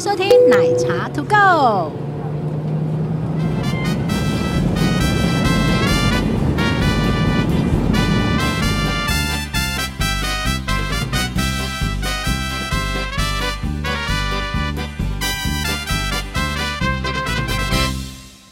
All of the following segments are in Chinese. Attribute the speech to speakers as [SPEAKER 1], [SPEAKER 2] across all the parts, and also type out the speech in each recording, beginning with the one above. [SPEAKER 1] 收听奶茶 To Go。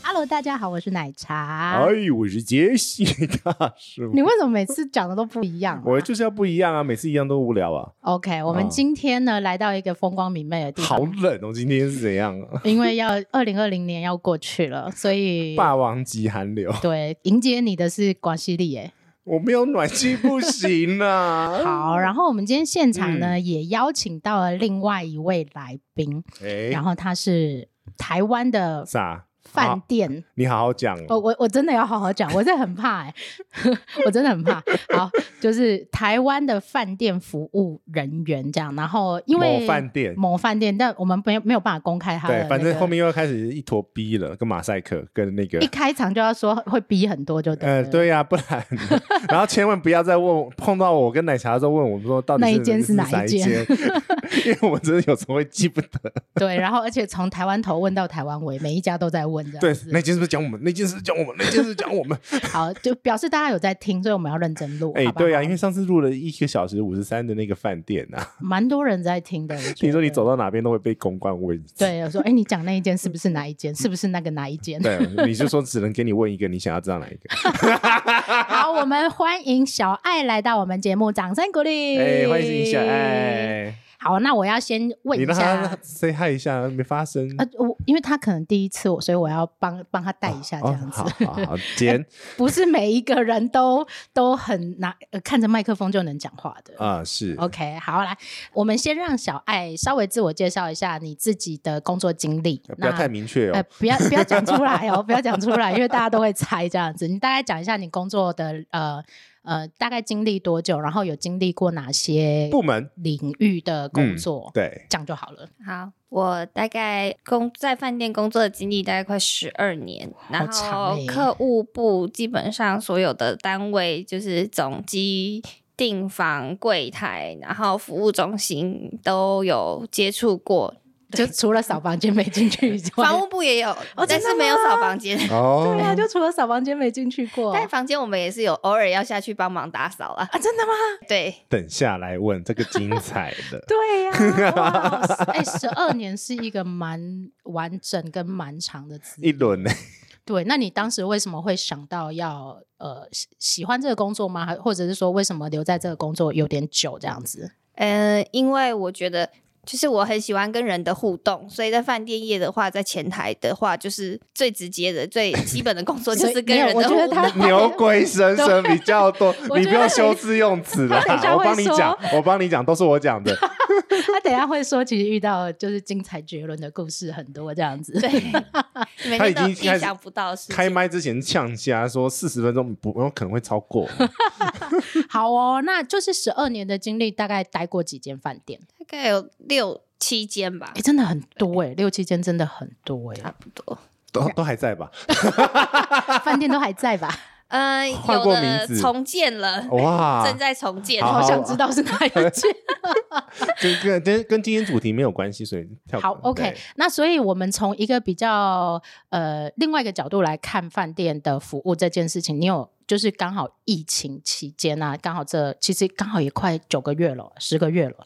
[SPEAKER 1] Hello，大家好，我是奶茶。
[SPEAKER 2] 哎，我是杰西 大叔。
[SPEAKER 1] 啊你为什么每次讲的都不一样、啊？
[SPEAKER 2] 我就是要不一样啊，每次一样都无聊啊。
[SPEAKER 1] OK，我们
[SPEAKER 2] 啊
[SPEAKER 1] 今天呢、来到一个风光明媚的地
[SPEAKER 2] 好
[SPEAKER 1] 方，
[SPEAKER 2] 冷哦，今天是怎样 啊？
[SPEAKER 1] 因为要二零二零年要过去了，所以
[SPEAKER 2] 霸王级寒流，
[SPEAKER 1] 对迎接你的是广西丽耶。
[SPEAKER 2] 我没有暖气不行啊。
[SPEAKER 1] 好，然后我们今天现场呢、
[SPEAKER 2] 嗯
[SPEAKER 1] 也邀请到了另外一位来宾，
[SPEAKER 2] 哎
[SPEAKER 1] 然，后他是台湾的
[SPEAKER 2] 啥？
[SPEAKER 1] 饭
[SPEAKER 2] 好
[SPEAKER 1] 店。
[SPEAKER 2] 你好好讲
[SPEAKER 1] 我
[SPEAKER 2] 哦。
[SPEAKER 1] 我我真的要好好讲，我真的很怕哎、 我真的很怕。好，就是台湾的饭店服务人员这样，然后因为
[SPEAKER 2] 某饭店，
[SPEAKER 1] 某饭店，但我们没有没有办法公开他的、
[SPEAKER 2] 对，反正后。面又要开始一坨逼了，跟马赛克，跟那个
[SPEAKER 1] 一。开场就要说会逼很多，就对了。
[SPEAKER 2] 呃，对呀、不然， 然后千万不要再问我碰到我跟奶茶的时候问我们说到底
[SPEAKER 1] 那一
[SPEAKER 2] 是
[SPEAKER 1] 间是
[SPEAKER 2] 是
[SPEAKER 1] 哪一
[SPEAKER 2] 一
[SPEAKER 1] 间
[SPEAKER 2] 间， 因为我真的有时候会记不 得。
[SPEAKER 1] 对，然后而且从台湾头问到台湾尾，每一家都在问这样
[SPEAKER 2] 对，
[SPEAKER 1] 子。
[SPEAKER 2] 那间是不是讲我们？那间是不是讲我们？那间是不是讲我们？
[SPEAKER 1] 好，就表示大家有在听，所以我们要认真录。
[SPEAKER 2] 哎、
[SPEAKER 1] 好不好
[SPEAKER 2] 对啊，因为上次录了一个小时五十三的那个饭店啊，
[SPEAKER 1] 蛮多人在听的。我觉
[SPEAKER 2] 听说你
[SPEAKER 1] 得
[SPEAKER 2] 走到哪边都会被公关问一次。
[SPEAKER 1] 对，我说，哎，你讲那一间是不是哪一间？是不是那个哪一间？
[SPEAKER 2] 对，啊你就说只能给你问一个，你想要知道哪一个？
[SPEAKER 1] 好，我们欢迎小爱来到我们节目，掌声鼓励。
[SPEAKER 2] 哎、欢迎一下，。哎，
[SPEAKER 1] 好，那我要先问
[SPEAKER 2] 你
[SPEAKER 1] 一
[SPEAKER 2] 让他
[SPEAKER 1] 下。
[SPEAKER 2] say hi 一下，没发声。
[SPEAKER 1] 呃，我因为他可能第一次我，所以我要帮帮他带一啊下这
[SPEAKER 2] 哦，
[SPEAKER 1] 样子。
[SPEAKER 2] 好好好，简
[SPEAKER 1] 不是每一个人都都很拿、呃、看着麦克风就能讲话的。
[SPEAKER 2] 啊、是
[SPEAKER 1] OK，好，来，我们先让小爱稍微自我介绍一下你自己的工作经历。
[SPEAKER 2] 不要
[SPEAKER 1] 那
[SPEAKER 2] 太明确哦。
[SPEAKER 1] 哎，不要不要讲出来哦，不要讲出来，因为大家都会猜这样子。你大概讲一下你工作的呃呃，大概经历多久，然后有经历过哪些
[SPEAKER 2] 部门
[SPEAKER 1] 领域的
[SPEAKER 2] 嗯
[SPEAKER 1] 工作，
[SPEAKER 2] 对，
[SPEAKER 1] 这样就好了。
[SPEAKER 3] 好，我大概工在饭店工作的经历大概快十二年，然
[SPEAKER 1] 长
[SPEAKER 3] 后
[SPEAKER 1] 欸
[SPEAKER 3] 客户部基本上所有的单位就是总机、订房、柜台，然后服务中心都有接触过，
[SPEAKER 1] 就除了扫房间没进去以外，
[SPEAKER 3] 房务部也有，
[SPEAKER 1] 哦真
[SPEAKER 3] 但
[SPEAKER 1] 的
[SPEAKER 3] 是没有扫房间。
[SPEAKER 2] 哦，
[SPEAKER 1] 对啊，就除了扫房间没进去过。
[SPEAKER 3] 但房间我们也是有偶尔要下去帮忙打扫啦。
[SPEAKER 1] 啊，真的吗？。
[SPEAKER 3] 对，
[SPEAKER 2] 等下来问这个精彩的
[SPEAKER 1] 对 呀、哇哎，十二年是一个蛮完整跟蛮长的资历
[SPEAKER 2] 一轮呢，
[SPEAKER 1] 对，那你当时为什么会想到要呃喜喜欢这个工作吗？还或者是说为什么留在这个工作有点久这样子？
[SPEAKER 3] 嗯、因为我觉得就是我很喜欢跟人的互动，所以在饭店业的话，在前台的话，就是最直接 的、最基本的工作就
[SPEAKER 1] 所以
[SPEAKER 3] 是跟
[SPEAKER 1] 没有
[SPEAKER 3] 人
[SPEAKER 1] 我
[SPEAKER 3] 的
[SPEAKER 1] 觉
[SPEAKER 3] 互
[SPEAKER 1] 得他
[SPEAKER 3] 动。
[SPEAKER 2] 牛鬼神神比较多，
[SPEAKER 1] 我
[SPEAKER 2] 你
[SPEAKER 1] 觉得
[SPEAKER 2] 不用
[SPEAKER 1] 他
[SPEAKER 2] 修饰用词啦
[SPEAKER 1] 他等一下，
[SPEAKER 2] 我帮
[SPEAKER 1] 会
[SPEAKER 2] 你
[SPEAKER 1] 说
[SPEAKER 2] 讲，我帮你讲，都是我讲的。
[SPEAKER 1] 他等一下会说，其实遇到就是精彩绝伦的故事很多这样子。
[SPEAKER 3] 对，每
[SPEAKER 2] 他已
[SPEAKER 3] 天都有
[SPEAKER 2] 经开
[SPEAKER 3] 意想不到的事
[SPEAKER 2] 开
[SPEAKER 3] 情。
[SPEAKER 2] 麦之前呛瞎说四十分钟不，有可能会 超过。
[SPEAKER 1] 好哦，那就是十二年的经历，大概待过几间饭店？
[SPEAKER 3] 大概有六七间吧
[SPEAKER 1] 哎、，真的很多哎、六七间真的很多哎、
[SPEAKER 3] 差不多。
[SPEAKER 2] 都都还在吧？
[SPEAKER 1] 饭店都还在吧？
[SPEAKER 3] 嗯、
[SPEAKER 2] 换
[SPEAKER 3] 有
[SPEAKER 2] 过
[SPEAKER 3] 的
[SPEAKER 2] 名字
[SPEAKER 3] 重建了，
[SPEAKER 2] 哇，
[SPEAKER 3] 正在重建。
[SPEAKER 2] 好
[SPEAKER 1] 好想知道是哪一间。
[SPEAKER 2] 这跟跟跟今天主题没有关系，所以跳
[SPEAKER 1] 好
[SPEAKER 2] 过
[SPEAKER 1] ，OK，那所以我们从一个比较呃另外一个角度来看饭店的服务这件事情，你有就是刚好疫情期间啊，刚好这其实刚好也快九个月了，十个月了，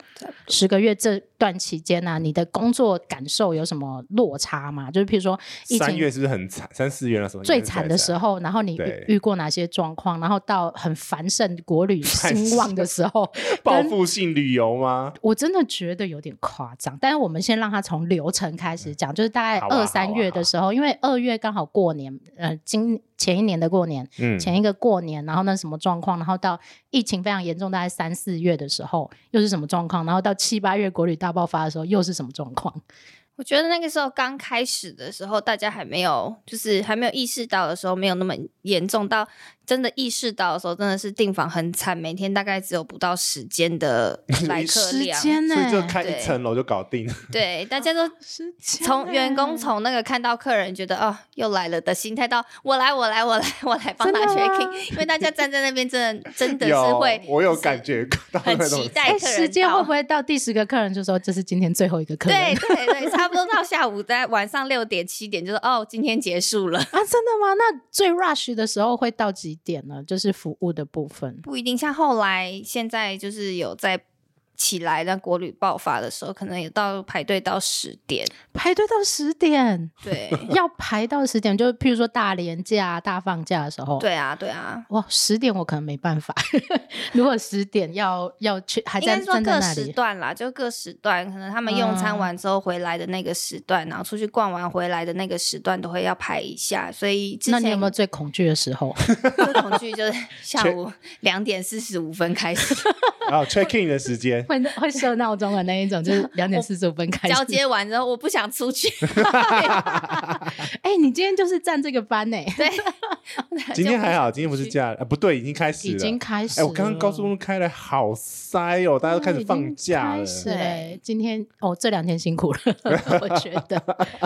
[SPEAKER 1] 十个月这段期间啊，你的工作感受有什么落差吗？就是譬如说
[SPEAKER 2] 对
[SPEAKER 1] 疫
[SPEAKER 2] 三
[SPEAKER 1] 情
[SPEAKER 2] 月是不是很惨？三四月那时候
[SPEAKER 1] 最惨的时
[SPEAKER 2] 候，
[SPEAKER 1] 候，然后你遇
[SPEAKER 2] 对
[SPEAKER 1] 遇过哪些状况？然后到很繁盛、国旅
[SPEAKER 2] 繁
[SPEAKER 1] 兴旺的时候，
[SPEAKER 2] 报复性旅游吗？
[SPEAKER 1] 我真的觉得有点夸张，但是我们先让他从流程开始讲，就是大概
[SPEAKER 2] 好啊
[SPEAKER 1] 二
[SPEAKER 2] 好
[SPEAKER 1] 三
[SPEAKER 2] 啊
[SPEAKER 1] 月的时候，因为二月刚好过年，呃，今前一年的过年，
[SPEAKER 2] 嗯，
[SPEAKER 1] 前一个过年，然后那什么状况，然后到疫情非常严重，大概三四月的时候又是什么状况，然后到七八月国旅大爆发的时候又是什么状况？
[SPEAKER 3] 我觉得那个时候刚开始的时候，大家还没有，就是还没有意识到的时候，没有那么严重到真的意识到的时候，真的是订房很惨，每天大概只有不到十间 的来客
[SPEAKER 1] 时
[SPEAKER 3] 量。
[SPEAKER 1] 间呢、
[SPEAKER 2] 所以就开
[SPEAKER 3] 对
[SPEAKER 2] 一层楼就搞定。
[SPEAKER 3] 对，大 家都
[SPEAKER 1] 时间
[SPEAKER 3] 从
[SPEAKER 1] 呢
[SPEAKER 3] 员工从那个看到客人觉得哦又来了的心态，到我来我来我来我来帮他
[SPEAKER 1] 真的吗
[SPEAKER 3] checking，因为大家站在那边真的真的是
[SPEAKER 2] 有
[SPEAKER 3] 会，
[SPEAKER 2] 我有
[SPEAKER 3] 就是
[SPEAKER 2] 感觉到那
[SPEAKER 3] 很
[SPEAKER 2] 种
[SPEAKER 3] 期待
[SPEAKER 1] 哎，
[SPEAKER 3] 客人
[SPEAKER 1] 时间
[SPEAKER 3] 到
[SPEAKER 1] 会不会到第十个客人就说这是今天最后一个客人？
[SPEAKER 3] 对对对，差不多到下午在晚上六点七点，就是哦，今天结束了。
[SPEAKER 1] 啊，真的吗？那最 rush 的时候会到几点呢？就是服务的部分。
[SPEAKER 3] 不一定，像后来现在就是有在起来，那国旅爆发的时候，可能也到排队到十点。
[SPEAKER 1] 排队到十 点，
[SPEAKER 3] 对
[SPEAKER 1] 要排到十点，就是譬如说大连假、大放假的时候。，
[SPEAKER 3] 对啊，对啊。
[SPEAKER 1] 哇，十点我可能没办法。 如果十点要要去，还
[SPEAKER 3] 应
[SPEAKER 1] 在
[SPEAKER 3] 该说
[SPEAKER 1] 站在
[SPEAKER 3] 各
[SPEAKER 1] 那
[SPEAKER 3] 时
[SPEAKER 1] 里，
[SPEAKER 3] 段啦，就各时段，可能他们用餐
[SPEAKER 1] 嗯
[SPEAKER 3] 完之后回来的那个时段，然后出去逛完回来的那个时段，都会要排一下。所以之
[SPEAKER 1] 那
[SPEAKER 3] 前
[SPEAKER 1] 你有没有最恐惧的时 候？，
[SPEAKER 3] 最恐惧就是 下午两点四十五分开始
[SPEAKER 2] 然后 check in 的时间
[SPEAKER 1] 会会设闹钟的那一种， 就是两点四十五分开始
[SPEAKER 3] 交。接完之后，我不想 出去。
[SPEAKER 1] 哎、你今天就是站这个班呢、
[SPEAKER 3] 对，
[SPEAKER 2] 今天还好，今天不是假，啊，不对，已经开始了。
[SPEAKER 1] 已经开始
[SPEAKER 2] 哎，
[SPEAKER 1] 了。
[SPEAKER 2] 我刚刚高速公路开的好塞哦，大家都开始放假了
[SPEAKER 1] 开。始
[SPEAKER 3] 对
[SPEAKER 1] 嘞今天哦，这两天辛 苦了，我觉得。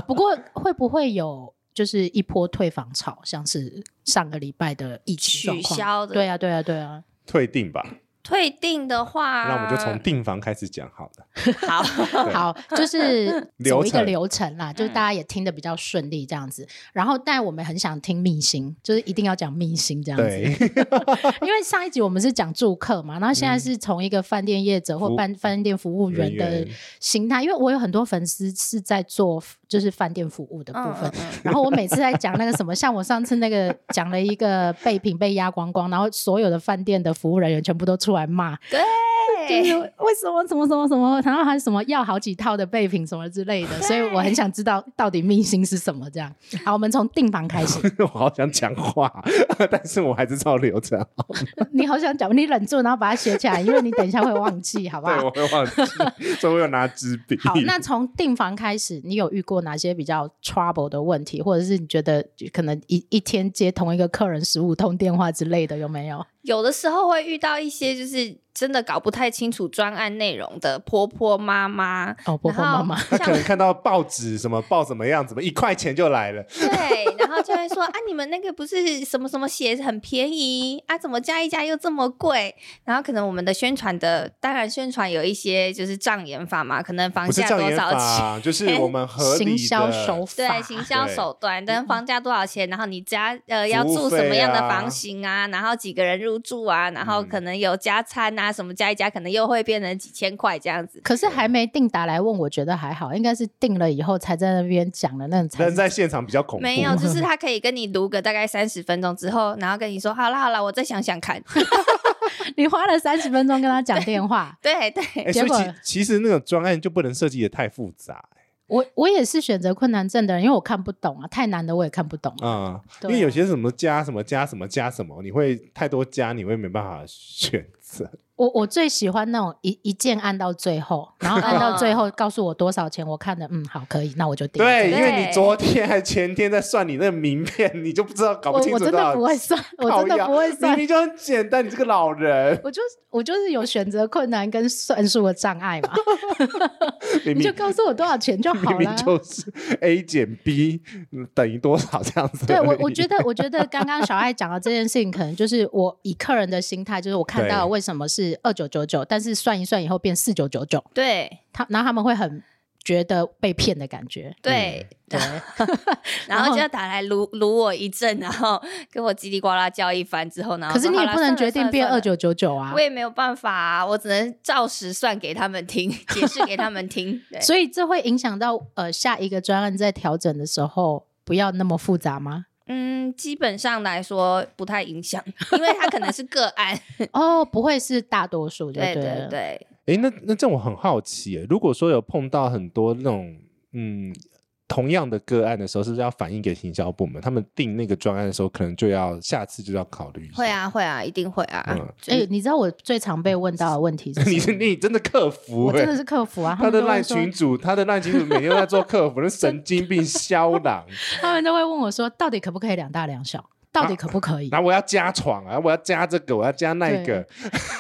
[SPEAKER 1] 不过会不会有就是一波退房潮，像是上个礼拜的疫情状况
[SPEAKER 3] 取消的
[SPEAKER 1] 对啊，对啊，对啊。
[SPEAKER 2] 退订吧，
[SPEAKER 3] 退订的话，
[SPEAKER 2] 那我们就从订房开始讲好了。
[SPEAKER 3] 好，
[SPEAKER 2] 对
[SPEAKER 1] 好，就是
[SPEAKER 2] 流
[SPEAKER 1] 走一个
[SPEAKER 2] 程
[SPEAKER 1] 流程啦，
[SPEAKER 3] 嗯
[SPEAKER 1] 就是大家也听得比较顺利这样子。然后，但我们很想听密星，就是一定要讲密星这样子。
[SPEAKER 2] 对，
[SPEAKER 1] 因 为上一集我们是讲住客嘛，然后现在是从一个饭店业者或
[SPEAKER 2] 嗯服
[SPEAKER 1] 饭饭店服务员
[SPEAKER 2] 人
[SPEAKER 1] 的
[SPEAKER 2] 员
[SPEAKER 1] 形态，因为我有很多粉丝是在做就是饭店服务的部分
[SPEAKER 3] 嗯，嗯
[SPEAKER 1] 然后我每次在讲那个什么，像我上次那个讲了一个备品被压光光，然后所有的饭店的服务人员全部都出来骂，就
[SPEAKER 3] 对，
[SPEAKER 1] 是为什么什么什么什么，然后还有什么要好几套的备品什么之类 的，所以我很想知道到底秘辛是什么。这样，好，我们从订房开 始。
[SPEAKER 2] 我好想讲话， 但是我还是照流程。
[SPEAKER 1] 你好想讲，你忍住，然后把它写起来，因为你等一下会忘记，好不
[SPEAKER 2] 对，
[SPEAKER 1] 好
[SPEAKER 2] 我？会 忘记，所以我有拿纸笔。
[SPEAKER 1] 好，那从订房开始，你有遇过哪些比较 trouble 的问题，或者是你觉得可能一一天接同一个客人十五通电话之类的，有没有？
[SPEAKER 3] 有的时候会遇到一些就是真的搞不太清楚专案内容的婆婆妈妈，
[SPEAKER 1] 哦，婆婆妈妈
[SPEAKER 3] 然。
[SPEAKER 2] 他
[SPEAKER 3] 后像
[SPEAKER 2] 可能看到报纸什么报怎么样，怎么一块钱就来了，
[SPEAKER 3] 对，然后就会说啊，你们那个不是什么什么鞋很便宜啊，怎么加一加又这么贵？然后可能我们的宣传的，当然宣传有一些就是障眼法嘛，可能房
[SPEAKER 2] 不是
[SPEAKER 3] 价
[SPEAKER 2] 障
[SPEAKER 3] 多
[SPEAKER 2] 眼
[SPEAKER 3] 少钱？
[SPEAKER 2] 法，就是我们合理的
[SPEAKER 1] 行销手法，
[SPEAKER 3] 对，行销
[SPEAKER 2] 对嗯
[SPEAKER 3] 手段，但房价多少钱？然后你家呃要
[SPEAKER 2] 服务
[SPEAKER 3] 住什
[SPEAKER 2] 费
[SPEAKER 3] 么样的
[SPEAKER 2] 啊嗯
[SPEAKER 3] 房型啊？然后几个人入住啊？然后可能有加餐啊，什么加一加，可能又会变成几千块这样子。
[SPEAKER 1] 可是还没定打来问，我觉得还好，应该是定了以后才在那边讲的那种才
[SPEAKER 2] 但。在现场比较恐怖。
[SPEAKER 3] 没有，就是他可以跟你撸个大概三十分钟之后，然后跟你说好啦好啦，我再想想看。，
[SPEAKER 1] 你花了三十分钟跟他讲电话
[SPEAKER 3] 对对，
[SPEAKER 2] 哎，
[SPEAKER 1] 结
[SPEAKER 2] 所以
[SPEAKER 1] 果
[SPEAKER 2] 其其实那种专案就不能设计的太复杂，
[SPEAKER 1] 我我也是选择困难症的人，因为我看不懂啊，太难的我也看不懂啊。
[SPEAKER 2] 嗯，因
[SPEAKER 1] 对啊
[SPEAKER 2] 为有些什么加什么加什么加什么，你会太多加，你会没办法选择。
[SPEAKER 1] 我我最喜欢那种一一键按到最后，然后按到最后告诉我多少钱，我看的嗯好可以，那我就定。
[SPEAKER 2] 对，
[SPEAKER 3] 对
[SPEAKER 2] 因为你昨天还前天在算你那名片，你就不知道搞
[SPEAKER 1] 我
[SPEAKER 2] 不清
[SPEAKER 1] 我
[SPEAKER 2] 楚
[SPEAKER 1] 真
[SPEAKER 2] 多
[SPEAKER 1] 的
[SPEAKER 2] 少
[SPEAKER 1] 不会
[SPEAKER 2] 钱。
[SPEAKER 1] 算，我真的不会
[SPEAKER 2] 明
[SPEAKER 1] 算。
[SPEAKER 2] 明就很简单，你这个老 人，
[SPEAKER 1] 我就是我就是有选择困难跟算数的障碍 嘛，
[SPEAKER 2] 明
[SPEAKER 1] 你就
[SPEAKER 2] 明
[SPEAKER 1] 告诉我多少钱就好
[SPEAKER 2] 明明
[SPEAKER 1] 了。
[SPEAKER 2] 就是 A 减 B 嗯等于多少这样子而已。
[SPEAKER 1] 对我，我觉得，我觉得刚刚小爱讲的这件事情，可能就是我以客人的心态，就是我看到
[SPEAKER 2] 对
[SPEAKER 1] 为什么是二九九九，但是算一算以后变四九九九，
[SPEAKER 3] 对
[SPEAKER 1] 他然后他们会很觉得被骗的感 觉。
[SPEAKER 3] 对，
[SPEAKER 1] 对，
[SPEAKER 3] 然
[SPEAKER 1] 嗯然
[SPEAKER 3] 后
[SPEAKER 1] 后
[SPEAKER 3] 就要打来撸撸我一阵，然后跟我叽里呱啦叫一番之后，然后
[SPEAKER 1] 可是
[SPEAKER 3] 说
[SPEAKER 1] 你也
[SPEAKER 3] 好啦
[SPEAKER 1] 不能
[SPEAKER 3] 算了
[SPEAKER 1] 决
[SPEAKER 3] 算
[SPEAKER 1] 定
[SPEAKER 3] 了
[SPEAKER 1] 变
[SPEAKER 3] 算
[SPEAKER 1] 二
[SPEAKER 3] 了
[SPEAKER 1] 九九九啊
[SPEAKER 3] 我。也没有办法、啊，我只能照实算给他们听， 解释给他们听。对，
[SPEAKER 1] 所以这会影响到呃下一个专案在调整的时候，不要那么复杂吗？
[SPEAKER 3] 嗯，基本上来说不太影响，因为它可能是个案。
[SPEAKER 1] 哦，不会是大多数就
[SPEAKER 3] 对
[SPEAKER 1] 对
[SPEAKER 3] 对
[SPEAKER 1] 了。
[SPEAKER 3] 对，
[SPEAKER 2] 哎，那那这样我很好奇耶，如果说有碰到很多那种嗯同样的个案的时候，是不是要反映给行销部门？他们定那个专案的时候，可能就要下次就要考虑。
[SPEAKER 3] 会，啊会啊，一定会啊。
[SPEAKER 2] 嗯
[SPEAKER 3] 就
[SPEAKER 1] 哎、
[SPEAKER 3] 是
[SPEAKER 1] 你知道我最常被问到的问题是
[SPEAKER 2] 你
[SPEAKER 1] 什
[SPEAKER 2] 是
[SPEAKER 1] 么？
[SPEAKER 2] 你真的客服
[SPEAKER 1] 我真
[SPEAKER 2] 哎
[SPEAKER 1] 的。是客 服啊，
[SPEAKER 2] 他
[SPEAKER 1] 们
[SPEAKER 2] 的
[SPEAKER 1] 都会
[SPEAKER 2] 赖
[SPEAKER 1] 说
[SPEAKER 2] 群主，他的赖群主每天都 在做客服，那神经病肖郎。
[SPEAKER 1] 他们都会问我说，到底可不可以两大两小？到底可不可 以？
[SPEAKER 2] 然后我要加床啊，我要加这个，我要加那个，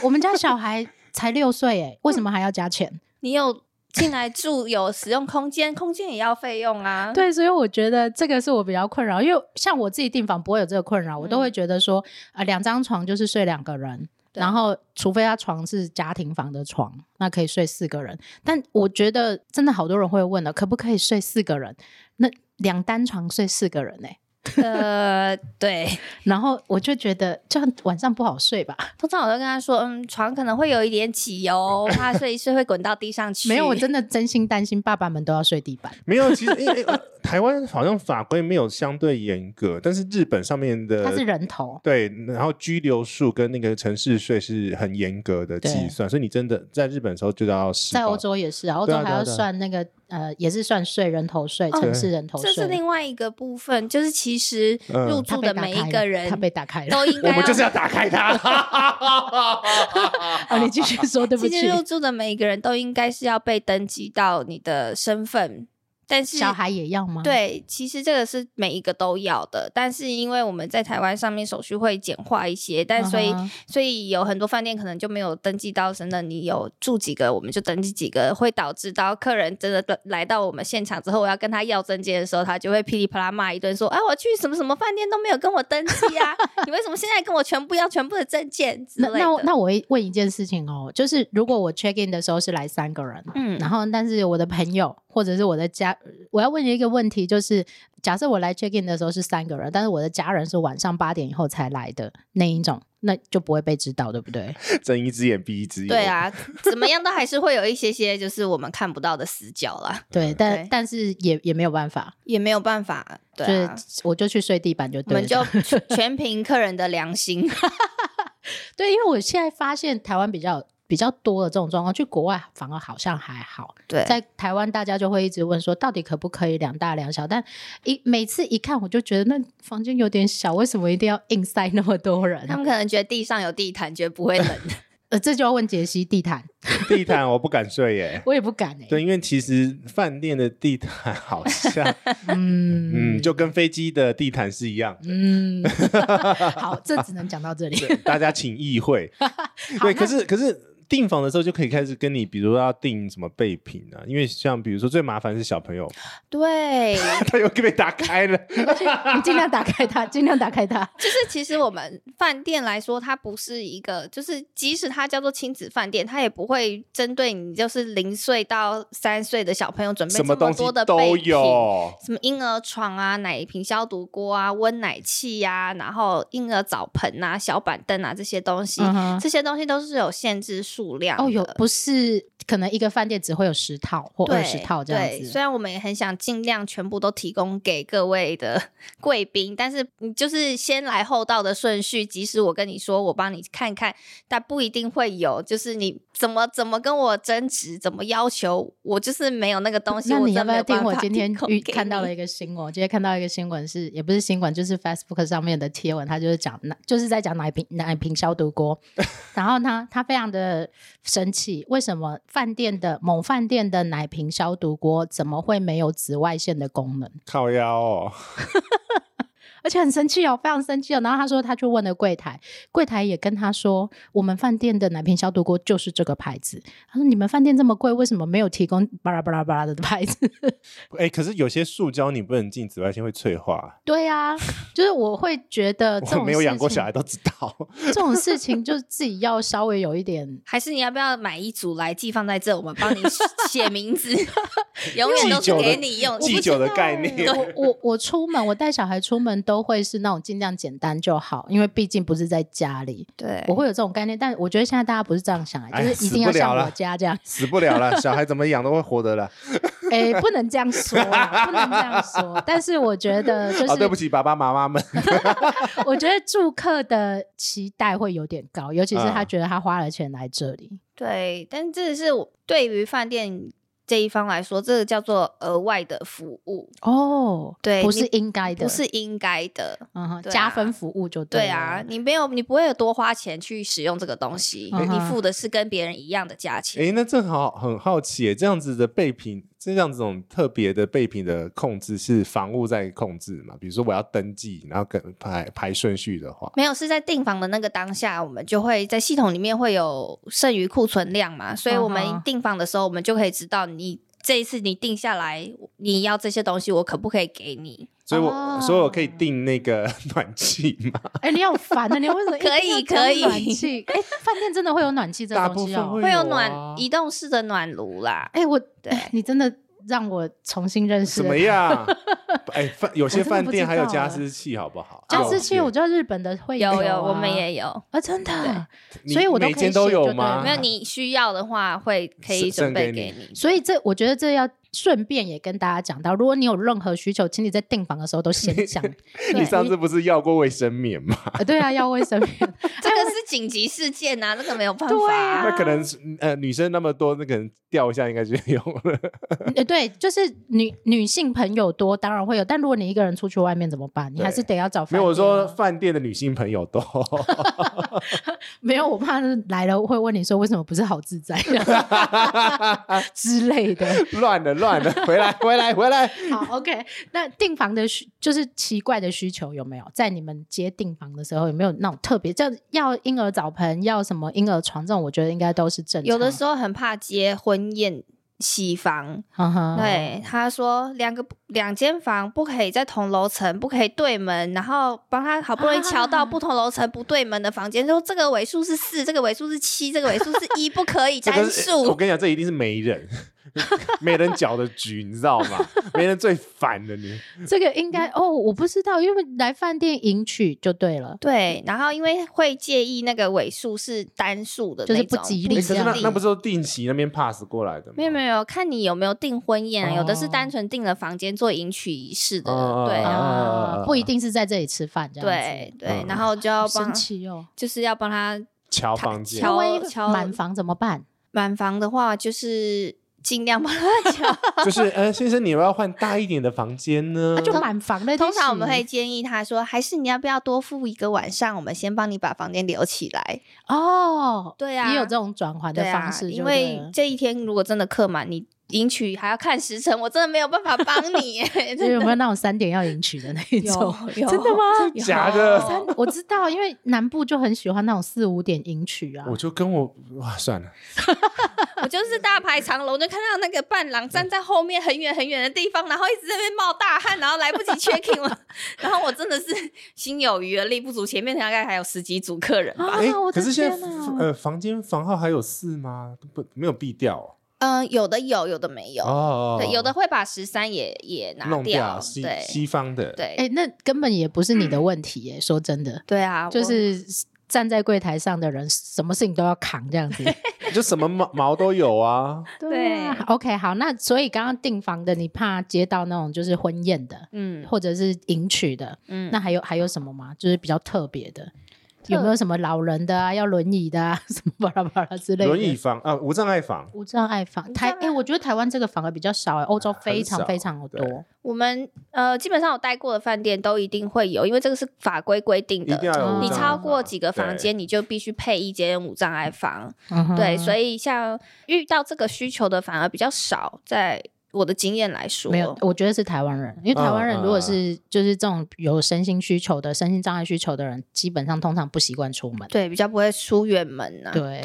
[SPEAKER 1] 我们家小孩才六岁哎，为什么还要加钱？
[SPEAKER 3] 你有进来住，有使用空间，空间也要费用
[SPEAKER 2] 嗯
[SPEAKER 3] 啊。，
[SPEAKER 1] 对，所以我觉得这个是我比较困扰，因为像我自己订房不会有这个困扰，我
[SPEAKER 2] 嗯
[SPEAKER 1] 都会觉得说，呃，两张床就是睡两个人，
[SPEAKER 3] 对
[SPEAKER 1] 然后除非他床是家庭房的床，那可以睡四个人。但我觉得真的好多人会问了，可不可以睡四个人？那两单床睡四个人呢、欸
[SPEAKER 3] 呃，对，
[SPEAKER 1] 然后我就觉得这样晚上不好睡吧？
[SPEAKER 3] 通常我都跟他说，嗯，床可能会有一点起油，怕睡一睡会滚到地上去。
[SPEAKER 1] 没有，我真的真心担心爸爸们都要睡地板。
[SPEAKER 2] 没有。其实因为呃台湾好像法规没有相对严格，但是日本上面的
[SPEAKER 1] 他是人头，
[SPEAKER 2] 对，然后拘留数跟那个城市税是很严格的
[SPEAKER 1] 对
[SPEAKER 2] 计算，所以你真的在日本的时候就要实
[SPEAKER 1] 在
[SPEAKER 2] 报
[SPEAKER 1] 欧洲也是啊，欧
[SPEAKER 2] 对
[SPEAKER 1] 洲
[SPEAKER 2] 啊
[SPEAKER 1] 还
[SPEAKER 2] 对啊
[SPEAKER 1] 要
[SPEAKER 2] 对啊
[SPEAKER 1] 算那个呃，也是算税，人头税，
[SPEAKER 3] 哦
[SPEAKER 1] 城市人头
[SPEAKER 3] 这
[SPEAKER 1] 税。
[SPEAKER 3] 是另外一个部分，就是其实
[SPEAKER 2] 嗯
[SPEAKER 3] 入
[SPEAKER 1] 他
[SPEAKER 3] 住
[SPEAKER 1] 被
[SPEAKER 3] 的
[SPEAKER 1] 打
[SPEAKER 3] 每
[SPEAKER 1] 开
[SPEAKER 3] 一
[SPEAKER 1] 了
[SPEAKER 3] 个人
[SPEAKER 1] 他被打开了。
[SPEAKER 3] 都应该
[SPEAKER 2] 我们
[SPEAKER 3] 要
[SPEAKER 2] 就是要打开它。
[SPEAKER 1] 哦，你继续 说，对不
[SPEAKER 3] 其
[SPEAKER 1] 起
[SPEAKER 3] 实。入住的每一个人都应该是要被登记到你的身份，但是
[SPEAKER 1] 小孩也要吗？，
[SPEAKER 3] 对，其实这个是每一个都要的，但是因为我们在台湾上面手续会简化一些，但所以、
[SPEAKER 1] 嗯哼
[SPEAKER 3] 所以有很多饭店可能就没有登记到，真的你有住几个我们就登记几个，会导致到客人真的来到我们现场之后，我要跟他要证件的时候，他就会噼里啪啦骂一顿，说：“哎，我去什么什么饭店都没有跟我登记啊， 你为什么现在跟我全部要全部的证件之
[SPEAKER 1] 那
[SPEAKER 3] 类的？”
[SPEAKER 1] 那我那我问问一件事情哦，就是如果我 check in 的时候是来三个人，
[SPEAKER 3] 嗯
[SPEAKER 1] 然后但是我的朋友或者是我的家，我要问你一个问题，就是假设我来 check in 的时候是三个人，但是我的家人是晚上八点以后才来的那一种，那就不会被知道，对不对？
[SPEAKER 2] 睁一只眼闭一只眼。
[SPEAKER 3] 对，啊，怎么样都还是会有一些些就是我们看不到的死角啦，
[SPEAKER 1] 对，但
[SPEAKER 3] 呃对
[SPEAKER 1] 但是也也没有办法，
[SPEAKER 3] 也没有办法，对
[SPEAKER 1] 就
[SPEAKER 3] 啊。
[SPEAKER 1] 是我就去睡地板就
[SPEAKER 3] 我
[SPEAKER 1] 对了。
[SPEAKER 3] 们就全全凭客人的良心，
[SPEAKER 1] 对，因为我现在发现台湾比较比较多的这种状况，去国外反而好像还好。
[SPEAKER 3] 对
[SPEAKER 1] 在台湾大家就会一直问说，到底可不可以两大两小？但一每次一看，我就觉得那房间有点小，为什么一定要硬塞那么多人？
[SPEAKER 3] 他们可能觉得地上有地毯，觉得不会 冷。
[SPEAKER 1] 呃，这就要问杰西地毯，
[SPEAKER 2] 地毯我不敢睡耶。
[SPEAKER 1] 我也不敢哎、
[SPEAKER 2] 对，因为其实饭店的地毯 好 像，
[SPEAKER 1] 嗯
[SPEAKER 2] 嗯，就跟飞机的地毯是一样。
[SPEAKER 1] 嗯，好，这只能讲到这里。
[SPEAKER 2] 对大家请意 会。对，可是可是订房的时候就可以开始跟你，比如说要订什么备品啊，因为像比如说最麻烦是小朋友，
[SPEAKER 3] 对，
[SPEAKER 2] 他又被打开了。
[SPEAKER 1] 你尽量打开它，尽量打开它。
[SPEAKER 3] 就是其实我们饭店来说，它不是一个，就是即使它叫做亲子饭店，它也不会针对你，就是零岁到三岁的小朋友准备
[SPEAKER 2] 什
[SPEAKER 3] 这么
[SPEAKER 2] 东西
[SPEAKER 3] 多的
[SPEAKER 2] 都
[SPEAKER 3] 备品
[SPEAKER 2] 有，
[SPEAKER 3] 什么婴儿床啊、奶瓶消毒锅啊、温奶器呀、然后婴儿澡盆啊、小板凳啊这些东西，
[SPEAKER 1] 嗯哼
[SPEAKER 3] 这些东西都是有限制数量的
[SPEAKER 1] 哦，有不是可能一个饭店只会有十套或
[SPEAKER 3] 对
[SPEAKER 1] 二十套这样
[SPEAKER 3] 对，
[SPEAKER 1] 子
[SPEAKER 3] 虽。然我们也很想尽量全部都提供给各位的 贵宾，但是你就是先来后到的顺序。即使我跟你说我帮你看看，但不一定会有。就是你怎么怎么跟我争执，怎么要求，我就是没有那个东西。
[SPEAKER 1] 那
[SPEAKER 3] 我
[SPEAKER 1] 你
[SPEAKER 3] 真
[SPEAKER 1] 要
[SPEAKER 3] 的
[SPEAKER 1] 不
[SPEAKER 3] 没
[SPEAKER 1] 要听
[SPEAKER 3] 有办
[SPEAKER 1] 我
[SPEAKER 3] 法
[SPEAKER 1] 今天
[SPEAKER 3] 提供
[SPEAKER 1] 遇
[SPEAKER 3] 给
[SPEAKER 1] 看到
[SPEAKER 3] 你。
[SPEAKER 1] 了一个新闻？我今天看到一个新闻是，也不是新闻，就是 Facebook 上面的贴文，他就是讲奶，就是在讲奶瓶奶瓶消毒锅，然后呢，他非常的生气，为什么饭店的某饭店的奶瓶消毒锅怎么会没有紫外线的功能？
[SPEAKER 2] 靠腰哦，
[SPEAKER 1] 而且很生气哦，非常生气哦。然后他说他去问了柜台，柜台也跟他说，我们饭店的奶瓶消毒锅就是这个牌子。他说你们饭店这么贵，为什么没有提供巴拉巴拉巴拉的牌子？
[SPEAKER 2] 哎、可是有些塑胶你不能进紫外线会脆化，
[SPEAKER 1] 对啊，就是我会觉得呃这
[SPEAKER 2] 我
[SPEAKER 1] 种
[SPEAKER 2] 没有养过
[SPEAKER 1] 事情
[SPEAKER 2] 小孩，都知道。
[SPEAKER 1] 这种事情就自己要稍微有一点
[SPEAKER 3] 还是你要不要买一组来寄放在这？我们帮你 写 名字，永远
[SPEAKER 2] 祭
[SPEAKER 3] 都是
[SPEAKER 2] 酒的
[SPEAKER 3] 给你用。
[SPEAKER 2] 祭酒的概
[SPEAKER 3] 欸
[SPEAKER 2] 念
[SPEAKER 1] 我我我出门，我带小孩出门都会是那种尽量简单就好，因为毕竟不是在家里，
[SPEAKER 3] 对，
[SPEAKER 1] 我会有这种概念。但我觉得现在大家不是这样想、啊
[SPEAKER 2] 哎呀
[SPEAKER 1] 就是一定要
[SPEAKER 2] 死不了
[SPEAKER 1] 像我
[SPEAKER 2] 了
[SPEAKER 1] 家这样，
[SPEAKER 2] 死不了了，小孩怎么养都会活的了。
[SPEAKER 1] 哎、不能这样说啦，不能这样说。但是我觉得 就是，
[SPEAKER 2] 啊，对不起，爸爸妈妈们。
[SPEAKER 1] 我觉得住客的期待会有点高，尤其是他
[SPEAKER 2] 嗯
[SPEAKER 1] 觉得他花了钱来这里，
[SPEAKER 3] 对，但这是我对于饭店这一方来说，这个叫做额外的服务，
[SPEAKER 1] 哦，
[SPEAKER 3] 对
[SPEAKER 1] 不是
[SPEAKER 3] 你
[SPEAKER 1] 应该的，
[SPEAKER 3] 不是应该的。
[SPEAKER 1] 嗯哼，
[SPEAKER 3] 对
[SPEAKER 1] 加
[SPEAKER 3] 啊
[SPEAKER 1] 分服务就
[SPEAKER 3] 对
[SPEAKER 1] 了
[SPEAKER 3] 啊，，你没有，你不会有多花钱去使用这个东西，
[SPEAKER 1] 嗯
[SPEAKER 3] 你
[SPEAKER 1] 哼
[SPEAKER 3] 付的是跟别人一样的价钱。
[SPEAKER 2] 哎、那正好很好奇耶，这样子的备品这样这种特别的备品的控制是房屋在控制嘛？比如说我要登记，然后跟排排顺序的话，
[SPEAKER 3] 没有，是在订房的那个当下，我们就会在系统里面会有剩余库存量嘛，所以我
[SPEAKER 1] 嗯哼
[SPEAKER 3] 们订房的时候，我们就可以知道你这一次你定下来，你要这些东西，我可不可以给你？
[SPEAKER 2] 所以我、
[SPEAKER 1] 哦
[SPEAKER 2] 所以我可以订那个 暖气嘛？
[SPEAKER 1] 哎、你好烦啊！你为什么一定要
[SPEAKER 3] 可以
[SPEAKER 1] 讲
[SPEAKER 3] 可以
[SPEAKER 1] 暖气？哎、饭店真的会有暖气这
[SPEAKER 2] 大
[SPEAKER 1] 个
[SPEAKER 2] 部
[SPEAKER 1] 东西
[SPEAKER 2] 分
[SPEAKER 1] 哦。
[SPEAKER 2] 会
[SPEAKER 3] 会有
[SPEAKER 2] 啊
[SPEAKER 3] 暖、移动式的暖炉啦。
[SPEAKER 1] 哎、我
[SPEAKER 3] 对
[SPEAKER 1] 哎你真的让我重新认识
[SPEAKER 2] 怎
[SPEAKER 1] 了
[SPEAKER 2] 么样？哎，饭有些
[SPEAKER 1] 我真的
[SPEAKER 2] 饭
[SPEAKER 1] 不
[SPEAKER 2] 店
[SPEAKER 1] 知
[SPEAKER 2] 还有
[SPEAKER 1] 道
[SPEAKER 2] 加
[SPEAKER 1] 哎
[SPEAKER 2] 湿器，好不好？ 哦
[SPEAKER 1] 加
[SPEAKER 2] 有
[SPEAKER 1] 湿器，
[SPEAKER 2] 些
[SPEAKER 1] 我知道日本的会
[SPEAKER 3] 有
[SPEAKER 1] 有
[SPEAKER 3] 有，
[SPEAKER 1] 啊
[SPEAKER 3] 我们也有。
[SPEAKER 1] 啊，真的。
[SPEAKER 2] 你
[SPEAKER 1] 所以我都
[SPEAKER 2] 每
[SPEAKER 1] 可以
[SPEAKER 2] 间都
[SPEAKER 1] 写
[SPEAKER 2] 有
[SPEAKER 1] 就对
[SPEAKER 2] 吗？
[SPEAKER 1] 了
[SPEAKER 3] 没有，你需要的话会可以
[SPEAKER 2] 送
[SPEAKER 3] 准备
[SPEAKER 2] 啊给
[SPEAKER 3] 给
[SPEAKER 2] 你
[SPEAKER 3] 你。
[SPEAKER 1] 所以这我觉得这要顺便也跟大家讲到，如果你有任何需求，请你在订房的时候都先 讲。对
[SPEAKER 2] 你上次不是要过卫生棉吗？
[SPEAKER 1] 呃对啊，要卫生棉。
[SPEAKER 3] 这个是紧急事件 呐、啊，这个没有办法、
[SPEAKER 1] 对啊
[SPEAKER 2] 那可能是呃，女生那么多，那可能掉一下应该就有了。
[SPEAKER 1] 呃，对，就是女女性朋友多，当然会有，但如果你一个人出去外面怎么办？你还是得要找、饭
[SPEAKER 2] 没有，我
[SPEAKER 1] 店啊
[SPEAKER 2] 说饭店的女性朋友多，
[SPEAKER 1] 没有，我怕来了会问你说为什么不是好自在啊 之类的。
[SPEAKER 2] 乱了乱了，回来回来 回来。
[SPEAKER 1] 好，OK，那订房的需就是奇怪的需求有没有？在你们接订房的时候有没有那种特别，这要婴儿澡盆，要什么婴儿床这种，我觉得应该都是正常。
[SPEAKER 3] 有的时候很怕接婚宴喜房，
[SPEAKER 1] 嗯哼，
[SPEAKER 3] 对他说两个两间房不可以在同楼层，不可以对门，然后帮他好不容易瞧
[SPEAKER 1] 啊
[SPEAKER 3] 到不同楼层不对门的房间，说这个尾数是四，这个尾数是七，这个尾数是一，不可以
[SPEAKER 2] 这个
[SPEAKER 3] 单
[SPEAKER 2] 是哦我
[SPEAKER 3] 数。
[SPEAKER 2] 跟你讲，这一定是没人 没人搅的局，你知道吗？没人最烦的你。
[SPEAKER 1] 这个应
[SPEAKER 3] 嗯
[SPEAKER 1] 该哦，我不知道，因为来饭店迎娶就对了。
[SPEAKER 3] 对，然后因为会介意那个尾数是单数的
[SPEAKER 1] 就
[SPEAKER 3] 那
[SPEAKER 1] 是
[SPEAKER 3] 种，
[SPEAKER 1] 不吉利你
[SPEAKER 2] 诶哎可
[SPEAKER 1] 这
[SPEAKER 2] 是
[SPEAKER 1] 样
[SPEAKER 2] 那那不是都定期那边 pass 过来的吗？
[SPEAKER 3] 没有没有，看你有没有订婚宴啊，有的是
[SPEAKER 2] 哦
[SPEAKER 3] 单纯订了房间做迎娶仪式的，
[SPEAKER 2] 哦
[SPEAKER 3] 对，然后
[SPEAKER 1] 啊，不一定是在这里吃饭这样
[SPEAKER 3] 对
[SPEAKER 1] 子。
[SPEAKER 3] 对
[SPEAKER 2] 嗯，
[SPEAKER 3] 然后就要
[SPEAKER 1] 好
[SPEAKER 3] 帮
[SPEAKER 1] 生，气哦！
[SPEAKER 3] 就是要帮他
[SPEAKER 2] 敲
[SPEAKER 3] 他
[SPEAKER 2] 房间
[SPEAKER 3] 敲
[SPEAKER 1] 那万一
[SPEAKER 3] 敲
[SPEAKER 1] 满房怎么办？
[SPEAKER 3] 满房的话，就是尽量帮他 敲。
[SPEAKER 2] 就是呃，先生，你要不要换大一点的房间呢
[SPEAKER 1] 那？就满房那
[SPEAKER 3] 呃通
[SPEAKER 1] 天
[SPEAKER 3] 常我们
[SPEAKER 1] 洗
[SPEAKER 3] 会建议他说，还是你要不要多付一个晚上，我们先帮你把房间留起来。
[SPEAKER 1] 哦，
[SPEAKER 3] 对啊
[SPEAKER 1] 也有这种转换的
[SPEAKER 3] 对
[SPEAKER 1] 方
[SPEAKER 3] 啊
[SPEAKER 1] 式，，
[SPEAKER 3] 因为这一天如果真的客满，你迎娶还要看时辰，我真的没有办法帮你 耶。
[SPEAKER 1] 就有没有那种三点要迎娶的那一种？
[SPEAKER 3] 有
[SPEAKER 1] 真的吗？
[SPEAKER 3] 有
[SPEAKER 2] 假的
[SPEAKER 1] 三我知道，因为南部就很喜欢那种四五点迎娶啊
[SPEAKER 2] 我。就跟我哇算了，
[SPEAKER 3] 我就是大排长龙，就看到那个伴郎站在后面很远很远的地方，然后一直在那边冒大汗，然后来不及 check in 了，然后我真的是心有余而力不足，前面大概还有十几组客人吧。
[SPEAKER 1] 啊
[SPEAKER 2] 哎、
[SPEAKER 1] 我的
[SPEAKER 2] 可是现在
[SPEAKER 1] 天哪
[SPEAKER 2] 呃，房间房号还有四吗？不，没有避掉哦
[SPEAKER 3] 嗯、有的有，有的没有，
[SPEAKER 2] 哦。
[SPEAKER 3] 对，有的会把十三也也拿
[SPEAKER 2] 弄
[SPEAKER 3] 掉，
[SPEAKER 2] 西
[SPEAKER 3] 对
[SPEAKER 2] 西方的，
[SPEAKER 3] 对、
[SPEAKER 1] 哎，那根本也不是你的问题耶，说真的，
[SPEAKER 3] 对啊，
[SPEAKER 1] 就
[SPEAKER 3] 我
[SPEAKER 1] 是站在柜台上的人，什么事情都要扛这样子。
[SPEAKER 2] 就什么毛毛都有 啊。
[SPEAKER 1] 啊，OK，好，那所以刚刚订房的，你怕接到那种就是婚宴的，
[SPEAKER 3] 嗯
[SPEAKER 1] 或者是迎娶的，
[SPEAKER 3] 嗯，
[SPEAKER 1] 那还有还有什么吗？就是比较特别的，有没有什么老人的啊，要轮椅的啊，什么巴拉巴拉之类的？
[SPEAKER 2] 轮椅房啊，无障碍房，
[SPEAKER 1] 无障碍房，台
[SPEAKER 3] 无障
[SPEAKER 1] 哎、
[SPEAKER 3] 碍
[SPEAKER 1] 我觉得台湾这个反而比较少哎、欧洲非
[SPEAKER 2] 很
[SPEAKER 1] 常
[SPEAKER 2] 少
[SPEAKER 1] 非常的多。
[SPEAKER 3] 我们呃基本上有待过的饭店都一定会有，因为这个是法规规定
[SPEAKER 2] 一
[SPEAKER 3] 的
[SPEAKER 2] 定。要
[SPEAKER 1] 哦
[SPEAKER 2] 有无障碍房。啊
[SPEAKER 3] 你超过几个房
[SPEAKER 2] 对
[SPEAKER 3] 间，你就必须配一间无障碍房。
[SPEAKER 1] 嗯哼
[SPEAKER 3] 对，所以像遇到这个需求的反而比较少，在我的经验来说，
[SPEAKER 1] 没有，我觉得是台湾人，因为台
[SPEAKER 2] 嗯
[SPEAKER 1] 湾人如果是、就是这种有身心需求的、身心障碍需求的人，基本上通常不习惯出门。
[SPEAKER 3] 对，比较不会出远门呐、
[SPEAKER 1] 对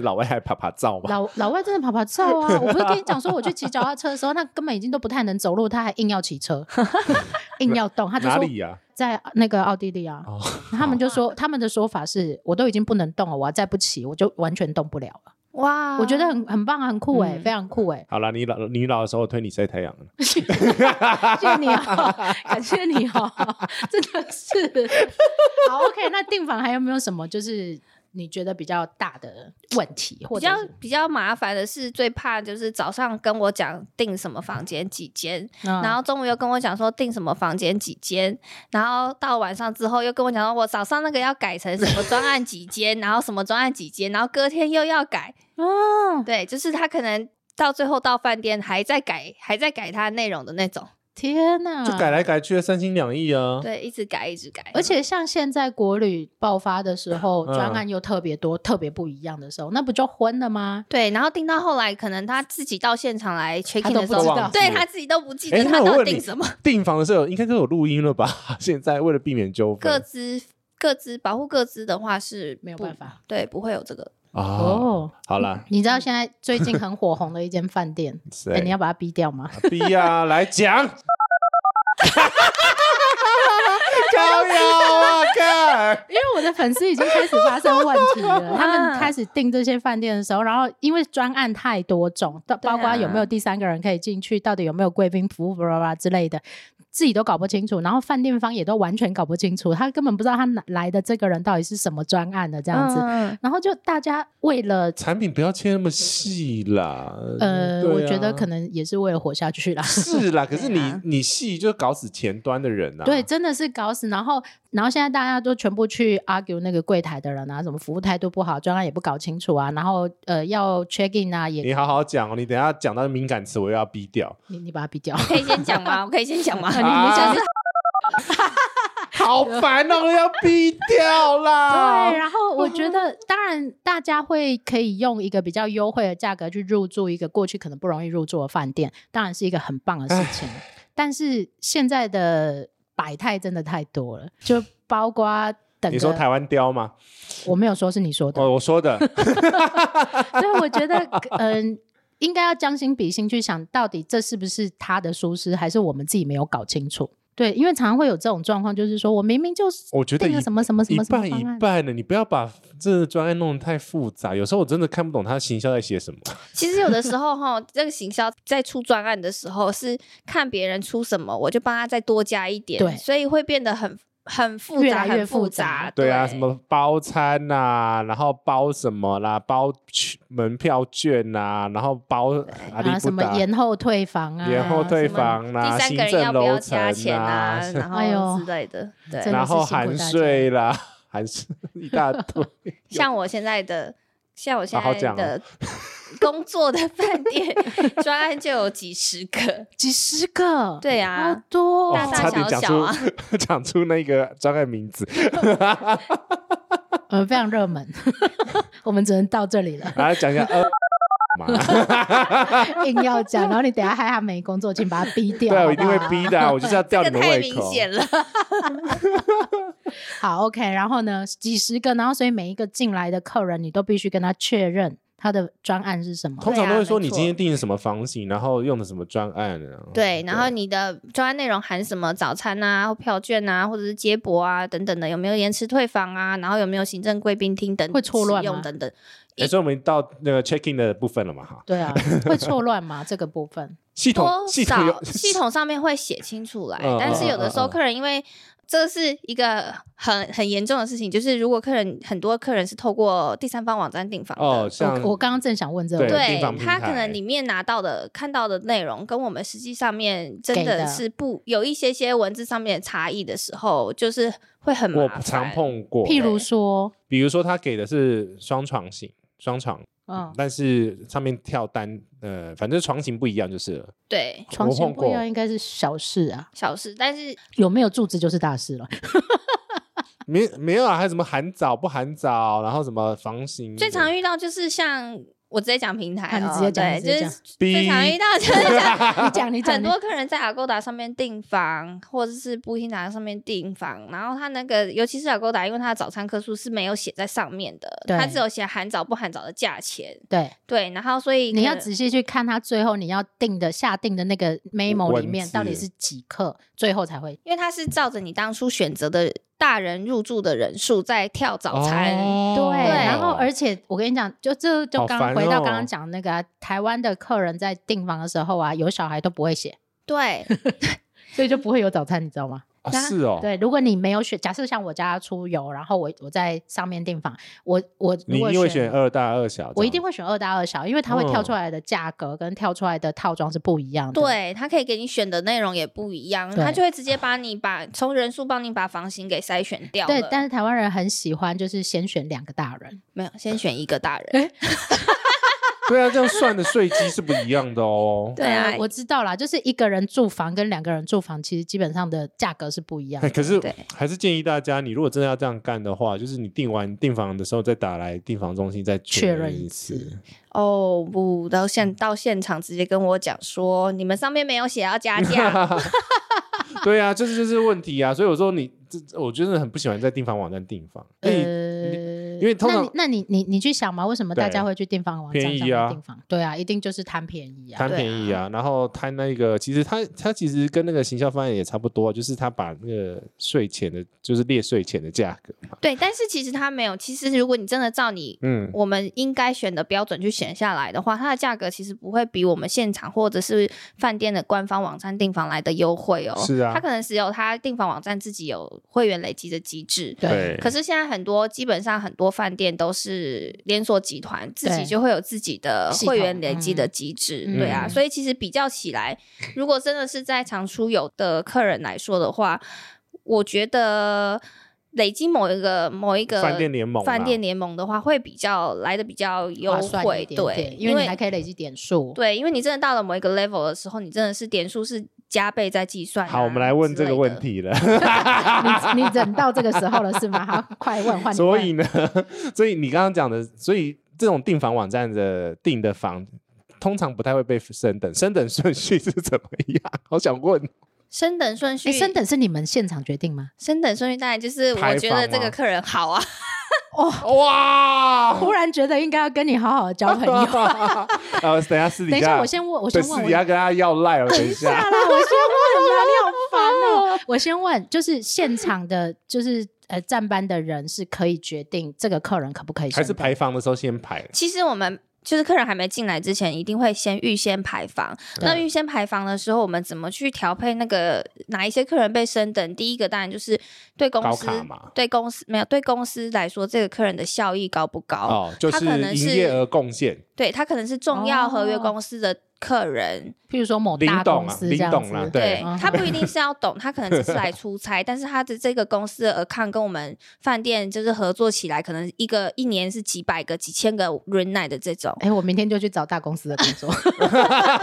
[SPEAKER 2] 老外还爬爬照 嘛？
[SPEAKER 1] 老老外真的爬爬照啊！我不是跟你讲说，我去骑脚踏车的时候，他根本已经都不太能走路，他还硬要骑车， 硬要动。他就
[SPEAKER 2] 哪
[SPEAKER 1] 说
[SPEAKER 2] 里呀？
[SPEAKER 1] 在那个奥地利啊，
[SPEAKER 2] 哦，
[SPEAKER 1] 他们就说他们的说法是，我都已经不能动了，我要再不骑，我就完全动不了了。
[SPEAKER 3] 哇，
[SPEAKER 1] 我觉得很很棒啊，很酷哎、
[SPEAKER 3] 嗯
[SPEAKER 1] 非常酷哎、
[SPEAKER 2] 好了，你老你老的时候，我推你晒太阳了。
[SPEAKER 1] 谢谢你 哦，感谢你哦，真的是。好，OK，那订房还有没有什么就是你觉得比较大的问题，或
[SPEAKER 3] 比
[SPEAKER 1] 者
[SPEAKER 3] 较
[SPEAKER 1] 是
[SPEAKER 3] 比较麻烦的是，最怕就是早上跟我讲订什么房间几间，
[SPEAKER 1] 嗯
[SPEAKER 3] 然后中午又跟我讲说订什么房间几间，然后到晚上之后又跟我讲说我早上那个要改成什么专案几间，然后什么专案几间，然后隔天又要改，
[SPEAKER 1] 哦，
[SPEAKER 3] 对，就是他可能到最后到饭店还在改，还在改他内容的那种。
[SPEAKER 1] 天哪！
[SPEAKER 2] 就改来改去，三心两意啊。
[SPEAKER 3] 嗯对，一直改，一直改，
[SPEAKER 1] 而且像现在国旅爆发的时候，
[SPEAKER 2] 嗯
[SPEAKER 1] 专案又特别多、特别不一样的时候，那不就昏了吗？
[SPEAKER 3] 对，然后订到后来，可能他自己到现场来 check
[SPEAKER 1] 他
[SPEAKER 3] in
[SPEAKER 1] 都
[SPEAKER 3] 的时
[SPEAKER 1] 不知
[SPEAKER 3] 候，
[SPEAKER 1] 道
[SPEAKER 3] 对他自己都不记
[SPEAKER 2] 哎
[SPEAKER 3] 得
[SPEAKER 2] 那
[SPEAKER 3] 他
[SPEAKER 2] 我
[SPEAKER 3] 到
[SPEAKER 2] 问
[SPEAKER 3] 底
[SPEAKER 2] 你
[SPEAKER 3] 订什么，
[SPEAKER 2] 订房的时候应该都有录音了吧？ 现在为了避免纠
[SPEAKER 3] 各
[SPEAKER 2] 纷
[SPEAKER 3] 自各自保护各自的话是
[SPEAKER 1] 没有
[SPEAKER 3] 不
[SPEAKER 1] 办法，
[SPEAKER 3] 对，不会有这个。
[SPEAKER 2] 啊，
[SPEAKER 1] 哦，
[SPEAKER 2] 好啦，
[SPEAKER 1] 你知道现在最近很火红的一间饭 店，哎、
[SPEAKER 2] 谁
[SPEAKER 1] 你要把它逼掉吗？
[SPEAKER 2] 逼呀、来讲。 高腰啊，看
[SPEAKER 1] 因为我的粉丝已经开始发生问题了，他们开始订这些饭店的时候，然后因为专案太多种，到
[SPEAKER 3] 对啊
[SPEAKER 1] 包括有没有第三个人可以进去，到底有没有贵宾服务，巴拉巴拉之类的，自己都搞不清楚，然后饭店方也都完全搞不清楚，他根本不知道他哪来的这个人到底是什么专案的这
[SPEAKER 3] 这
[SPEAKER 1] 样子，
[SPEAKER 3] 子，
[SPEAKER 1] 然后就大家为了。
[SPEAKER 2] 产品不要切那么细啦。
[SPEAKER 1] 呃，
[SPEAKER 2] 对啊
[SPEAKER 1] 我觉得可能也是为了活下去啦。
[SPEAKER 2] 是啦，可是你、
[SPEAKER 3] 对啊
[SPEAKER 2] 你细就是搞死前端的人呐、啊。
[SPEAKER 1] 对，，真的是搞死。然后，然后现在大家都全部去 argue 那个柜台的人啊，什么服务态度不好，专案也不搞清楚啊。然后，呃，要 check in 啊，也
[SPEAKER 2] 你好好讲哦，你等一下讲到敏感词，我又要逼掉。
[SPEAKER 1] 你你把它比 掉。
[SPEAKER 3] 可以先讲吗？我可以先讲吗？
[SPEAKER 2] 啊
[SPEAKER 3] 下次
[SPEAKER 2] 好烦哦，要逼掉啦。
[SPEAKER 1] 对，啊然 后我觉得，当然大家会可以用一个比较优惠的价格去入住一个过去可能不容易入住的饭店，当然是一个很棒的事情。但是现在的百态真的太多了，就包括等
[SPEAKER 2] 你说
[SPEAKER 1] 着，
[SPEAKER 2] 台湾雕吗？
[SPEAKER 1] 我没有说是你说的，
[SPEAKER 2] 哦，我说的，
[SPEAKER 1] 所以我觉得，嗯、应该要将心比心去想，到底这是不是他的疏失，还是我们自己没有搞清楚？对，因为常常会有这种状况，就是说我明明就是
[SPEAKER 2] 我觉得
[SPEAKER 1] 定
[SPEAKER 2] 一
[SPEAKER 1] 了什么什么什
[SPEAKER 2] 一
[SPEAKER 1] 么什么
[SPEAKER 2] 半
[SPEAKER 1] 方
[SPEAKER 2] 一
[SPEAKER 1] 案，
[SPEAKER 2] 半的，你不要把这个专案弄得太复杂。有时候我真的看不懂他行销在写什么。
[SPEAKER 3] 其实有的时候哈，这个行销在出专案的时候是看别人出什么，我就帮他再多加一点，
[SPEAKER 1] 对
[SPEAKER 3] 所以会变得很很复杂，
[SPEAKER 1] 越来越
[SPEAKER 3] 很
[SPEAKER 1] 复
[SPEAKER 3] 复
[SPEAKER 1] 杂
[SPEAKER 3] 杂。
[SPEAKER 2] 对啊，什么包餐呐、然后包什么啦，包去门票券呐、然后包阿里
[SPEAKER 1] 啊，
[SPEAKER 2] 不
[SPEAKER 1] 什
[SPEAKER 2] 达
[SPEAKER 1] 么延后退房啊，
[SPEAKER 2] 延后退
[SPEAKER 3] 什么
[SPEAKER 2] 房啦、
[SPEAKER 3] 第
[SPEAKER 2] 啊
[SPEAKER 3] 三
[SPEAKER 2] 行
[SPEAKER 3] 个人
[SPEAKER 2] 政
[SPEAKER 3] 要不要
[SPEAKER 2] 楼层
[SPEAKER 3] 加钱啊？ 然
[SPEAKER 1] 哎
[SPEAKER 3] 后
[SPEAKER 1] 呦
[SPEAKER 3] 之类的，
[SPEAKER 1] 真
[SPEAKER 3] 对。
[SPEAKER 1] 的
[SPEAKER 2] 然
[SPEAKER 1] 是
[SPEAKER 2] 后
[SPEAKER 1] 辛苦
[SPEAKER 2] 含
[SPEAKER 1] 大家
[SPEAKER 2] 税啦， 含税一大堆。
[SPEAKER 3] 像我现在的，像我现
[SPEAKER 2] 好好
[SPEAKER 3] 在
[SPEAKER 2] 讲哦
[SPEAKER 3] 的工作的饭店专案就有几十个，
[SPEAKER 1] 几十个，
[SPEAKER 3] 对
[SPEAKER 1] 好
[SPEAKER 3] 啊，
[SPEAKER 1] 多、
[SPEAKER 3] 大
[SPEAKER 2] 哦
[SPEAKER 3] 大
[SPEAKER 2] 差点
[SPEAKER 3] 小
[SPEAKER 2] 讲
[SPEAKER 3] 小
[SPEAKER 2] 出、
[SPEAKER 3] 啊
[SPEAKER 2] 讲出那个专案名字，
[SPEAKER 1] 呃，非常热门， 我们只能到这里了。
[SPEAKER 2] 然后讲一下呃嘛，
[SPEAKER 1] 硬要讲，然后你等一下害他没工作，请把他逼掉。
[SPEAKER 2] 对啊，我
[SPEAKER 1] 好
[SPEAKER 2] 一
[SPEAKER 1] 不
[SPEAKER 2] 定会
[SPEAKER 1] 好
[SPEAKER 2] 逼的啊，我就是要吊
[SPEAKER 3] 这
[SPEAKER 2] 你
[SPEAKER 3] 个
[SPEAKER 2] 们
[SPEAKER 3] 太
[SPEAKER 2] 胃
[SPEAKER 3] 明
[SPEAKER 2] 口。
[SPEAKER 3] 显了。
[SPEAKER 1] 好，OK。然后呢，几十个，然后所以每一个进来的客人，你都必须跟他确认他的专案是什么。
[SPEAKER 2] 通常都
[SPEAKER 3] 对啊
[SPEAKER 2] 会说
[SPEAKER 3] 没
[SPEAKER 2] 你
[SPEAKER 3] 错
[SPEAKER 2] 今天定的什么房型，然后用的什么专案啊。
[SPEAKER 3] 对，然后你的专案内容含什么早餐啊、或票券啊，或者是接驳啊等等的，有没有延迟退房啊？然后有没有行政贵宾厅等
[SPEAKER 1] 会错乱
[SPEAKER 3] 使用
[SPEAKER 1] 吗
[SPEAKER 3] 等等。
[SPEAKER 2] 诶所以我们到那个 check in 的部分了嘛哈，
[SPEAKER 1] 对啊，会错乱吗？这个部分
[SPEAKER 2] 系统
[SPEAKER 3] 多
[SPEAKER 2] 系统
[SPEAKER 3] 少
[SPEAKER 2] 有
[SPEAKER 3] 系统上面会写清楚来
[SPEAKER 2] 嗯，
[SPEAKER 3] 但是有
[SPEAKER 2] 嗯
[SPEAKER 3] 的
[SPEAKER 2] 嗯
[SPEAKER 3] 时候
[SPEAKER 2] 嗯
[SPEAKER 3] 客人因为这是一个很很严重的事情，就是如果客人很多客人是透过第三方网站订房
[SPEAKER 2] 哦，
[SPEAKER 3] 的。
[SPEAKER 2] 像
[SPEAKER 1] 我我刚刚正想问这个
[SPEAKER 2] 对
[SPEAKER 1] 问题，
[SPEAKER 3] 对
[SPEAKER 2] 呃订房平
[SPEAKER 3] 他可
[SPEAKER 2] 台
[SPEAKER 3] 能里面拿到的、看到的内容，跟我们实际上面真
[SPEAKER 1] 给
[SPEAKER 3] 的
[SPEAKER 1] 的
[SPEAKER 3] 是不有一些些文字上面的差异的时候，就是会很麻
[SPEAKER 2] 我
[SPEAKER 3] 烦。
[SPEAKER 2] 常碰过，
[SPEAKER 1] 譬如说，
[SPEAKER 2] 比如说他给的是双床型双床，
[SPEAKER 1] 嗯，
[SPEAKER 2] 但是上面跳单，呃，反正床型不一样就是了。
[SPEAKER 3] 对
[SPEAKER 1] 床
[SPEAKER 2] 我
[SPEAKER 1] 型
[SPEAKER 2] 碰
[SPEAKER 1] 不一
[SPEAKER 2] 过
[SPEAKER 1] 样应该是小事啊，
[SPEAKER 3] 小事，但是
[SPEAKER 2] 嗯
[SPEAKER 1] 有没有住址就是大事了。
[SPEAKER 2] 没没有啊？还有什么含早不含早，然后什么房型
[SPEAKER 3] 最常遇到就是像我直接讲平台
[SPEAKER 1] 啊
[SPEAKER 3] 哦、
[SPEAKER 1] 你直接讲
[SPEAKER 3] 对，
[SPEAKER 1] 你直接
[SPEAKER 3] 就
[SPEAKER 1] 讲
[SPEAKER 3] 是最常遇
[SPEAKER 2] 逼
[SPEAKER 3] 到 就是讲
[SPEAKER 1] 你 讲， 你讲，
[SPEAKER 3] 很
[SPEAKER 1] 你
[SPEAKER 3] 多客人在 Agoda 上面订房，或者是 Booking 上面订房，然后他那个，尤其是 Agoda，因为它的早餐客数是没有写在上面的，
[SPEAKER 1] 对
[SPEAKER 3] 它只有写含早不含早的价钱。
[SPEAKER 1] 对，
[SPEAKER 3] 对，然后所以
[SPEAKER 1] 你
[SPEAKER 3] 可
[SPEAKER 1] 要
[SPEAKER 3] 能
[SPEAKER 1] 仔细去看他最后你要定的下定的那个 memo
[SPEAKER 2] 文
[SPEAKER 1] 里面
[SPEAKER 2] 字
[SPEAKER 1] 到底是几克，最后才会。
[SPEAKER 3] 因为它是照着你当初选择的大人入住的人数在跳早餐。
[SPEAKER 2] 哦
[SPEAKER 1] 对，然后而
[SPEAKER 2] 且
[SPEAKER 1] 且我跟你讲，就这就
[SPEAKER 2] 好
[SPEAKER 1] 刚
[SPEAKER 2] 烦
[SPEAKER 1] 回到
[SPEAKER 2] 哦
[SPEAKER 1] 刚刚讲那个啊、台湾的客人在订房的时候啊，有小孩都不会写，
[SPEAKER 3] 对，
[SPEAKER 1] 所以就不会有早餐，你知道吗？
[SPEAKER 2] 啊
[SPEAKER 1] 那
[SPEAKER 2] 是哦，
[SPEAKER 1] 对，如果你没有选，假设像我家出游，然后我我在上面订房，我我如
[SPEAKER 2] 你一
[SPEAKER 1] 果
[SPEAKER 2] 定会选二大二小，
[SPEAKER 1] 我一定会选二大二小，因为它会跳
[SPEAKER 2] 嗯
[SPEAKER 1] 出来的价格跟跳出来的套装是不一样的。
[SPEAKER 3] 对，它可以给你选的内容也不一样，
[SPEAKER 1] 对
[SPEAKER 3] 它就会直接把你把从人数帮你把房型给筛选掉
[SPEAKER 1] 对
[SPEAKER 3] 了，
[SPEAKER 1] 但是台湾人很喜欢就是先选两个大人，
[SPEAKER 3] 没有，先选一个大人。
[SPEAKER 2] 对啊，这样算的税基是不一样 的哦。
[SPEAKER 3] 对啊
[SPEAKER 1] 呃，我知道啦，就是一个人住房跟两个人住房，其实基本上的价格是不一样
[SPEAKER 2] 哎
[SPEAKER 1] 的。
[SPEAKER 2] 可是
[SPEAKER 3] 对
[SPEAKER 2] 还是建议大家，你如果真的要这样干的话，就是你订完订房的时候再打来订房中心再
[SPEAKER 1] 确
[SPEAKER 2] 认
[SPEAKER 1] 认一
[SPEAKER 2] 次
[SPEAKER 1] 次。
[SPEAKER 3] 哦不，到现到现场直接跟我讲说，你们上面没有写要加 价，
[SPEAKER 2] 对啊，就是就是问题啊，所以我说你这，我真的很不喜欢在订房网站订房，哎因为
[SPEAKER 1] 呃，
[SPEAKER 2] 因为通常
[SPEAKER 1] 那你那你你你去想嘛，为什么大家会去订房网站
[SPEAKER 2] 便宜
[SPEAKER 1] 上面
[SPEAKER 2] 啊
[SPEAKER 1] 订房？对啊，一定就是贪便宜啊。
[SPEAKER 2] 贪便宜啊，然后贪那个，其实它它其实跟那个行销方案也差不多，啊就是它把那个税前的，就是列税前的价格嘛，
[SPEAKER 3] 对，但是其实它没有。其实如果你真的照你
[SPEAKER 2] 嗯，
[SPEAKER 3] 我们应该选的标准去选下来的话，它的价格其实不会比我们现场或者是饭店的官方网站订房来的优惠哦。
[SPEAKER 2] 是啊
[SPEAKER 3] 它可能只有它订房网站自己有会员累积的机制。
[SPEAKER 1] 对，
[SPEAKER 3] 可是现在很多基本上很多饭店都是连锁集团，自己
[SPEAKER 1] 对
[SPEAKER 3] 就会有自己的
[SPEAKER 1] 系统
[SPEAKER 3] 会员累积的机制，
[SPEAKER 1] 嗯
[SPEAKER 3] 对啊，
[SPEAKER 1] 嗯
[SPEAKER 3] 所以其实比较起来，如果真的是在常出游的客人来说的话，我觉得累积某一个某一个
[SPEAKER 2] 饭店联盟啦，
[SPEAKER 3] 饭店联盟的话，会比较来的比较优
[SPEAKER 1] 划算
[SPEAKER 3] 惠，
[SPEAKER 1] 一点
[SPEAKER 3] 对，
[SPEAKER 1] 点因为你还可以累积点数。
[SPEAKER 3] 对，因为你真的到了某一个 level 的时候，你真的是点数是加倍在计算啊、
[SPEAKER 2] 好，我们来问这个问
[SPEAKER 3] 之
[SPEAKER 2] 题
[SPEAKER 3] 类的。
[SPEAKER 2] 了。
[SPEAKER 1] 你你忍到这个时候了是吗？好，快问换你
[SPEAKER 2] 所
[SPEAKER 1] 问
[SPEAKER 2] 以呢， 所以你刚刚讲的，所以这种订房网站的订的房，通常不太会被升等，升等顺序是怎么样？ 好想问，
[SPEAKER 3] 升等顺序，
[SPEAKER 1] 哎，升等是你们现场决定吗？
[SPEAKER 3] 升等顺序当然就是我觉得这个客人好啊，
[SPEAKER 2] 哦 哇！
[SPEAKER 1] 忽然觉得应该要跟你好好交朋 友。
[SPEAKER 2] 呃，等一下私底
[SPEAKER 1] 等
[SPEAKER 2] 下，
[SPEAKER 1] 一下，我先问，我
[SPEAKER 2] 对
[SPEAKER 1] 先
[SPEAKER 2] 私
[SPEAKER 1] 问
[SPEAKER 2] 底
[SPEAKER 1] 我
[SPEAKER 2] 下跟他要赖哦。等一
[SPEAKER 1] 下
[SPEAKER 2] 下，
[SPEAKER 1] 啦，我先问啦，你好烦哦。我先问，就是现场的，就是呃，站班的人是可以决定这个客人可不可以
[SPEAKER 2] 还
[SPEAKER 1] 升
[SPEAKER 2] 是
[SPEAKER 1] 班，
[SPEAKER 2] 排房的时候先排？
[SPEAKER 3] 其实我们。就是客人还没进来之前，一定会先预先排房。那预先排房的时候，我们怎么去调配那个哪一些客人被升等？第一个当然就是对公
[SPEAKER 2] 高
[SPEAKER 3] 司
[SPEAKER 2] 卡嘛，
[SPEAKER 3] 对公司没有对公司来说，这个客人的效益高不高？
[SPEAKER 2] 哦，就
[SPEAKER 3] 他可能是
[SPEAKER 2] 营业额贡献，
[SPEAKER 3] 对他可能是重要合约公司的客人，
[SPEAKER 1] 譬如说某
[SPEAKER 2] 林
[SPEAKER 1] 大
[SPEAKER 2] 董
[SPEAKER 1] 公
[SPEAKER 2] 啊
[SPEAKER 1] 司这
[SPEAKER 2] 林
[SPEAKER 1] 样
[SPEAKER 2] 董
[SPEAKER 1] 子
[SPEAKER 2] 啦，对
[SPEAKER 3] 对
[SPEAKER 1] 嗯，
[SPEAKER 3] 他不一定是要懂，他可能只是来出差，但是他的这个公司的 account 跟我们饭店就是合作起来，可能一个一年是几百个、几千个 r e n i g h t 的这种
[SPEAKER 1] 哎，我明天就去找大公司的工作。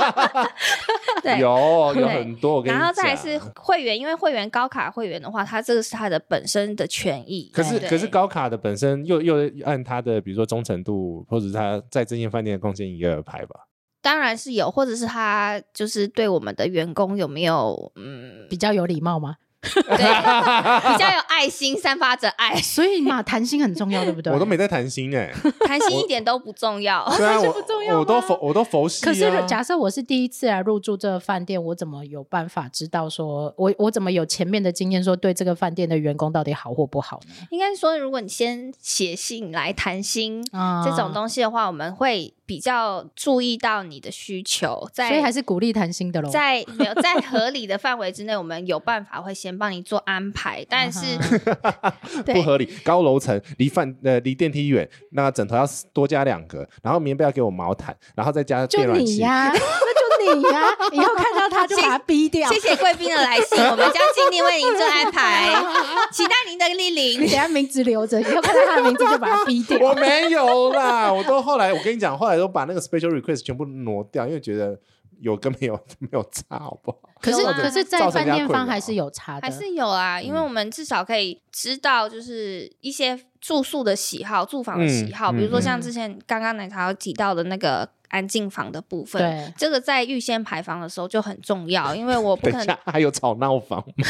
[SPEAKER 3] 对。
[SPEAKER 2] 有有
[SPEAKER 3] 对
[SPEAKER 2] 很多。我跟你
[SPEAKER 3] 然后再来
[SPEAKER 2] 讲
[SPEAKER 3] 是会员，因为会员高卡会员的话，它这个是它的本身的权益。
[SPEAKER 2] 可是
[SPEAKER 3] 对
[SPEAKER 2] 可是高卡的本身又又按他的比如说忠诚度，或者是他在这间饭店的贡献营业额排吧。
[SPEAKER 3] 当然是有，或者是他就是对我们的员工有没有 嗯，
[SPEAKER 1] 比较有礼貌吗？
[SPEAKER 3] 对比较有爱心，散发着 爱，
[SPEAKER 1] 所以嘛，谈心很重要，对不对？
[SPEAKER 2] 我都没在谈心哎，
[SPEAKER 3] 贪心一点都不重要。
[SPEAKER 2] 虽然
[SPEAKER 1] 这
[SPEAKER 2] 我
[SPEAKER 1] 就不重要吗
[SPEAKER 2] 我都佛我都佛系啊。
[SPEAKER 1] 可是假设我是第一次来入住这个饭店，我怎么有办法知道说，我我怎么有前面的经验说对这个饭店的员工到底好或不好呢？
[SPEAKER 3] 应该说，如果你先写信来谈心
[SPEAKER 1] 啊
[SPEAKER 3] 这种东西的话，我们会比较注意到你的需求，在
[SPEAKER 1] 所以还是鼓励谈心的喽。
[SPEAKER 3] 在没有在合理的范围之内，我们有办法会先帮你做安排，但是
[SPEAKER 1] 嗯哼
[SPEAKER 2] 不
[SPEAKER 3] 对。
[SPEAKER 2] 合理，高楼层离饭呃离电梯远，那枕头要多加两个，然后棉被要给我毛毯，然后再加
[SPEAKER 1] 就
[SPEAKER 2] 变暖
[SPEAKER 1] 你
[SPEAKER 2] 气。
[SPEAKER 1] 呀、 那就你 呀、以后看到他就把他逼掉
[SPEAKER 3] 谢。谢贵宾的来信，我们将尽力为您做安排，期待您的莅
[SPEAKER 1] 你等
[SPEAKER 3] 临。
[SPEAKER 1] 下名字留着，以后看到他的名字就把他逼掉。
[SPEAKER 2] 我没有啦，我都后来我跟你讲，后来都把那个 special request 全部挪掉，因为觉得有跟没有 没有差，好不好？
[SPEAKER 1] 可是
[SPEAKER 3] 有啊
[SPEAKER 1] 可是，在
[SPEAKER 2] 造成
[SPEAKER 1] 饭
[SPEAKER 2] 人家
[SPEAKER 1] 店
[SPEAKER 2] 困
[SPEAKER 1] 方
[SPEAKER 2] 扰
[SPEAKER 1] 还是有差的嗯
[SPEAKER 3] 还。是有啊，因为我们至少可以知道，就是一些住宿的喜好、住房的喜好，
[SPEAKER 2] 嗯
[SPEAKER 3] 比如说像
[SPEAKER 1] 嗯
[SPEAKER 3] 之前刚刚奶茶有提到的那个安静房的部分，
[SPEAKER 1] 对，
[SPEAKER 3] 这个在预先排房的时候就很重要，因为我不
[SPEAKER 2] 等
[SPEAKER 3] 可
[SPEAKER 2] 一
[SPEAKER 3] 能
[SPEAKER 2] 下还有吵闹房吗，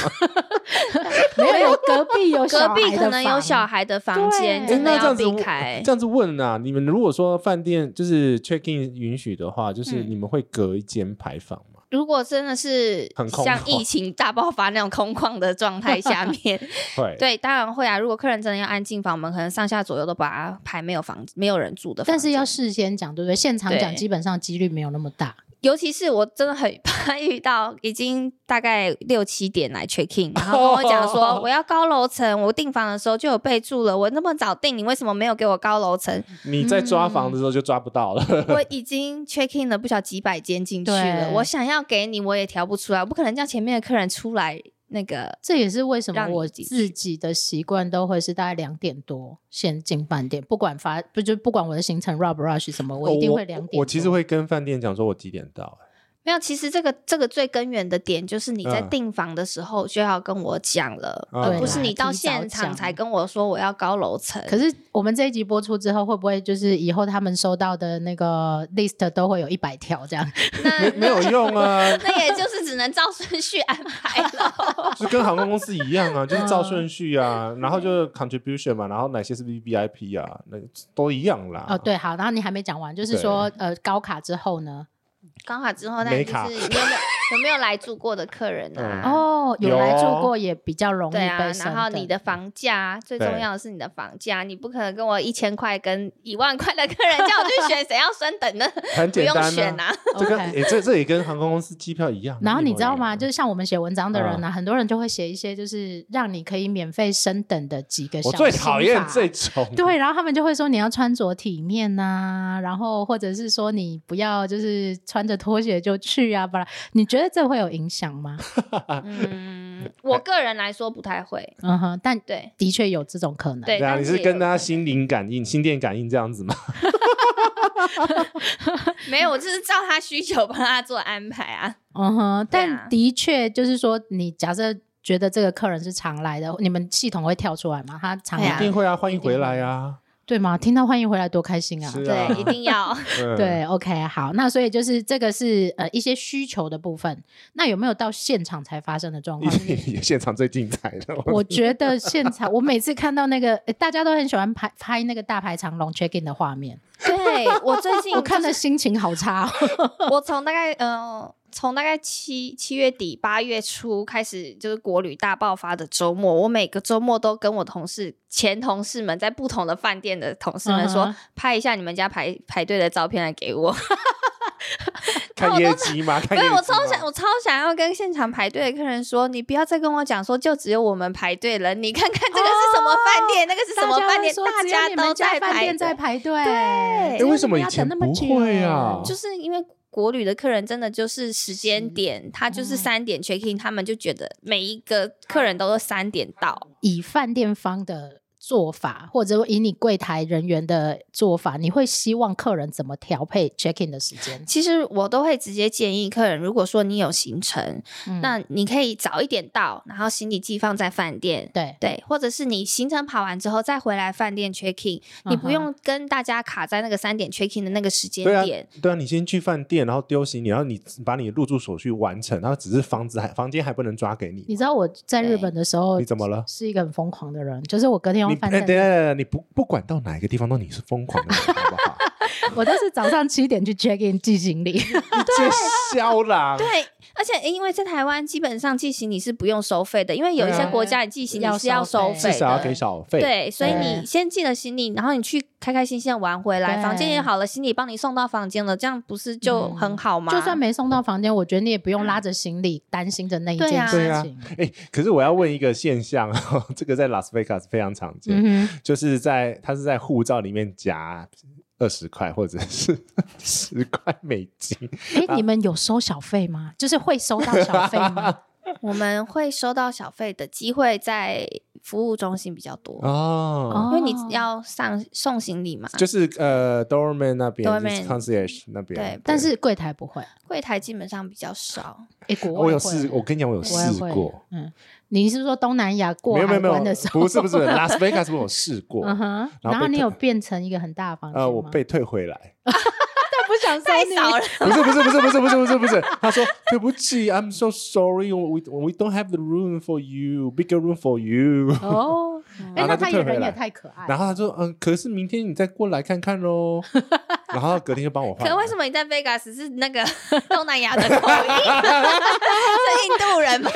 [SPEAKER 1] 没有有隔壁有小
[SPEAKER 3] 隔
[SPEAKER 1] 孩
[SPEAKER 3] 壁
[SPEAKER 1] 的
[SPEAKER 3] 可能有
[SPEAKER 1] 房
[SPEAKER 3] 小孩的房间，
[SPEAKER 1] 对
[SPEAKER 3] 真
[SPEAKER 2] 那
[SPEAKER 3] 的
[SPEAKER 2] 哎这
[SPEAKER 3] 要
[SPEAKER 2] 样子
[SPEAKER 3] 避开
[SPEAKER 2] 这。样子问啊，你们如果说饭店就是 check in 允许的话，就是
[SPEAKER 3] 嗯
[SPEAKER 2] 你们会隔一间排房吗？
[SPEAKER 3] 如果真的是
[SPEAKER 2] 很空
[SPEAKER 3] 像
[SPEAKER 2] 旷
[SPEAKER 3] 疫情大爆发那种空旷的状态 下面，
[SPEAKER 2] 会，
[SPEAKER 3] 对，当然会啊。如果客人真的要安静房，我们可能上下左右都把它排没有房、没有人住的房间。
[SPEAKER 1] 但是要事先讲，对不对？现场讲
[SPEAKER 3] 对
[SPEAKER 1] 基本上几率没有那么大。
[SPEAKER 3] 尤其是我真的很 怕遇到已经大概六七点来 check in，然后跟我讲 说我要高楼层，我订房的时候就有备注了，我那么早订，你为什么没有给我高楼层？
[SPEAKER 2] 你在
[SPEAKER 1] 嗯
[SPEAKER 2] 抓房的时候就抓不到了。
[SPEAKER 3] 我已经 check in 了不晓得几百间进去了，
[SPEAKER 1] 对
[SPEAKER 3] 我想要给你我也调不出来，我不可能叫前面的客人出来那个
[SPEAKER 1] 这也是为什么
[SPEAKER 3] 让你
[SPEAKER 1] 我
[SPEAKER 3] 自己
[SPEAKER 1] 自己的习惯都会是大概两点多先进饭店，不管发不就不管我的行程 rush rush 什么，我一定会两点
[SPEAKER 2] 哦我。我其实
[SPEAKER 1] 多
[SPEAKER 2] 会跟饭店讲说我几点到、哎
[SPEAKER 3] 没有。其实这个这个最根源的点就是你在
[SPEAKER 2] 嗯
[SPEAKER 3] 订房的时候就要跟我讲了，
[SPEAKER 2] 嗯
[SPEAKER 3] 而不是
[SPEAKER 1] 对啦
[SPEAKER 3] 你到
[SPEAKER 1] 提早
[SPEAKER 3] 现场
[SPEAKER 1] 讲
[SPEAKER 3] 才跟我说我要高楼层。
[SPEAKER 1] 可是我们这一集播出之后，会不会就是以后他们收到的那个 list 都会有一百条这样？
[SPEAKER 3] 那，
[SPEAKER 2] 没没有用啊
[SPEAKER 3] 那也就是只能照顺序安排了。
[SPEAKER 2] 就跟航空公司一样啊，就是照顺序
[SPEAKER 1] 嗯
[SPEAKER 2] 啊，然后就是 contribution 嘛，然后哪些是 V V I P 啊，那都一样啦。
[SPEAKER 1] 哦，，对，好，然后你还没讲完，就是说呃高卡之后呢？
[SPEAKER 3] 刚好之后，那
[SPEAKER 2] 没
[SPEAKER 3] 就
[SPEAKER 2] 卡
[SPEAKER 3] 是你有没有有没有来住过的客人
[SPEAKER 2] 嗯
[SPEAKER 3] 啊？
[SPEAKER 1] 哦，有
[SPEAKER 2] 有
[SPEAKER 1] 来住
[SPEAKER 2] 哦
[SPEAKER 1] 过也比较容易
[SPEAKER 3] 对啊
[SPEAKER 1] 被，升
[SPEAKER 3] 然后
[SPEAKER 1] 等
[SPEAKER 3] 你的房价最
[SPEAKER 2] 对
[SPEAKER 3] 重要的是你的房价，你不可能跟我一千块跟一万块的客人叫我去选 谁要升等呢？
[SPEAKER 2] 很
[SPEAKER 3] 不
[SPEAKER 2] 简
[SPEAKER 3] 用
[SPEAKER 2] 单、
[SPEAKER 3] 选啊，
[SPEAKER 2] 这跟
[SPEAKER 1] OK
[SPEAKER 2] 诶这这也跟航空公司机票一样。
[SPEAKER 1] 然后
[SPEAKER 2] 一模
[SPEAKER 1] 你知道
[SPEAKER 2] 一
[SPEAKER 1] 吗？
[SPEAKER 2] 样
[SPEAKER 1] 就是像我们写文章的
[SPEAKER 2] 嗯
[SPEAKER 1] 人呢、啊很多人就会写一些就是让你可以免费升等的几个小
[SPEAKER 2] 我最
[SPEAKER 1] 心
[SPEAKER 2] 讨厌
[SPEAKER 1] 法
[SPEAKER 2] 这种，
[SPEAKER 1] 对，然后他们就会说你要穿着体面呐、然后或者是说你不要就是穿着拖鞋就去啊，不然你觉得这会有影响吗？
[SPEAKER 2] 啊
[SPEAKER 3] 嗯，我个人来说不太会，
[SPEAKER 1] 嗯哼，但
[SPEAKER 3] 对
[SPEAKER 1] 的确有这种可能。
[SPEAKER 3] 对。
[SPEAKER 2] 对啊，
[SPEAKER 3] 但
[SPEAKER 2] 你
[SPEAKER 3] 也
[SPEAKER 2] 是
[SPEAKER 3] 有
[SPEAKER 2] 跟
[SPEAKER 3] 可
[SPEAKER 2] 他
[SPEAKER 3] 能
[SPEAKER 2] 心灵感应、心电感应这样子吗？
[SPEAKER 3] 没有，我就是照他需求帮他做安排啊。
[SPEAKER 1] 嗯哼，
[SPEAKER 3] 对啊
[SPEAKER 1] 但的确就是说，你假设觉得这个客人是常来的，你们系统会跳出来吗？他常
[SPEAKER 3] 会
[SPEAKER 1] 来、
[SPEAKER 3] 啊
[SPEAKER 2] 一定会啊，欢迎回来啊，
[SPEAKER 1] 对吗？听到欢迎回来多开心啊！
[SPEAKER 2] 是啊
[SPEAKER 3] 对，一定要。
[SPEAKER 2] 嗯，
[SPEAKER 1] 对，OK，好，那所以就是这个是呃一些需求的部分。那有没有到现场才发生的状 况？就是
[SPEAKER 2] 一定现场最精彩的。
[SPEAKER 1] 我觉得现场，我每次看到那个、呃大家都很喜欢拍拍那个大排长龙 check in 的画面，
[SPEAKER 3] 对我最近
[SPEAKER 1] 我看的心情好差、哦。
[SPEAKER 3] 我从大概嗯，从、大概七七月底八月初开始，就是国旅大爆发的周末，我每个周末都跟我同事前同事们在不同的饭店的同事们说
[SPEAKER 1] 嗯哼
[SPEAKER 3] 拍一下你们家排排队的照片来给我。
[SPEAKER 2] 看业绩吗？看业绩
[SPEAKER 3] 对
[SPEAKER 2] 吗
[SPEAKER 3] 我超想，我超想要跟现场排队的客人说，你不要再跟我讲说就只有我们排队了，你看看这个是什么饭店，那 个是什么饭店，大
[SPEAKER 1] 哦家会说
[SPEAKER 3] 家
[SPEAKER 1] 只有你
[SPEAKER 3] 都
[SPEAKER 1] 们
[SPEAKER 3] 在
[SPEAKER 1] 饭
[SPEAKER 3] 排
[SPEAKER 1] 店在
[SPEAKER 3] 队。
[SPEAKER 1] 排队，只
[SPEAKER 3] 对
[SPEAKER 1] 有
[SPEAKER 2] 诶为什么
[SPEAKER 1] 你们
[SPEAKER 2] 以
[SPEAKER 1] 要等
[SPEAKER 2] 前
[SPEAKER 1] 那么
[SPEAKER 2] 不
[SPEAKER 1] 久
[SPEAKER 2] 会啊
[SPEAKER 3] 就是因为国旅的客人真的就是时间点，他就是
[SPEAKER 1] 嗯
[SPEAKER 3] 三点 check in，他们就觉得每一个客人都是三点到。
[SPEAKER 1] 以饭店方的做法，或者以你柜台人员的做法，你会希望客人怎么调配 check in 的时间？
[SPEAKER 3] 其实我都会直接建议客人，如果说你有行程，
[SPEAKER 1] 嗯
[SPEAKER 3] 那你可以早一点到，然后行李寄放在饭店。
[SPEAKER 1] 对，
[SPEAKER 3] 对，或者是你行程跑完之后再回来饭店 check in，、你
[SPEAKER 1] 嗯
[SPEAKER 3] 不
[SPEAKER 1] 哼
[SPEAKER 3] 用跟大家卡在那个三点 check in 的那个时间
[SPEAKER 2] 对啊
[SPEAKER 3] 点。，
[SPEAKER 2] 对啊，你先去饭店，然后丢行李，然后你把你的入住手续完成，然后只是房子还房间还不能抓给你，
[SPEAKER 1] 你知道我在日本的时候，
[SPEAKER 2] 你怎么了？
[SPEAKER 1] 是一个很疯狂的人，就是我隔天
[SPEAKER 2] 你
[SPEAKER 1] 用
[SPEAKER 2] 哎
[SPEAKER 1] 饭
[SPEAKER 2] 等一下等一
[SPEAKER 1] 店，
[SPEAKER 2] 下，你不不管到哪一个地方都你是疯狂的人，好不 好？
[SPEAKER 1] 我都是早上七点去 check in 寄行李。
[SPEAKER 2] 你直接消啦，
[SPEAKER 3] 对，而且因为在台湾基本上寄行李是不用收费的，因为有一些
[SPEAKER 2] 对
[SPEAKER 3] 国家你寄行
[SPEAKER 1] 要
[SPEAKER 3] 李是要
[SPEAKER 1] 收费
[SPEAKER 3] 收费
[SPEAKER 2] 至
[SPEAKER 3] 的，
[SPEAKER 2] 少要给小费。
[SPEAKER 3] 对，所以
[SPEAKER 1] 对
[SPEAKER 3] 你先寄了行李，然后你去开开心心地玩回来，
[SPEAKER 1] 对
[SPEAKER 3] 房间也好了，行李帮你送到房间了，这样不是就
[SPEAKER 1] 嗯
[SPEAKER 3] 很好吗？
[SPEAKER 1] 就算没送到房间，我觉得你也不用拉着行李担心着那一件
[SPEAKER 2] 嗯对
[SPEAKER 1] 事
[SPEAKER 2] 啊
[SPEAKER 1] 情。
[SPEAKER 2] 哎、可是我要问一个现象，啊 这个在拉斯维加斯非常常见，
[SPEAKER 1] 嗯哼，
[SPEAKER 2] 就是在他是在护照里面夹二十块或者是 十块美金，
[SPEAKER 1] 哎，你们有收小费 吗？就是会收到小费吗？
[SPEAKER 3] 我们会收到小费的机会在服务中心比较多，
[SPEAKER 2] 哦，
[SPEAKER 1] 哦
[SPEAKER 3] 因为你要上送行李嘛。
[SPEAKER 2] 就是呃，doorman 那边
[SPEAKER 3] Doorman
[SPEAKER 2] 就是，concierge 那边，
[SPEAKER 3] 对
[SPEAKER 1] 但是柜台不会。
[SPEAKER 3] 柜台基本上比较少，
[SPEAKER 1] 哎，国外
[SPEAKER 2] 我有
[SPEAKER 1] 会
[SPEAKER 2] 试，我跟你讲，我有
[SPEAKER 1] 国外
[SPEAKER 2] 试
[SPEAKER 1] 会
[SPEAKER 2] 过，
[SPEAKER 1] 嗯，你是说东南亚过
[SPEAKER 2] 没有
[SPEAKER 1] 海
[SPEAKER 2] 没有没有
[SPEAKER 1] 关的 时，候？
[SPEAKER 2] 不是不是，Las Vegas 我有试 过，
[SPEAKER 1] 嗯哼，
[SPEAKER 2] 然后被
[SPEAKER 1] 然后你
[SPEAKER 2] 退
[SPEAKER 1] 有变成一个很大的房间
[SPEAKER 2] 呃，
[SPEAKER 1] 吗
[SPEAKER 2] 我被退回来，
[SPEAKER 1] 他不想收
[SPEAKER 3] 太
[SPEAKER 1] 你
[SPEAKER 3] 少了。
[SPEAKER 2] 不是不是不是不是不是不是不是，他说对不起，I'm so sorry，we we don't have the room for you，bigger room for you。
[SPEAKER 1] 哦。哎，
[SPEAKER 2] 然
[SPEAKER 1] 那
[SPEAKER 2] 后啊他就
[SPEAKER 1] 他
[SPEAKER 2] 退
[SPEAKER 1] 也
[SPEAKER 2] 回
[SPEAKER 1] 人也
[SPEAKER 2] 来
[SPEAKER 1] 太可爱了。
[SPEAKER 2] 然后他说：“嗯，可是明天你再过来看看喽。”然后隔天就帮我换。
[SPEAKER 3] 可为什么你在 Vegas 是那个 东南亚的口 音？是印度 人吗？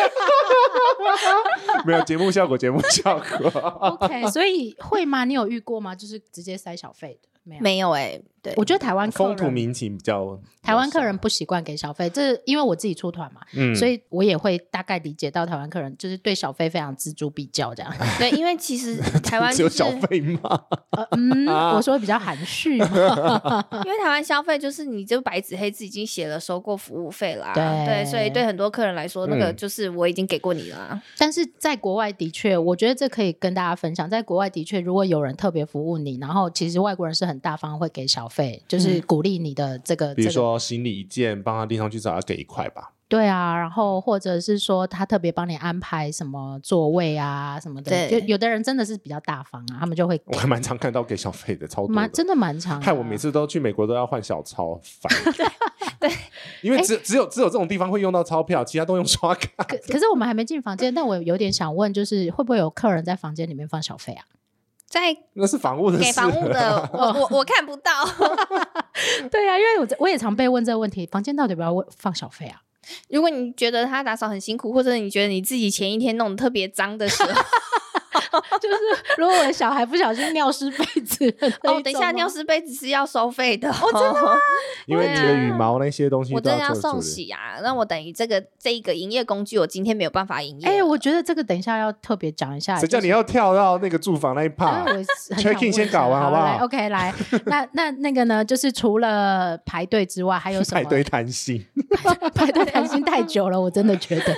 [SPEAKER 2] 么没有节目效果？节目效果
[SPEAKER 1] OK，所以会吗？你有遇过吗？就是直接塞小费的没有？
[SPEAKER 3] 没有哎、对
[SPEAKER 1] 我觉得台湾客
[SPEAKER 2] 风土
[SPEAKER 1] 人，
[SPEAKER 2] 民情比较
[SPEAKER 1] 台湾客人，不习惯给小费，这是因为我自己出团嘛，
[SPEAKER 2] 嗯
[SPEAKER 1] 所以我也会大概理解到台湾客人就是对小费非常锱铢必较 这样。
[SPEAKER 3] 对，因为其实 台湾
[SPEAKER 2] 只
[SPEAKER 3] 就
[SPEAKER 2] 有
[SPEAKER 3] 是
[SPEAKER 2] 小费吗？
[SPEAKER 1] 呃嗯，我说比较含蓄 嘛，
[SPEAKER 3] 因为台湾消费就是你就白纸黑字已经写了收过服务费啦，
[SPEAKER 1] 对
[SPEAKER 3] 所以对很多客人来说，那个
[SPEAKER 2] 嗯
[SPEAKER 3] 就是我已经给过你了，
[SPEAKER 1] 但是在国外的确，我觉得这可以跟大家分享，在国外的确，如果有人特别服务你，然后其实外国人是很大方，会给小费，就是鼓励你的这个，
[SPEAKER 2] 嗯比如
[SPEAKER 1] 这个
[SPEAKER 2] 说行李一件，帮他拎上去找他给一块吧。
[SPEAKER 1] 对啊，然后或者是说他特别帮你安排什么座位啊什么的，有
[SPEAKER 3] 对
[SPEAKER 1] 有的人真的是比较大方啊，他们就会给
[SPEAKER 2] 我还蛮常看到给小费的，超多
[SPEAKER 1] 蛮
[SPEAKER 2] 的。
[SPEAKER 1] 真的蛮长的啊、
[SPEAKER 2] 害我每次都去美国都要换小钞，烦。对，因为
[SPEAKER 1] 哎
[SPEAKER 2] 只只有只有这种地方会用到钞票，其他都用刷卡。
[SPEAKER 1] 可可是我们还没进房间，但我有点想问，就是会不会有客人在房间里面放小费啊？
[SPEAKER 3] 在
[SPEAKER 2] 那是房屋的事，
[SPEAKER 3] 给房屋 的我我我看不到，
[SPEAKER 1] 对啊，因为我我也常被问这个问题，房间到底要不要问放小费啊？
[SPEAKER 3] 如果你觉得他打扫很辛苦，或者你觉得你自己前一天弄得特别脏的时候，
[SPEAKER 1] 就是如果我的小孩不小心尿湿被子了那
[SPEAKER 3] 哦，等一下
[SPEAKER 1] 种吗
[SPEAKER 3] 尿湿杯子是要收费的哦，真的吗？
[SPEAKER 2] 因为你的羽毛那些东西
[SPEAKER 3] 我
[SPEAKER 2] 都
[SPEAKER 3] 真的要
[SPEAKER 2] 做处
[SPEAKER 3] 送
[SPEAKER 2] 理
[SPEAKER 3] 洗啊，那我等于这个这一个营业工具，我今天没有办法营业。
[SPEAKER 1] 哎、我觉得这个等一下要特别讲一下。
[SPEAKER 2] 谁叫
[SPEAKER 1] 啊就是
[SPEAKER 2] 你要跳到那个住房那一
[SPEAKER 1] 因
[SPEAKER 2] part？
[SPEAKER 1] 为我是很
[SPEAKER 2] Check-in
[SPEAKER 1] 想问一下
[SPEAKER 2] 先搞啊完好不好
[SPEAKER 1] 来？OK，来， 那那那个呢，就是除了排队之外， 还有什么？
[SPEAKER 2] 派对贪心。
[SPEAKER 1] 排队谈心太久了，我真的觉 得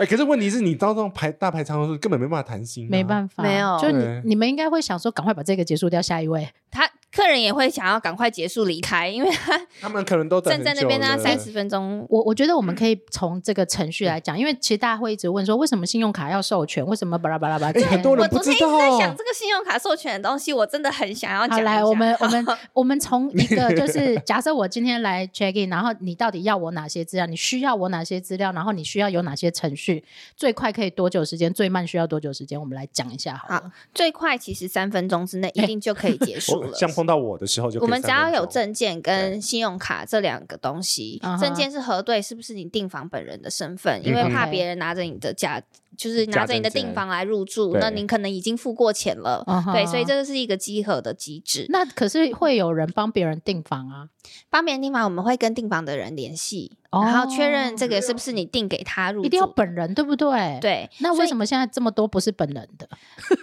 [SPEAKER 2] 哎，可是问题是你到那种排大排长龙的时候根本没办法谈心啊，
[SPEAKER 1] 没办法，
[SPEAKER 3] 没有
[SPEAKER 1] 就你
[SPEAKER 2] 对
[SPEAKER 1] 你们应该会想说，赶快把这个结束掉，下一位。
[SPEAKER 3] 他客人也会想要赶快结束离开，因为他
[SPEAKER 2] 他们可能都等
[SPEAKER 3] 站在那边
[SPEAKER 2] 呢
[SPEAKER 3] 呢三十分钟。
[SPEAKER 1] 我我觉得我们
[SPEAKER 3] 嗯
[SPEAKER 1] 可以从这个程序来讲，因为其实大家会一直问说，为什么信用卡要授权？为什么巴拉巴拉巴拉这些？
[SPEAKER 2] 哎很多
[SPEAKER 3] 我
[SPEAKER 2] 人
[SPEAKER 3] 昨
[SPEAKER 2] 不
[SPEAKER 3] 天
[SPEAKER 2] 知
[SPEAKER 3] 一直
[SPEAKER 2] 道
[SPEAKER 3] 在想这个信用卡授权的东西，我真的很想要
[SPEAKER 1] 哦
[SPEAKER 3] 讲
[SPEAKER 1] 好，
[SPEAKER 3] 一
[SPEAKER 1] 来，
[SPEAKER 3] 下
[SPEAKER 1] 我 们我们我们从一个就是，假设我今天来 check in，然后你到底要我哪些资料？你需要我哪些资料？然后你需要有哪些程序？最快可以多久时间？最慢需要多久时间？我们来讲一下好了。
[SPEAKER 3] 最快其实三分钟之
[SPEAKER 1] 哎
[SPEAKER 3] 内一定就可以 结束
[SPEAKER 2] 我
[SPEAKER 3] 了。
[SPEAKER 2] 像碰到我的时候就可
[SPEAKER 3] 我
[SPEAKER 2] 以
[SPEAKER 3] 们只要
[SPEAKER 2] 3分钟
[SPEAKER 3] 有证件跟信用卡这两个东西
[SPEAKER 1] 嗯哼，
[SPEAKER 3] 证件是核对是不是你订房本人的身份，因为
[SPEAKER 2] 嗯
[SPEAKER 3] 怕
[SPEAKER 1] OK
[SPEAKER 3] 别人拿着你的假，就是拿着你的
[SPEAKER 2] 假证件
[SPEAKER 3] 订房来入住，
[SPEAKER 2] 对
[SPEAKER 3] 那您可能已经付过钱了
[SPEAKER 1] 嗯哼，
[SPEAKER 3] 对，所以这个是一个集合的机制。
[SPEAKER 1] 那可是会有人帮别人订房啊，
[SPEAKER 3] 帮别人订房，我们会跟订房的人联系，
[SPEAKER 1] 哦
[SPEAKER 3] 然后确认这个是不是你订给他入住，
[SPEAKER 1] 一定要本人对不对？。
[SPEAKER 3] 对。
[SPEAKER 1] 那为什
[SPEAKER 3] 么？
[SPEAKER 1] 么现在这么多不是本人的？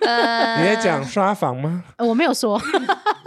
[SPEAKER 3] 呃，
[SPEAKER 2] 你在讲刷房吗？
[SPEAKER 1] 呃我没有说，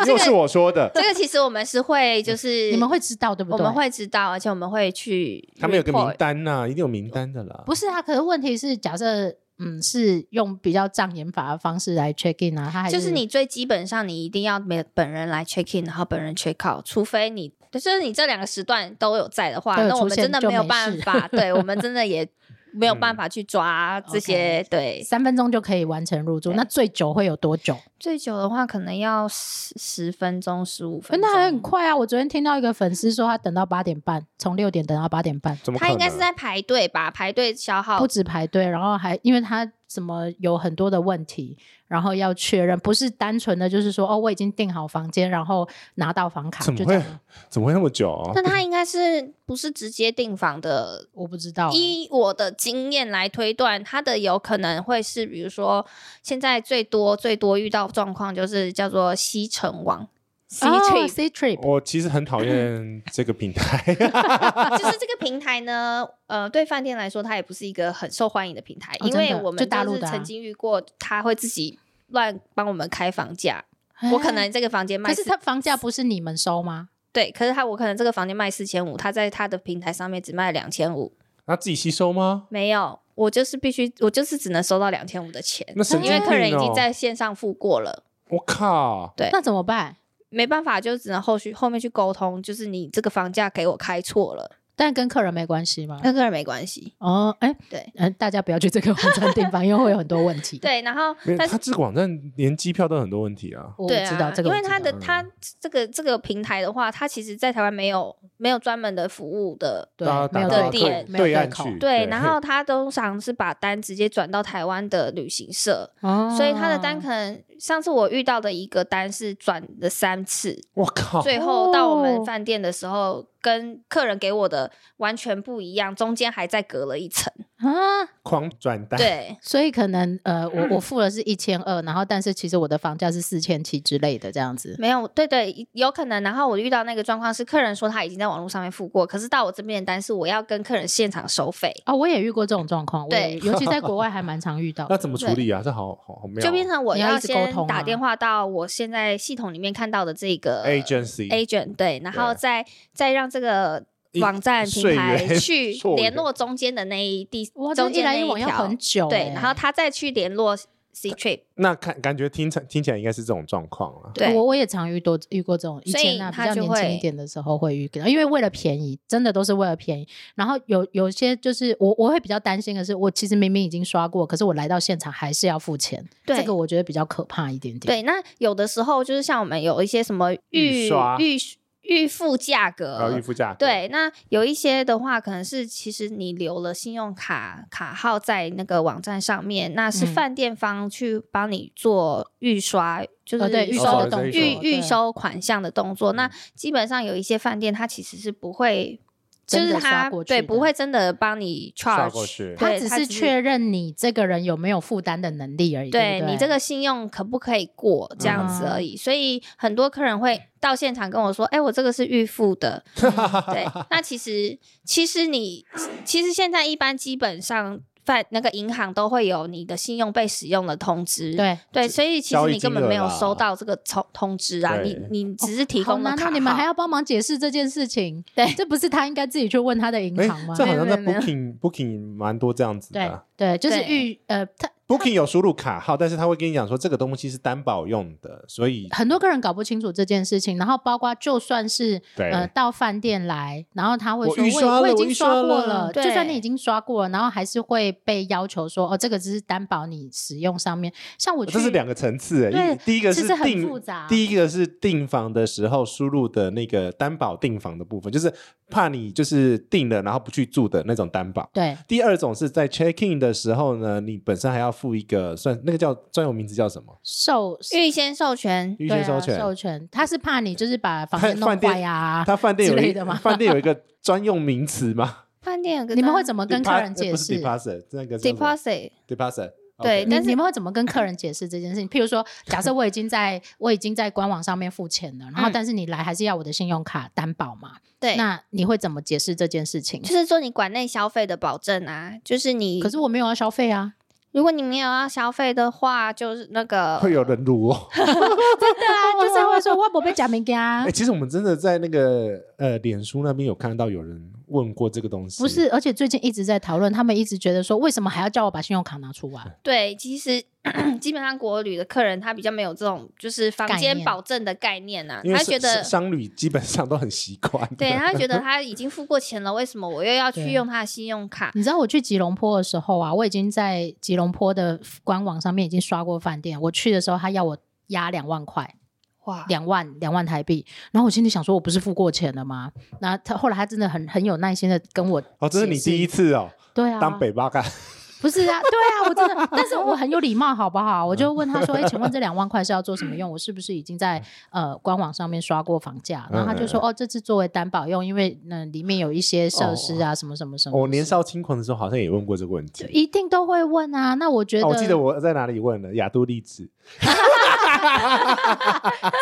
[SPEAKER 2] 又是我说的，
[SPEAKER 3] 啊这个，其实我们是会就是
[SPEAKER 1] 你们会知道对不
[SPEAKER 3] 我
[SPEAKER 1] 对？
[SPEAKER 3] 们会知道，而且我们会去 report。
[SPEAKER 2] 他们有个名单啊呐，一定有名单的啦。
[SPEAKER 1] 不是啊？可是问题是，假设嗯是用比较障眼法的方式来 check in 啊，他还
[SPEAKER 3] 就是你最基本上你一定要每本人来 check in，然后本人 check out，除非你就是你这两个时段都有在的话，
[SPEAKER 1] 都有
[SPEAKER 3] 那我
[SPEAKER 1] 出
[SPEAKER 3] 们
[SPEAKER 1] 现
[SPEAKER 3] 真的
[SPEAKER 1] 就
[SPEAKER 3] 没有
[SPEAKER 1] 没
[SPEAKER 3] 办
[SPEAKER 1] 事
[SPEAKER 3] 法，对我们真的也没有
[SPEAKER 2] 嗯
[SPEAKER 3] 办法去抓这些。对，
[SPEAKER 1] 三分钟就可以完成入住，
[SPEAKER 3] 对
[SPEAKER 1] 那最久会有多久？
[SPEAKER 3] 最久的话可能要十十分钟、十五分钟。
[SPEAKER 1] 那还很快啊！我昨天听到一个粉丝说，他等到八点半，从六点等到八点半，
[SPEAKER 2] 怎么可
[SPEAKER 3] 他
[SPEAKER 2] 能？
[SPEAKER 3] 应该是在啊排队吧？排队消耗
[SPEAKER 1] 不止排队，然后还因为他什么有很多的问题，然后要确认，不是单纯的就是说哦，我已经订好房间，然后拿到房卡，
[SPEAKER 2] 怎么
[SPEAKER 1] 就这
[SPEAKER 2] 会
[SPEAKER 1] 样。
[SPEAKER 2] 怎么会那么久啊？
[SPEAKER 3] 那他应该是不是直接订房的？
[SPEAKER 1] 我不知道欸、
[SPEAKER 3] 依我的经验来推断，他的有可能会是，比如说现在最多最多遇到状况就是叫做西城网 C
[SPEAKER 1] 哦
[SPEAKER 3] trip，、
[SPEAKER 1] C trip，
[SPEAKER 2] 我其实很讨厌这个平台，
[SPEAKER 3] 就是这个平台呢，呃，对饭店来说，它也不是一个很受欢迎的平台，
[SPEAKER 1] 哦
[SPEAKER 3] 因
[SPEAKER 1] 真
[SPEAKER 3] 为
[SPEAKER 1] 的
[SPEAKER 3] 我
[SPEAKER 1] 就
[SPEAKER 3] 们
[SPEAKER 1] 大
[SPEAKER 3] 就
[SPEAKER 1] 陆
[SPEAKER 3] 是
[SPEAKER 1] 的啊
[SPEAKER 3] 曾经遇过，他会自己乱帮我们开房价，我啊可能这个房间卖
[SPEAKER 1] 哎可是
[SPEAKER 3] 四，
[SPEAKER 1] 他房价不是你们收吗？
[SPEAKER 3] 对，可是他我可能这个房间卖四千五，他在他的平台上面只卖两千五，
[SPEAKER 2] 那自己吸收吗？
[SPEAKER 3] 没有，我就是必须，我就是只能收到两千五的钱，
[SPEAKER 2] 那神
[SPEAKER 3] 因
[SPEAKER 2] 经
[SPEAKER 3] 为
[SPEAKER 2] 病
[SPEAKER 3] 客人已
[SPEAKER 2] 哦
[SPEAKER 3] 经在线上付过了，
[SPEAKER 2] 我靠！
[SPEAKER 3] 对
[SPEAKER 1] 那怎么办？
[SPEAKER 3] 没办法，就只能后续后面去沟通，就是你这个房价给我开错了，
[SPEAKER 1] 但跟客人没关系吗？
[SPEAKER 3] 跟客人没关系。
[SPEAKER 1] 哦，哎、
[SPEAKER 3] 对
[SPEAKER 1] 呃，大家不要去这个网站订房，因为会有很多问 题。，
[SPEAKER 3] 对，然后
[SPEAKER 2] 没有
[SPEAKER 3] 但
[SPEAKER 2] 他
[SPEAKER 3] 是
[SPEAKER 2] 这个网站连机票都有很多问题啊。
[SPEAKER 1] 我
[SPEAKER 3] 对
[SPEAKER 1] 知道、
[SPEAKER 3] 啊
[SPEAKER 1] 这，个
[SPEAKER 3] 因
[SPEAKER 1] 我
[SPEAKER 3] 为
[SPEAKER 1] 知道，
[SPEAKER 3] 它的
[SPEAKER 2] 道
[SPEAKER 3] 它这个这个平台的话，它其实在台湾没有没有专门的服务的。
[SPEAKER 1] 对
[SPEAKER 2] 大家
[SPEAKER 1] 没有
[SPEAKER 2] 打到
[SPEAKER 3] 的店
[SPEAKER 1] 没有
[SPEAKER 2] 对岸
[SPEAKER 1] 口
[SPEAKER 2] 去，
[SPEAKER 3] 对，然后它通常是把单直接转到台湾的旅行社，
[SPEAKER 1] 哦
[SPEAKER 3] 所以它的单可能上次我遇到的一个单是转了三次，
[SPEAKER 2] 我靠，
[SPEAKER 3] 最后到我
[SPEAKER 1] 哦
[SPEAKER 3] 们饭店的时候，跟客人给我的完全不一样，中间还再隔了一层。
[SPEAKER 1] 啊，
[SPEAKER 2] 狂转单，
[SPEAKER 3] 对，
[SPEAKER 1] 所以可能呃，我
[SPEAKER 3] 嗯
[SPEAKER 1] 我付了是一千二，然后但是其实我的房价是四千七之类的这样子。
[SPEAKER 3] 没有，对对，有可能。然后我遇到那个状况是，客人说他已经在网络上面付过，可是到我这边的单是我要跟客人现场收费，
[SPEAKER 1] 哦，我也遇过这种状况，我也
[SPEAKER 3] 对
[SPEAKER 1] 尤其在 国外还蛮常遇到
[SPEAKER 2] 那
[SPEAKER 1] 的。
[SPEAKER 2] 怎么处理啊？这好好好妙哦，
[SPEAKER 3] 就变成我
[SPEAKER 1] 你要一直沟
[SPEAKER 3] 先
[SPEAKER 1] 通啊
[SPEAKER 3] 打电话到我现在系统里面看到的这个
[SPEAKER 2] agency
[SPEAKER 3] agent 对，然后
[SPEAKER 2] 对
[SPEAKER 3] 再再让这个
[SPEAKER 2] 一
[SPEAKER 3] 网站
[SPEAKER 2] 税
[SPEAKER 3] 平台
[SPEAKER 2] 源
[SPEAKER 3] 去
[SPEAKER 2] 溯源
[SPEAKER 3] 联络中间的那一第
[SPEAKER 1] 哇，这
[SPEAKER 3] 中
[SPEAKER 1] 一
[SPEAKER 3] 间
[SPEAKER 1] 来
[SPEAKER 3] 那
[SPEAKER 1] 一往要
[SPEAKER 3] 条
[SPEAKER 2] 哦
[SPEAKER 1] 很久欸、
[SPEAKER 3] 对，然后他再去联络 C Trip
[SPEAKER 2] 那看感觉听起来听起来应该是这种状况啊。
[SPEAKER 3] 对
[SPEAKER 1] 我我也常遇多遇过这种，以
[SPEAKER 3] 所以
[SPEAKER 1] 前啊比
[SPEAKER 3] 他
[SPEAKER 1] 较
[SPEAKER 3] 就
[SPEAKER 1] 年轻一
[SPEAKER 3] 会
[SPEAKER 1] 点的时候会遇到，因为为了便宜，真的都是为了便宜。然后有有些就是我我会比较担心的是，我其实明明已经刷过，可是我来到现场还是要付钱，
[SPEAKER 3] 对
[SPEAKER 1] 这个我觉得比较可怕一点点。
[SPEAKER 3] 对，那有的时候就是像我们有一些什么
[SPEAKER 2] 预
[SPEAKER 3] 预
[SPEAKER 2] 刷
[SPEAKER 3] 预预付价
[SPEAKER 2] 然后预
[SPEAKER 3] 格。
[SPEAKER 2] 付价格，
[SPEAKER 3] 对，那有一些的话，可能是其实你留了信用卡卡号在那个网站上面，那是
[SPEAKER 1] 嗯
[SPEAKER 3] 饭店方去帮你做预刷，就
[SPEAKER 1] 哦
[SPEAKER 3] 是
[SPEAKER 1] 对，预
[SPEAKER 2] 预
[SPEAKER 1] 收
[SPEAKER 2] 收
[SPEAKER 1] 的
[SPEAKER 2] 的
[SPEAKER 1] 动
[SPEAKER 2] 这一
[SPEAKER 1] 作
[SPEAKER 3] 预
[SPEAKER 2] 种
[SPEAKER 1] 对
[SPEAKER 3] 预收款项的动作。那
[SPEAKER 2] 嗯
[SPEAKER 3] 基本上有一些饭店，它其实是不会，就
[SPEAKER 1] 真
[SPEAKER 3] 是
[SPEAKER 1] 的刷
[SPEAKER 3] 它
[SPEAKER 1] 过去
[SPEAKER 3] 对
[SPEAKER 1] 的
[SPEAKER 3] 不会真的帮你 charge
[SPEAKER 2] 刷过去
[SPEAKER 3] 对
[SPEAKER 1] 他只是确认你这个人有没有负担的能力而已。对嗯
[SPEAKER 3] 对
[SPEAKER 1] 不
[SPEAKER 3] 你这个信用可不可以过这样子而已。所以很多客人会到现场跟我说：“哎、我这个是预付的。” 对，那其实其实你其实现在一般基本上。饭那个银行都会有你的信用被使用的通知，
[SPEAKER 1] 对，
[SPEAKER 3] 对，所以其
[SPEAKER 2] 交
[SPEAKER 3] 实
[SPEAKER 2] 易
[SPEAKER 3] 你根本
[SPEAKER 2] 金额
[SPEAKER 3] 没有
[SPEAKER 2] 啦
[SPEAKER 3] 收到这个通通知啊，你
[SPEAKER 2] 对
[SPEAKER 3] 你只是提
[SPEAKER 1] 好
[SPEAKER 3] 供了
[SPEAKER 1] 难
[SPEAKER 3] 卡
[SPEAKER 1] 哦！你们
[SPEAKER 3] 号
[SPEAKER 1] 还要帮忙解释这件事情，
[SPEAKER 3] 对
[SPEAKER 1] 这不是他应该自己去问他的银
[SPEAKER 2] 哎
[SPEAKER 1] 行吗？，
[SPEAKER 2] 这好像在
[SPEAKER 3] 没有没有
[SPEAKER 2] Booking Booking 蛮多这样子的
[SPEAKER 1] 对
[SPEAKER 2] 啊。
[SPEAKER 1] 对，就是
[SPEAKER 3] 对
[SPEAKER 1] 预呃，他
[SPEAKER 2] Booking 有输入卡号，但是他会跟你讲说这个东西是担保用的，所以
[SPEAKER 1] 很多个人搞不清楚这件事情，然后包括就算是
[SPEAKER 2] 对
[SPEAKER 1] 呃到饭店来，然后他会
[SPEAKER 2] 我
[SPEAKER 1] 说
[SPEAKER 2] 预刷了
[SPEAKER 1] 我已
[SPEAKER 2] 我
[SPEAKER 1] 经
[SPEAKER 2] 预
[SPEAKER 1] 刷
[SPEAKER 2] 刷
[SPEAKER 1] 过
[SPEAKER 2] 了啊
[SPEAKER 1] 了，就
[SPEAKER 3] 对
[SPEAKER 1] 算你已经刷过了，然后还是会被要求说哦这个只是担保你使用上面，像我去
[SPEAKER 2] 这是两个层次。
[SPEAKER 1] 对
[SPEAKER 2] 一第一个
[SPEAKER 1] 其
[SPEAKER 2] 是
[SPEAKER 1] 实很复
[SPEAKER 2] 订，
[SPEAKER 1] 杂，
[SPEAKER 2] 第一个是订房的时候输入的那个担保订房的部分，就是怕你就是订了然后不去住的那种担保。
[SPEAKER 1] 对
[SPEAKER 2] 第二种是在 check in 的时候呢，你本身还要付一个算那个叫专有名词叫什么？
[SPEAKER 1] 受
[SPEAKER 3] 预先授权，
[SPEAKER 2] 预
[SPEAKER 1] 对
[SPEAKER 2] 先
[SPEAKER 1] 啊
[SPEAKER 2] 收钱。
[SPEAKER 1] 授权，他是怕你就是把房
[SPEAKER 2] 他
[SPEAKER 1] 间弄
[SPEAKER 2] 饭店
[SPEAKER 1] 坏啊呀。
[SPEAKER 2] 他饭店有
[SPEAKER 1] 之类
[SPEAKER 2] 一
[SPEAKER 1] 的吗
[SPEAKER 2] 饭店有一个专用名词吗？
[SPEAKER 3] 饭店有个
[SPEAKER 1] 你们会
[SPEAKER 3] 么
[SPEAKER 1] 怎么 跟
[SPEAKER 2] Depa-
[SPEAKER 1] 客人解
[SPEAKER 2] 不是
[SPEAKER 1] 释？
[SPEAKER 2] deposit 那个叫什么
[SPEAKER 3] deposit？
[SPEAKER 2] deposit
[SPEAKER 3] 对
[SPEAKER 2] OK
[SPEAKER 1] 你
[SPEAKER 3] 但是
[SPEAKER 1] 你们会怎么跟客人解释这件事情？譬如说，假设我已经在我已经在官网上面付钱了，然后
[SPEAKER 3] 嗯
[SPEAKER 1] 但是你来还是要我的信用卡担保嘛？
[SPEAKER 3] 对，
[SPEAKER 1] 那你会怎么解释这件事情？
[SPEAKER 3] 就是做你馆内消费的保证啊，就是你
[SPEAKER 1] 可是我没有要消费啊，
[SPEAKER 3] 如果你没有要消费的话，就是那个
[SPEAKER 2] 会有人辱 哦。
[SPEAKER 1] 对啊，就是会说我不被假名啊
[SPEAKER 2] 哎、，其实我们真的在那个呃，脸书那边有看到有人问过这个东 西，
[SPEAKER 1] 不是，而且最近一直在讨论，他们一直觉得说，为什么还要叫我把信用卡拿出来？
[SPEAKER 3] 对，其实 基本上国旅的客人他比较没有这种就是房
[SPEAKER 1] 概
[SPEAKER 3] 间
[SPEAKER 1] 念
[SPEAKER 3] 保证的概念呐、
[SPEAKER 2] 因为
[SPEAKER 3] 他
[SPEAKER 2] 是
[SPEAKER 3] 觉得
[SPEAKER 2] 是商旅基本上嗯都很习惯。
[SPEAKER 3] 对，他觉得他已经付过钱了，为什么我又要
[SPEAKER 1] 对嗯
[SPEAKER 3] 去用他的信用卡？
[SPEAKER 1] 你知道我去吉隆坡的时候啊，我已经在吉隆坡的官网上面已经刷过饭店，我去的时候他要我压两万块。
[SPEAKER 3] 哇，
[SPEAKER 1] 两万两万台币，然后我心里想说，我不是付过钱了吗？那他后来他真的很很有耐心的跟我
[SPEAKER 2] 哦， 这是你
[SPEAKER 1] 解释
[SPEAKER 2] 第一次哦，
[SPEAKER 1] 对啊，
[SPEAKER 2] 当北巴干，
[SPEAKER 1] 不是啊，对啊，我真的，但是我很有礼貌，好不好？我就问他说，哎、请问这两万块是要做什么用？我是不是已经在呃官网上面刷过房价？然后他就
[SPEAKER 2] 嗯
[SPEAKER 1] 说，哦，这次作为担保用，因为嗯、里面有一些设施啊，什么什么什么。
[SPEAKER 2] 哦我年少轻狂的时候好像也问过这个问题。
[SPEAKER 1] 一定都会问啊，那我觉得，
[SPEAKER 2] 哦我记得我在哪里问了雅都丽子，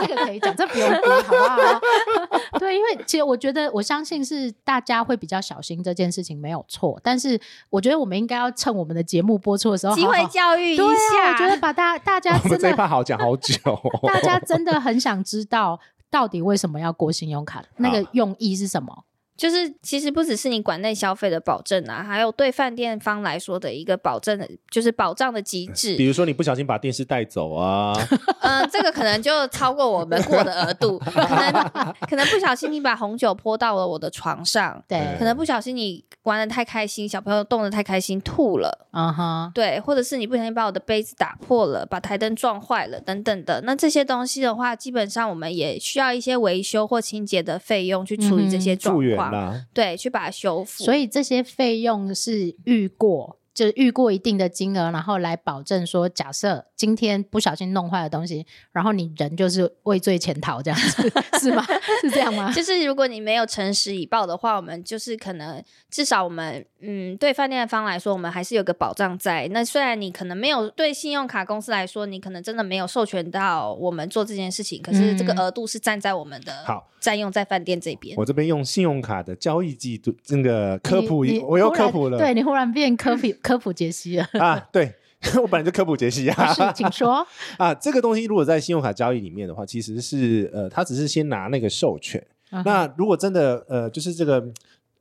[SPEAKER 1] 这个可以讲，这不用逼，好不好？ 对，因为其实我觉得，我相信是大家会比较小心这件事情没有错，但是我觉得我们应该要趁我们的节目播出的时候好好，
[SPEAKER 3] 机会教育一
[SPEAKER 1] 对啊，我觉得
[SPEAKER 3] 下，
[SPEAKER 1] 把大 大家
[SPEAKER 2] 我们
[SPEAKER 1] 真
[SPEAKER 2] 这一
[SPEAKER 1] 的
[SPEAKER 2] 趴好讲好久、哦。
[SPEAKER 1] 大家真的很想知道。到底为什么要过信用卡？那个用意是什么？
[SPEAKER 3] 就是其实不只是你馆内消费的保证啊，还有对饭店方来说的一个保证的，就是保障的机 制
[SPEAKER 2] 呃比。如说你不小心把电视带走啊，
[SPEAKER 3] 嗯，这个可能就超过我们过的额度，可能可能不小心你把红酒泼到了我的床上，
[SPEAKER 1] 对
[SPEAKER 2] 对
[SPEAKER 3] 可，能不小心你玩的太开心，小朋友动的太开心吐了，
[SPEAKER 1] 嗯哼，
[SPEAKER 3] 对，或者是你不小心把我的杯子打破了，把台灯撞坏了等等的。那这些东西的话，基本上我们也需要一些维修或清洁的费用去处理这些
[SPEAKER 2] 嗯
[SPEAKER 3] 状
[SPEAKER 2] 助缘
[SPEAKER 3] 况，
[SPEAKER 2] 啦，
[SPEAKER 3] 对，去把它修复。
[SPEAKER 1] 所以这些费用是预过，就是预过一定的金额，然后来保证说，假设今天不小心弄坏的东西，然后你人就是畏罪潜逃这样子， 是吗？是这样 吗？
[SPEAKER 3] 就是如果你没有诚实以报的话，我们就是可能至少我们嗯，对饭店方来说，我们还是有个保障在。那虽然你可能没有对信用卡公司来说，你可能真的没有授权到我们做这件事情，可是这个
[SPEAKER 1] 嗯
[SPEAKER 3] 额度是站在我们的
[SPEAKER 2] 好
[SPEAKER 3] 占用在饭店这边。
[SPEAKER 2] 我这边用信用卡的交易记录那个科
[SPEAKER 1] 你
[SPEAKER 2] 普
[SPEAKER 1] 你，
[SPEAKER 2] 我又
[SPEAKER 1] 忽然
[SPEAKER 2] 科普了
[SPEAKER 1] 对你忽然变科普科普杰西 了，
[SPEAKER 2] 啊，对我本来就科普杰西啊，
[SPEAKER 1] 是，请说。
[SPEAKER 2] 啊，这个东西如果在信用卡交易里面的话，其实是呃，他只是先拿那个授权。
[SPEAKER 1] 嗯
[SPEAKER 2] 那如果真的呃，就是这个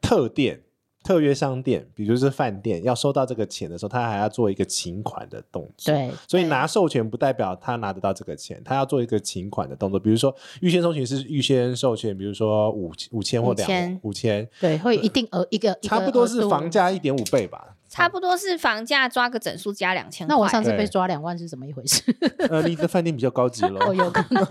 [SPEAKER 2] 特店、特约商店，比如是饭店，要收到这个钱的时候，他还要做一个请款的动作。。
[SPEAKER 1] 对，
[SPEAKER 2] 所以拿授权不代表他拿得到这个钱，他要做一个请款的动作，比如说预先授权是预先授权，比如说五五千或两
[SPEAKER 3] 5000
[SPEAKER 2] 五千，
[SPEAKER 1] 对，会有一定额一个
[SPEAKER 2] 差不多是房。
[SPEAKER 1] 一个额度
[SPEAKER 2] 价一点五倍吧。
[SPEAKER 3] 差不多是房价抓个整数加两千块。
[SPEAKER 1] 那我上次
[SPEAKER 2] 对
[SPEAKER 1] 被抓两万是怎么一 回事？
[SPEAKER 2] 呃，你的饭店比较高级喽，
[SPEAKER 1] 我哦有可能。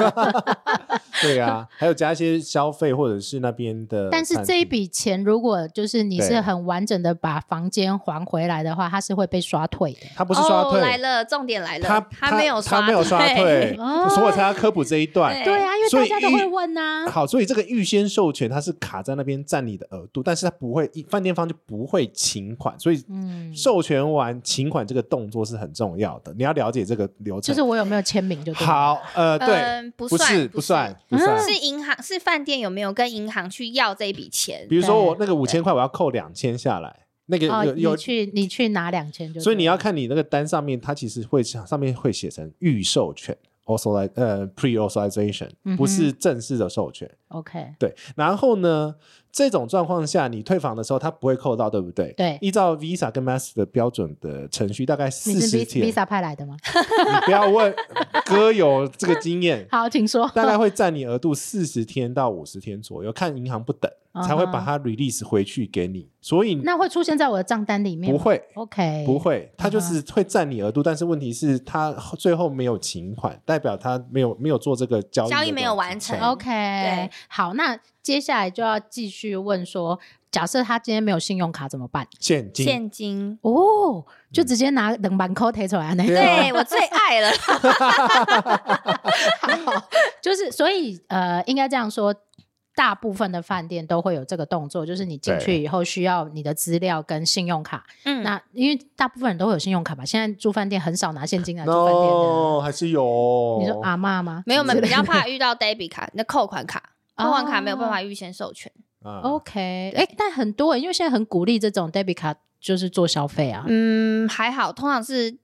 [SPEAKER 2] 对啊，还有加一些消费或者是那边的餐厅，
[SPEAKER 1] 但是这一笔钱，如果就是你
[SPEAKER 2] 对
[SPEAKER 1] 是很完整的把房间还回来的话，它是会被刷退的。
[SPEAKER 2] 他不是刷退，
[SPEAKER 3] 哦、来了，重点来了，
[SPEAKER 2] 他
[SPEAKER 3] 没有刷，
[SPEAKER 2] 他没有刷 退，
[SPEAKER 1] 哦
[SPEAKER 2] 所以我才要科普这一段。
[SPEAKER 3] 对
[SPEAKER 1] 对啊，因为
[SPEAKER 2] 哎所
[SPEAKER 1] 大
[SPEAKER 2] 以
[SPEAKER 1] 家都会啊问呐、
[SPEAKER 2] 好，所以这个预先授权它是卡在那边占你的额度，但是它不会，饭店方就不会请款，所以
[SPEAKER 1] 嗯，
[SPEAKER 2] 授权完请款这个动作是很重要的，你要了解这个流
[SPEAKER 1] 就
[SPEAKER 2] 程。
[SPEAKER 1] 是我有没有签名就对了。
[SPEAKER 2] 好，呃，对，
[SPEAKER 3] 嗯不
[SPEAKER 2] 不
[SPEAKER 3] 算
[SPEAKER 2] 是不
[SPEAKER 3] 不
[SPEAKER 2] 算
[SPEAKER 3] 算啊
[SPEAKER 2] 不算，
[SPEAKER 3] 是银行是饭店有没有跟银行去要这一笔钱？
[SPEAKER 2] 比如说我
[SPEAKER 1] 对
[SPEAKER 2] 那个五千块，我要扣两千下来，那个
[SPEAKER 1] 哦，
[SPEAKER 2] 有
[SPEAKER 1] 你
[SPEAKER 2] 有
[SPEAKER 1] 去你去拿两千就，
[SPEAKER 2] 所以你要。看你那个单上面，它其实会上面会写成预授权 authorize 呃 pre authorization，
[SPEAKER 1] 嗯哼
[SPEAKER 2] 不是正式的授权。
[SPEAKER 1] OK，
[SPEAKER 2] 对，然后呢，这种状况下你退房的时候，它不会扣到，对不对？
[SPEAKER 1] 对
[SPEAKER 2] 依照 Visa 跟 Master 的标准的程序，大概
[SPEAKER 1] 你
[SPEAKER 2] 四
[SPEAKER 1] 是
[SPEAKER 2] 十
[SPEAKER 1] Vis-
[SPEAKER 2] 天。
[SPEAKER 1] Visa 派来的吗？
[SPEAKER 2] 你不要问哥有这个经验。
[SPEAKER 1] 好，请说。
[SPEAKER 2] 大概会占你额度四十天到五十天左右，看银行不等，
[SPEAKER 1] 嗯哼
[SPEAKER 2] 才会把它 release 回去给你。所以
[SPEAKER 1] 那会出现在我的账单里面
[SPEAKER 2] 不
[SPEAKER 1] 吗？
[SPEAKER 2] 会，
[SPEAKER 1] OK，
[SPEAKER 2] 不会，他就
[SPEAKER 1] 嗯哼
[SPEAKER 2] 是会占你额度，但是问题是，他最后没有请款，代表他没有没有做这个交易的
[SPEAKER 3] 交易没有完成
[SPEAKER 1] 哦
[SPEAKER 2] 过程
[SPEAKER 1] OK，好，那接下来就要继续问说，假设他今天没有信用卡怎么办？
[SPEAKER 2] 现金
[SPEAKER 3] 现金。
[SPEAKER 1] 哦，就直接拿冷板扣提出来那
[SPEAKER 2] 对啊
[SPEAKER 3] 对我最爱了，
[SPEAKER 1] 就是所以呃，应该这样说。大部分的饭店都会有这个动作，就是你进去以后需要你的资料跟信用卡。
[SPEAKER 3] 嗯，
[SPEAKER 1] 那因为大部分人都会有信用卡吧，现在住饭店很少拿现金来住啊饭店的。
[SPEAKER 2] ，no 还是有，
[SPEAKER 1] 你说阿啊嬷吗？
[SPEAKER 3] 没有，我们
[SPEAKER 1] 之类
[SPEAKER 3] 比
[SPEAKER 1] 的
[SPEAKER 3] 较怕遇到 debit 卡，那扣 款卡，
[SPEAKER 1] 哦
[SPEAKER 3] 扣款卡没有办法预先授权。
[SPEAKER 2] 啊
[SPEAKER 1] OK，哎、但很多、因为现在很鼓励这种 debit 卡就是做消费啊。
[SPEAKER 3] 嗯，还好，通常是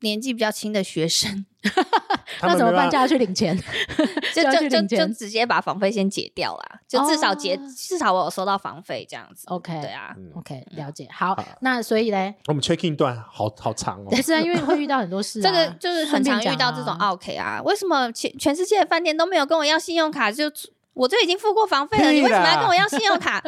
[SPEAKER 3] 年纪比较轻的学生，
[SPEAKER 1] 那
[SPEAKER 2] 他们
[SPEAKER 1] 怎么
[SPEAKER 2] 没
[SPEAKER 1] 办？
[SPEAKER 2] 办
[SPEAKER 1] 叫
[SPEAKER 2] 法
[SPEAKER 1] 他去领钱？就
[SPEAKER 3] 就
[SPEAKER 1] 要去
[SPEAKER 3] 就就
[SPEAKER 1] 领
[SPEAKER 3] 就
[SPEAKER 1] 钱
[SPEAKER 3] 直接把房费先结掉啦，就至少结，
[SPEAKER 1] 哦
[SPEAKER 3] 至少我有收到房费这样子。
[SPEAKER 1] OK
[SPEAKER 3] 对啊，
[SPEAKER 2] 嗯
[SPEAKER 1] OK，了解。好
[SPEAKER 2] 好，
[SPEAKER 1] 那所以嘞，
[SPEAKER 2] 我们 check in 段好好长哦
[SPEAKER 1] 不，是啊，因为会遇到很多事、啊，
[SPEAKER 3] 这个就是很常
[SPEAKER 1] 顺便
[SPEAKER 3] 遇到这
[SPEAKER 1] 讲
[SPEAKER 3] 种
[SPEAKER 1] 啊。
[SPEAKER 3] OK 啊，为什么全全世界的饭店都没有跟我要信用卡？就我就已经付过房费了，
[SPEAKER 2] 屁啦
[SPEAKER 3] 你为什么要跟我要信 用卡？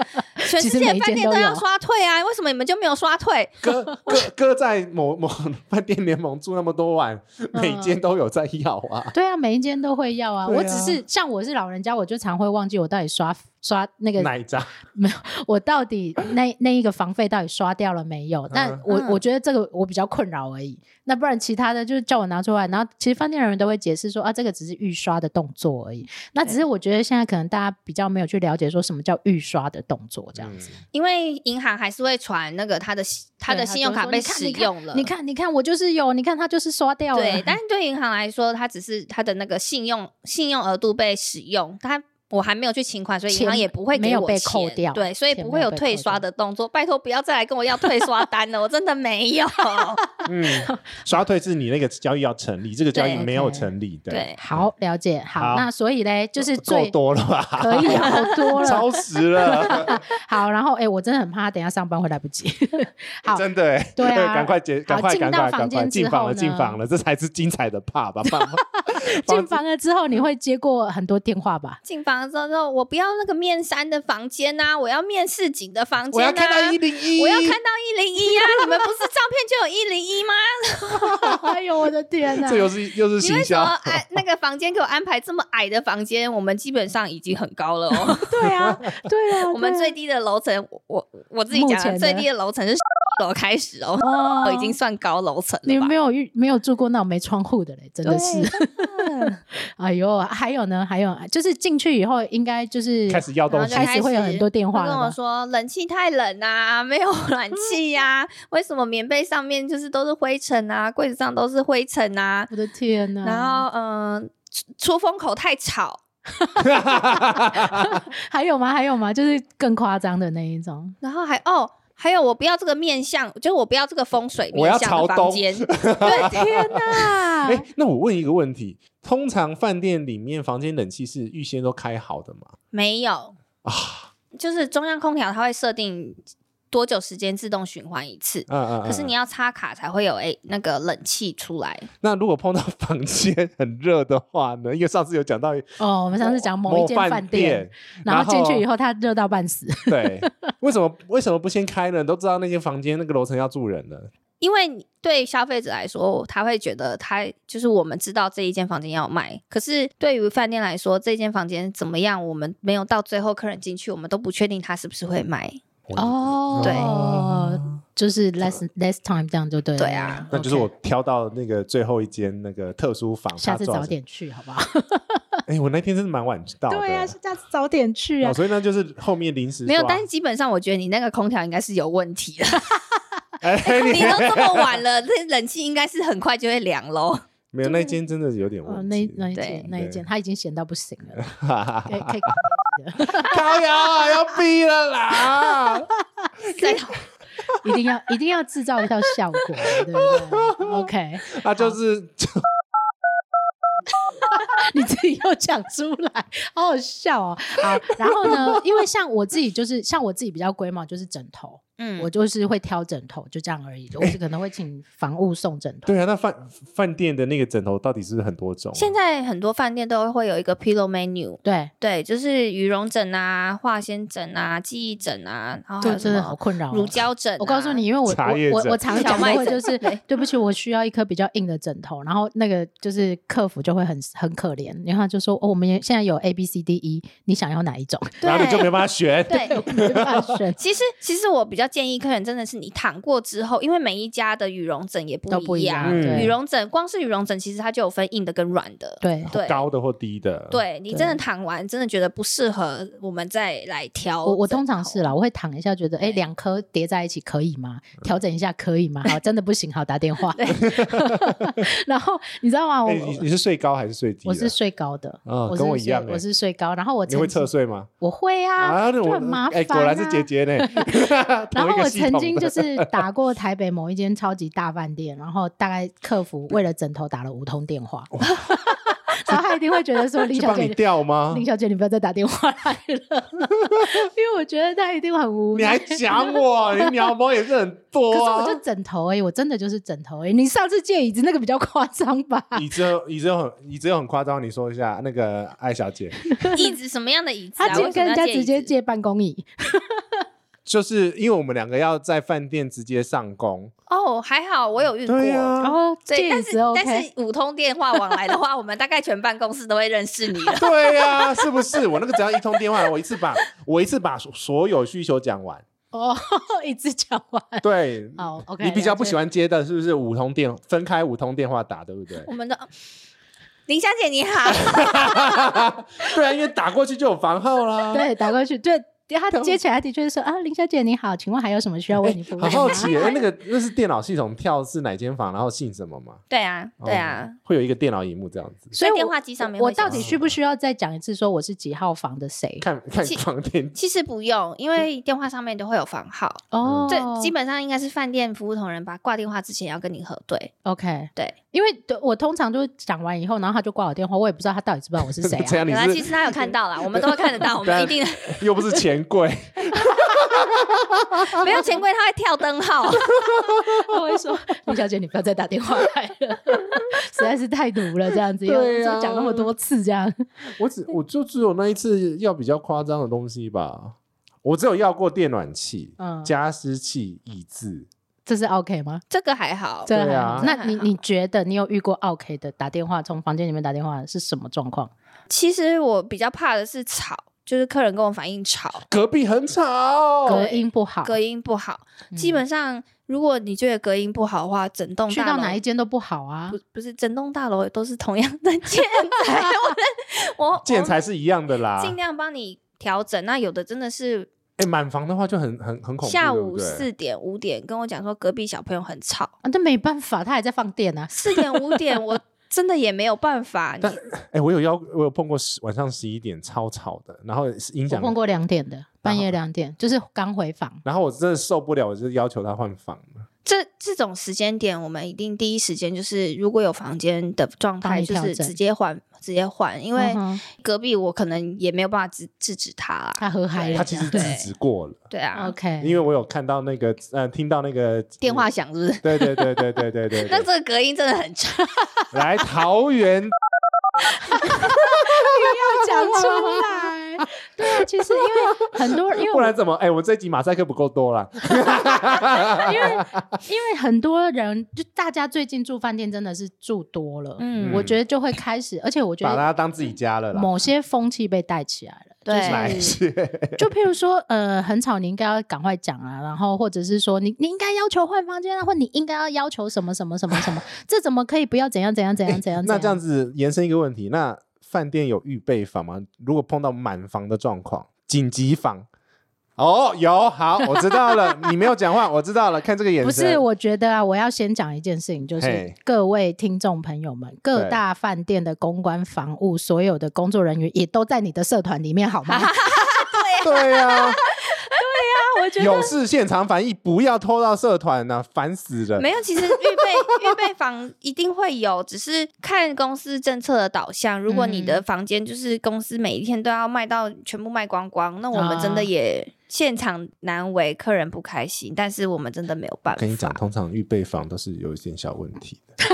[SPEAKER 3] 全世界的饭店都要刷退啊，为什么你们就没有刷退？
[SPEAKER 2] 哥 哥哥在某某饭店联盟住那么多晚，每间都有在要 啊，
[SPEAKER 1] 对啊，每一间都会要啊。
[SPEAKER 2] 对啊
[SPEAKER 1] 我只是像我是老人家，我就常会忘记我到底刷刷那个，
[SPEAKER 2] 哪一张？
[SPEAKER 1] 我到底那那一个房费到底刷掉了没有？但
[SPEAKER 2] 嗯
[SPEAKER 1] 我、
[SPEAKER 3] 嗯
[SPEAKER 1] 我觉得这个我比较困扰而已。那不然其他的就是叫我拿出来，然后其实饭店人员都会解释说啊，这个只是预刷的动作而已。那只是我觉得现在可能大家比较没有去了解说什么叫预刷的动作这样子。
[SPEAKER 2] 嗯
[SPEAKER 3] 因为银行还是会传那个他的他的信用卡被使用了。
[SPEAKER 1] 你看，你看，我就是有，你看他就是刷掉了。
[SPEAKER 3] 对，但是对银行来说，它只是它的那个信用信用额度被使用，它我还没有去请款，所以银行
[SPEAKER 1] 钱
[SPEAKER 3] 也不会
[SPEAKER 1] 没
[SPEAKER 3] 给
[SPEAKER 1] 有
[SPEAKER 3] 我
[SPEAKER 1] 被
[SPEAKER 3] 钱
[SPEAKER 1] 扣掉
[SPEAKER 3] 对，所以
[SPEAKER 1] 钱
[SPEAKER 3] 不
[SPEAKER 1] 没
[SPEAKER 3] 会
[SPEAKER 1] 有
[SPEAKER 3] 有
[SPEAKER 1] 被
[SPEAKER 3] 退
[SPEAKER 1] 扣
[SPEAKER 3] 刷
[SPEAKER 1] 掉
[SPEAKER 3] 的动作。拜托，不要再来跟我要退刷单了，我真的没 有。
[SPEAKER 2] 嗯，刷退是你那个交易要成立，这个交易
[SPEAKER 1] 对
[SPEAKER 2] 没有
[SPEAKER 1] OK
[SPEAKER 2] 成立，
[SPEAKER 3] 对，
[SPEAKER 1] 好，了解。好，
[SPEAKER 2] 好
[SPEAKER 1] 那所以嘞，就是
[SPEAKER 2] 够
[SPEAKER 1] 最
[SPEAKER 2] 多了吧？
[SPEAKER 1] 可以好多了。
[SPEAKER 2] 超 时了。
[SPEAKER 1] 好，然后哎、我真的很怕，等一下上班会来不 及。好
[SPEAKER 2] 真的欸，
[SPEAKER 1] 对啊
[SPEAKER 2] 赶快结，赶快，
[SPEAKER 1] 进
[SPEAKER 2] 赶
[SPEAKER 1] 到
[SPEAKER 2] 快，
[SPEAKER 1] 房
[SPEAKER 2] 赶快，
[SPEAKER 1] 间之
[SPEAKER 2] 进房
[SPEAKER 1] 后
[SPEAKER 2] 了，
[SPEAKER 1] 呢
[SPEAKER 2] 进房了，这才是精彩的 part 吧，爸爸。
[SPEAKER 1] 进房了之后，你会接过很多电话吧？
[SPEAKER 3] 进房之后，我不要那个面山的房间呐、我要面市井的房
[SPEAKER 2] 我
[SPEAKER 3] 间、啊，
[SPEAKER 2] 要看到一零一，
[SPEAKER 3] 我要看到一零一啊！你们不是照片就有一零一 吗？
[SPEAKER 1] 哎呦，我的天哪、
[SPEAKER 2] 这又是又是
[SPEAKER 3] 你为
[SPEAKER 2] 行
[SPEAKER 3] 什
[SPEAKER 2] 销，
[SPEAKER 3] 么安那个房间给我安排这么矮的房间？我们基本上已经很高了哦。
[SPEAKER 1] 对啊，对啊，
[SPEAKER 3] 我们
[SPEAKER 1] 对啊
[SPEAKER 3] 最低的楼层，我我我自己
[SPEAKER 1] 目
[SPEAKER 3] 讲
[SPEAKER 1] 前的
[SPEAKER 3] 的最低的楼层是楼开始哦，
[SPEAKER 1] 哇
[SPEAKER 3] 我已经算高楼层
[SPEAKER 1] 你
[SPEAKER 3] 了吧
[SPEAKER 1] 没？有遇没有住过那种没窗户的嘞，真的是。
[SPEAKER 3] 对
[SPEAKER 1] 哎呦，还有呢，还有就是进去以后，应该就是
[SPEAKER 2] 开始要
[SPEAKER 3] 然
[SPEAKER 2] 东
[SPEAKER 3] 后
[SPEAKER 2] 西
[SPEAKER 3] 就
[SPEAKER 1] 开始会有很多电话
[SPEAKER 3] 会跟
[SPEAKER 1] 了
[SPEAKER 3] 我
[SPEAKER 1] 吗
[SPEAKER 3] 说冷气太冷啊，没有 暖气呀、为什么棉被上面就是都是灰尘啊，柜子上都是灰尘啊，
[SPEAKER 1] 我的天呐！
[SPEAKER 3] 然后嗯、出出风口太吵，
[SPEAKER 1] 还有吗？还有吗？就是更夸张的那一种，
[SPEAKER 3] 然后还哦。还有，我不要这个面相，就是我不要这个风水
[SPEAKER 2] 我要
[SPEAKER 3] 面相
[SPEAKER 2] 朝
[SPEAKER 3] 的
[SPEAKER 2] 东
[SPEAKER 3] 房间。 对，天 哪！
[SPEAKER 2] 哎，那我问一个问题：通常饭店里面房间冷气是预先都开好的吗？
[SPEAKER 3] 没有
[SPEAKER 2] 啊，
[SPEAKER 3] 就是中央空调它会设定多久时间自动循环一次，
[SPEAKER 2] 嗯嗯。嗯
[SPEAKER 3] 可是你要插卡才会有诶、那个冷气出来。
[SPEAKER 2] 那如果碰到 房间很热的话呢？因为上次有讲到
[SPEAKER 1] 哦，我们上次讲某一间
[SPEAKER 2] 饭
[SPEAKER 1] 饭店，，然后进去以
[SPEAKER 2] 后，
[SPEAKER 1] 后它热到半死，
[SPEAKER 2] 对，为什么为什么不先开呢？都知道那间房间那个楼层要住人了，
[SPEAKER 3] 因为你对消费者来说，他会觉得他就是我们知道这一间房间要卖，可是对于饭店来说，这间房间怎么样，我们没有到最后客人进去，我们都不确定他是不是会卖。
[SPEAKER 1] 哦
[SPEAKER 3] 对
[SPEAKER 1] 哦就是 less less time 这样就对了。
[SPEAKER 3] 对啊
[SPEAKER 2] 那就是我
[SPEAKER 1] OK。
[SPEAKER 2] 挑到那个最后一间那个特殊房，
[SPEAKER 1] 下次
[SPEAKER 2] 它撞
[SPEAKER 1] 早
[SPEAKER 2] 上。
[SPEAKER 1] 点去好不好？
[SPEAKER 2] 哎、我那天真的蛮晚到的，
[SPEAKER 1] 对啊，下次早点去啊
[SPEAKER 2] 哦，。所以那嗯就是后面临时
[SPEAKER 3] 没有，
[SPEAKER 2] 抓
[SPEAKER 3] 但是基本上我觉得你那个空调应该是有问题的。
[SPEAKER 2] 哎、
[SPEAKER 3] 你
[SPEAKER 2] 你
[SPEAKER 3] 都这么晚了，这冷气应该是很快就会凉喽。
[SPEAKER 2] 没有那间真的有点
[SPEAKER 1] 哦，
[SPEAKER 2] 问
[SPEAKER 1] 那
[SPEAKER 2] 题，
[SPEAKER 1] 那一
[SPEAKER 3] 对
[SPEAKER 1] 件那一件，他已经闲到不行 了，可以可以。
[SPEAKER 2] 高瑶啊，要逼了啦！
[SPEAKER 3] 对，
[SPEAKER 1] 一定要一定要制造到效果，对不对？OK，
[SPEAKER 2] 那啊就是
[SPEAKER 1] 你自己又讲出来，好好笑哦。好，然后呢，因为像我自己就是像我自己比较龟毛，就是枕头，
[SPEAKER 3] 嗯
[SPEAKER 1] 我就是会挑枕头，就这样而已。我是可能会请房务送枕头。
[SPEAKER 2] 对啊，那饭饭店的那个枕头到底是不是很多种啊？
[SPEAKER 3] 现在很多饭店都会有一个 pillow menu，
[SPEAKER 1] 对，
[SPEAKER 3] 对，就是羽绒枕啊、化纤枕啊、记忆枕啊，然后还
[SPEAKER 1] 这
[SPEAKER 3] 有什
[SPEAKER 1] 真的好
[SPEAKER 3] 么
[SPEAKER 1] 困扰哦。
[SPEAKER 3] 乳胶啊枕、
[SPEAKER 1] 我告诉你，，因为我
[SPEAKER 2] 茶叶
[SPEAKER 1] 我
[SPEAKER 2] 枕
[SPEAKER 1] 我我常
[SPEAKER 3] 小
[SPEAKER 1] 讲
[SPEAKER 3] 麦
[SPEAKER 1] 的会
[SPEAKER 3] 枕
[SPEAKER 1] 就是
[SPEAKER 3] 对，
[SPEAKER 1] 对不起，我需要一颗比较硬的枕头，然后那个就是客服就会很很可怜，然后他就说哦，我们也现在有 A B C D E，你想要哪一种？
[SPEAKER 2] 然后你就没
[SPEAKER 3] 对
[SPEAKER 2] 办法选。
[SPEAKER 3] 对。
[SPEAKER 1] 没办法选，
[SPEAKER 3] 其实，其实我比较建议客人真的是你躺过之后，因为每一家的羽绒枕也不
[SPEAKER 1] 都不一样
[SPEAKER 3] 样。
[SPEAKER 2] 嗯
[SPEAKER 1] 对
[SPEAKER 3] 羽绒枕光是羽绒枕，其实它就有分硬的跟软的。
[SPEAKER 1] 对。
[SPEAKER 3] 对
[SPEAKER 2] 高的或低的，，
[SPEAKER 3] 对你真的
[SPEAKER 1] 对
[SPEAKER 3] 躺完，真的觉得不适合，我们再来挑枕头。
[SPEAKER 1] 我我通常是啦，我会躺一下，觉得哎，
[SPEAKER 3] 对
[SPEAKER 1] 两颗叠在一起可以吗？
[SPEAKER 2] 嗯
[SPEAKER 1] 调整一下可以吗？好，真的不行，好打电话。 然后你知道吗？我
[SPEAKER 2] 哎，你你是睡高还是睡低
[SPEAKER 1] 哦
[SPEAKER 2] 的？
[SPEAKER 1] 我是睡高的，
[SPEAKER 2] 啊
[SPEAKER 1] 我
[SPEAKER 2] 跟
[SPEAKER 1] 是
[SPEAKER 2] 我一
[SPEAKER 1] 睡
[SPEAKER 2] 样欸
[SPEAKER 1] 我是睡高。然后我
[SPEAKER 2] 你
[SPEAKER 1] 曾
[SPEAKER 2] 会
[SPEAKER 1] 经
[SPEAKER 2] 侧睡吗？
[SPEAKER 1] 我会啊，
[SPEAKER 2] 那
[SPEAKER 1] 就
[SPEAKER 2] 我
[SPEAKER 1] 很麻烦。啊
[SPEAKER 2] 哎，果然是姐。姐呢。
[SPEAKER 1] 然
[SPEAKER 2] 同一
[SPEAKER 1] 后
[SPEAKER 2] 个
[SPEAKER 1] 我
[SPEAKER 2] 系
[SPEAKER 1] 曾
[SPEAKER 2] 统
[SPEAKER 1] 经
[SPEAKER 2] 的
[SPEAKER 1] 就是打过台北某一间超级大饭店，然后大概客服为了枕头打了五通电话，然后他一定会觉得说林
[SPEAKER 2] 去
[SPEAKER 1] 小
[SPEAKER 2] 帮
[SPEAKER 1] 姐
[SPEAKER 2] 你，调吗
[SPEAKER 1] 林？小姐你不要再打电话来了， 因为我觉得他一定很无
[SPEAKER 2] 你
[SPEAKER 1] 奈
[SPEAKER 2] 还。讲我，你鸟毛也是 很
[SPEAKER 1] 可
[SPEAKER 2] 多
[SPEAKER 1] 是
[SPEAKER 2] 啊。
[SPEAKER 1] 我就枕头而已，我真的就是枕头而已。你上次借椅子那个比较夸张吧？
[SPEAKER 2] 椅子有椅子有很椅子有很夸张，你说一下那个艾小姐，
[SPEAKER 3] 椅子什么样的椅子、啊？
[SPEAKER 1] 他直接
[SPEAKER 3] 为什
[SPEAKER 1] 跟
[SPEAKER 3] 么
[SPEAKER 1] 人家
[SPEAKER 3] 要借椅
[SPEAKER 1] 直接
[SPEAKER 3] 子
[SPEAKER 1] 借办公椅，
[SPEAKER 2] 就是因为我们两个要在饭店直接上工，
[SPEAKER 3] 哦，还好我有遇过。
[SPEAKER 2] 对啊呀、
[SPEAKER 1] 然后
[SPEAKER 3] 对，
[SPEAKER 1] 哦借椅
[SPEAKER 3] 但
[SPEAKER 1] 子
[SPEAKER 3] 是
[SPEAKER 1] OK。
[SPEAKER 3] 但是五通电话往来的话，我们大概全办公室都会认识你了。
[SPEAKER 2] 对呀、是不是？我那个只要一通电话，我一次把我一次把所所有需求讲完。
[SPEAKER 1] 哦， 一次讲完。
[SPEAKER 2] 对，
[SPEAKER 1] 哦，OK。
[SPEAKER 2] 嗯 你比较不喜欢接的是不是五通电分开五通电话打，对不对
[SPEAKER 3] 我？们的林小姐你好，
[SPEAKER 2] 对啊，因为打过去就有房号啦。
[SPEAKER 1] 对，打过去，对， 他接起来的确是说啊，林小姐你好，请问还有什么需要为你服务的
[SPEAKER 2] 好
[SPEAKER 1] 吗？
[SPEAKER 2] 好 奇耶，哎那 个那是电脑系统跳是哪间房，然后姓什么吗？
[SPEAKER 3] 对啊，
[SPEAKER 2] 哦
[SPEAKER 3] 对啊，，
[SPEAKER 2] 会有一个电脑荧幕这样子，
[SPEAKER 1] 所以
[SPEAKER 3] 在
[SPEAKER 1] 我
[SPEAKER 3] 电话机上面
[SPEAKER 1] 我
[SPEAKER 3] 会显
[SPEAKER 1] 到底
[SPEAKER 3] 示
[SPEAKER 1] 需不需要再讲一次，说我是几号房的谁？
[SPEAKER 2] 看看
[SPEAKER 3] 其
[SPEAKER 2] 房 店
[SPEAKER 3] 其实不用，因为电话上面都会有房号。
[SPEAKER 1] 哦，
[SPEAKER 3] 这基本上应该是饭店服务同仁吧，挂电话之前要跟你核对。
[SPEAKER 1] OK。
[SPEAKER 3] 对，
[SPEAKER 1] 因为对我通常就是讲完以后，然后他就挂我电话，我也不知道他到底知不知道我是谁
[SPEAKER 2] 怎
[SPEAKER 1] 啊。
[SPEAKER 2] 样？你
[SPEAKER 3] 原来其
[SPEAKER 2] 是啊
[SPEAKER 3] 实他有看到啦，我们都会看得到， 我们一定
[SPEAKER 2] 又不是钱柜，
[SPEAKER 3] 没有钱柜，他会跳灯号。
[SPEAKER 1] 他会说：“林小姐，你不要再打电话来了， 实在是太毒了，这 样子，又
[SPEAKER 2] 对啊
[SPEAKER 1] 又讲那么多次，这样。
[SPEAKER 2] 我只我就只有那一次要比较夸张的东西吧，我只有要过电暖器、”
[SPEAKER 1] 嗯，
[SPEAKER 2] 加湿器、椅子。
[SPEAKER 1] 这是 OK 吗？
[SPEAKER 3] 这个还好，
[SPEAKER 1] 这还
[SPEAKER 2] 对啊
[SPEAKER 1] 好那你你觉得你有遇过 OK 的打电话从房间里面打电话是什么状况？
[SPEAKER 3] 其实我比较怕的是吵，就是客人跟我反映吵，
[SPEAKER 2] 隔壁很吵，
[SPEAKER 1] 隔音不好，
[SPEAKER 3] 隔音不好。
[SPEAKER 1] 嗯
[SPEAKER 3] 基本上，如果你觉得隔音不好的话，整栋
[SPEAKER 1] 去
[SPEAKER 3] 大
[SPEAKER 1] 到
[SPEAKER 3] 楼
[SPEAKER 1] 哪一间都不好啊
[SPEAKER 3] 不。不是整栋大楼都是同样的 建材，我我
[SPEAKER 2] 建材是一样的
[SPEAKER 3] 我
[SPEAKER 1] 啊
[SPEAKER 2] 啦。
[SPEAKER 3] 尽量帮你调整。那有的真的是
[SPEAKER 2] 哎，满房的话就很很很恐怖，
[SPEAKER 3] 下
[SPEAKER 2] 对不
[SPEAKER 3] 午
[SPEAKER 2] 对
[SPEAKER 3] 四点五点跟我讲说隔壁小朋友很吵，
[SPEAKER 1] 啊，那没办法，他还在放电啊。
[SPEAKER 3] 四点五点我真的也没有办法。
[SPEAKER 2] 但哎，我有邀，我有碰过十晚上十一点超吵的，然后是影
[SPEAKER 1] 我
[SPEAKER 2] 响
[SPEAKER 1] 碰过两点的，半夜两点，就是刚回房。
[SPEAKER 2] 然后我真的受不了，我就要求他换房了。
[SPEAKER 3] 这这种时间点，我们一定第一时间就是如果有房间的状
[SPEAKER 1] 帮
[SPEAKER 3] 态，
[SPEAKER 1] 你
[SPEAKER 3] 就
[SPEAKER 1] 调
[SPEAKER 3] 是
[SPEAKER 1] 整
[SPEAKER 3] 直接换直接换，因为
[SPEAKER 1] 嗯哼
[SPEAKER 3] 隔壁我可能也没有办法制制止他啦。
[SPEAKER 1] 他喝嗨了，
[SPEAKER 2] 他其实
[SPEAKER 1] 这
[SPEAKER 2] 制
[SPEAKER 1] 样
[SPEAKER 2] 止过了，
[SPEAKER 3] 啊对啊，
[SPEAKER 1] OK，
[SPEAKER 2] 因为我有看到那个呃，听到那个
[SPEAKER 3] 电话。响是 不是？
[SPEAKER 2] 对对对对对 对对
[SPEAKER 3] 那
[SPEAKER 2] 对，
[SPEAKER 3] 这个隔音真的很差。
[SPEAKER 2] 来桃园，
[SPEAKER 1] 讲出来。 对啊，其实因为很多，因为
[SPEAKER 2] 不
[SPEAKER 1] 我
[SPEAKER 2] 然怎么？哎，我这集马赛克不够多啦。
[SPEAKER 1] 因为因为很多人就大家最近住饭店真的是住多了，
[SPEAKER 3] 嗯
[SPEAKER 1] 我觉得就会开始，而且我觉
[SPEAKER 2] 把
[SPEAKER 1] 得
[SPEAKER 2] 它当自己家了啦。
[SPEAKER 1] 某些风气被带起来了。
[SPEAKER 3] 对
[SPEAKER 2] 哪 一些？
[SPEAKER 1] 就譬如说，呃，很吵，你应该要赶快讲啊，然后或者是说，你你应该要求换房间啊，或你应该要要求什么什么什么 什么，这怎么可以不要怎样怎样怎样怎样？
[SPEAKER 2] 那这样
[SPEAKER 1] 子，
[SPEAKER 2] 子延伸一个问题，那饭店有预备房吗？如果碰到满房的状况，紧急房。哦，有好，我知 道了。你没有讲话，我知道了。看这个眼神，
[SPEAKER 1] 不是，我觉得啊，我要先讲一件事情，就是
[SPEAKER 2] 嘿
[SPEAKER 1] 各位听众朋友们，各
[SPEAKER 2] 对
[SPEAKER 1] 大饭店的公关房务所有的工作人员也都在你的社团里面，好吗？
[SPEAKER 2] 对呀、
[SPEAKER 1] 我觉
[SPEAKER 2] 有事现场反应，不要拖到社团呐、烦死了。
[SPEAKER 3] 没有，其实预备预备房一定会有，只是看公司政策的导向。如果你
[SPEAKER 2] 嗯
[SPEAKER 3] 的房间就是公司每一天都要卖到全部卖光光，那我们真
[SPEAKER 1] 啊
[SPEAKER 3] 的也现场难为客人不开心，但是我们真的没有办法。
[SPEAKER 2] 跟你讲，通常预备房都是有一点小问题的。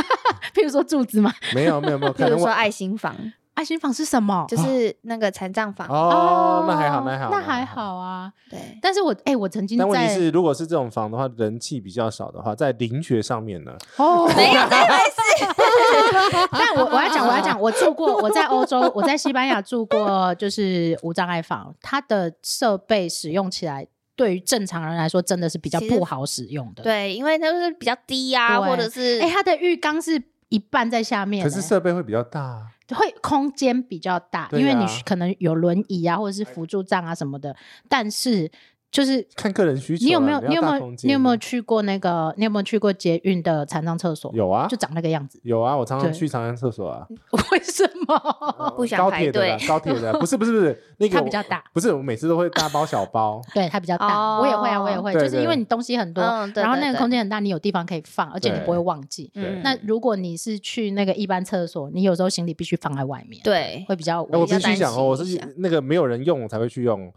[SPEAKER 1] 譬如说柱子嘛，
[SPEAKER 2] 没有，没有，没有，
[SPEAKER 3] 譬
[SPEAKER 2] 可
[SPEAKER 3] 如
[SPEAKER 2] 能
[SPEAKER 3] 说
[SPEAKER 2] 我
[SPEAKER 3] 爱心房，
[SPEAKER 1] 爱心房是什么？
[SPEAKER 3] 就是那个残障房，
[SPEAKER 2] 哦，那还好，那还好，
[SPEAKER 1] 那还。好啊。
[SPEAKER 3] 对，
[SPEAKER 1] 但是我哎、我曾经
[SPEAKER 2] 但问题
[SPEAKER 1] 在
[SPEAKER 2] 是，如果是这种房的话，人气比较少的话，在灵学上面呢，
[SPEAKER 1] 哦，
[SPEAKER 3] 没有这回事。
[SPEAKER 1] 但我我要讲，我要讲，我住过，我在欧洲，我在西班牙住过，就是无障碍房，它的设备使用起来，对于正常人来说，真的是比较
[SPEAKER 3] 其实
[SPEAKER 1] 不好使用的。，
[SPEAKER 3] 对，因为它就是比较低啊，
[SPEAKER 1] 对
[SPEAKER 3] 或者是
[SPEAKER 1] 哎、它的浴缸是一半在下面、
[SPEAKER 2] 可是
[SPEAKER 1] 欸
[SPEAKER 2] 设备会比较大啊。
[SPEAKER 1] 会空间比较大，
[SPEAKER 2] 对啊
[SPEAKER 1] 因为你可能有轮椅啊，或者是辅助杖啊什么的，但是就是。
[SPEAKER 2] 看个人需求啦。
[SPEAKER 1] 你有没有？
[SPEAKER 2] 要
[SPEAKER 1] 你有没
[SPEAKER 2] 啊大
[SPEAKER 1] 有
[SPEAKER 2] 空？间
[SPEAKER 1] 你有没有去过那个？你有没有去过捷运的残障厕所？
[SPEAKER 2] 有啊
[SPEAKER 1] 就？长那个样子。
[SPEAKER 2] 有啊，我常常
[SPEAKER 1] 对
[SPEAKER 2] 去长安厕所啊。
[SPEAKER 1] 为什么？
[SPEAKER 2] 呃
[SPEAKER 3] 不想
[SPEAKER 2] 高
[SPEAKER 3] 排
[SPEAKER 2] 铁的啦
[SPEAKER 3] 队
[SPEAKER 2] 高铁的不是不是 不是那个
[SPEAKER 1] 它
[SPEAKER 2] 我
[SPEAKER 1] 比较大，
[SPEAKER 2] 不是我每次都会大包小 包
[SPEAKER 1] 对，它比较大。
[SPEAKER 3] 哦
[SPEAKER 1] 我也会啊，我也会，
[SPEAKER 2] 对
[SPEAKER 1] 就是因为你东西很多，
[SPEAKER 3] 嗯对
[SPEAKER 1] 然后
[SPEAKER 3] 对
[SPEAKER 1] 那个
[SPEAKER 3] 对嗯
[SPEAKER 1] 空间很大，你有地方可以放，而且你
[SPEAKER 2] 对
[SPEAKER 1] 不会忘记。
[SPEAKER 2] 对
[SPEAKER 1] 那如果你是去那个一般厕所，你有时候行李必须放在外面，，
[SPEAKER 3] 对
[SPEAKER 1] 会比较
[SPEAKER 2] 哎我
[SPEAKER 1] 危
[SPEAKER 2] 必
[SPEAKER 1] 险。
[SPEAKER 2] 须讲哦，我
[SPEAKER 3] 担心一下
[SPEAKER 2] 是那个没有人用我才会去用，
[SPEAKER 1] 啊，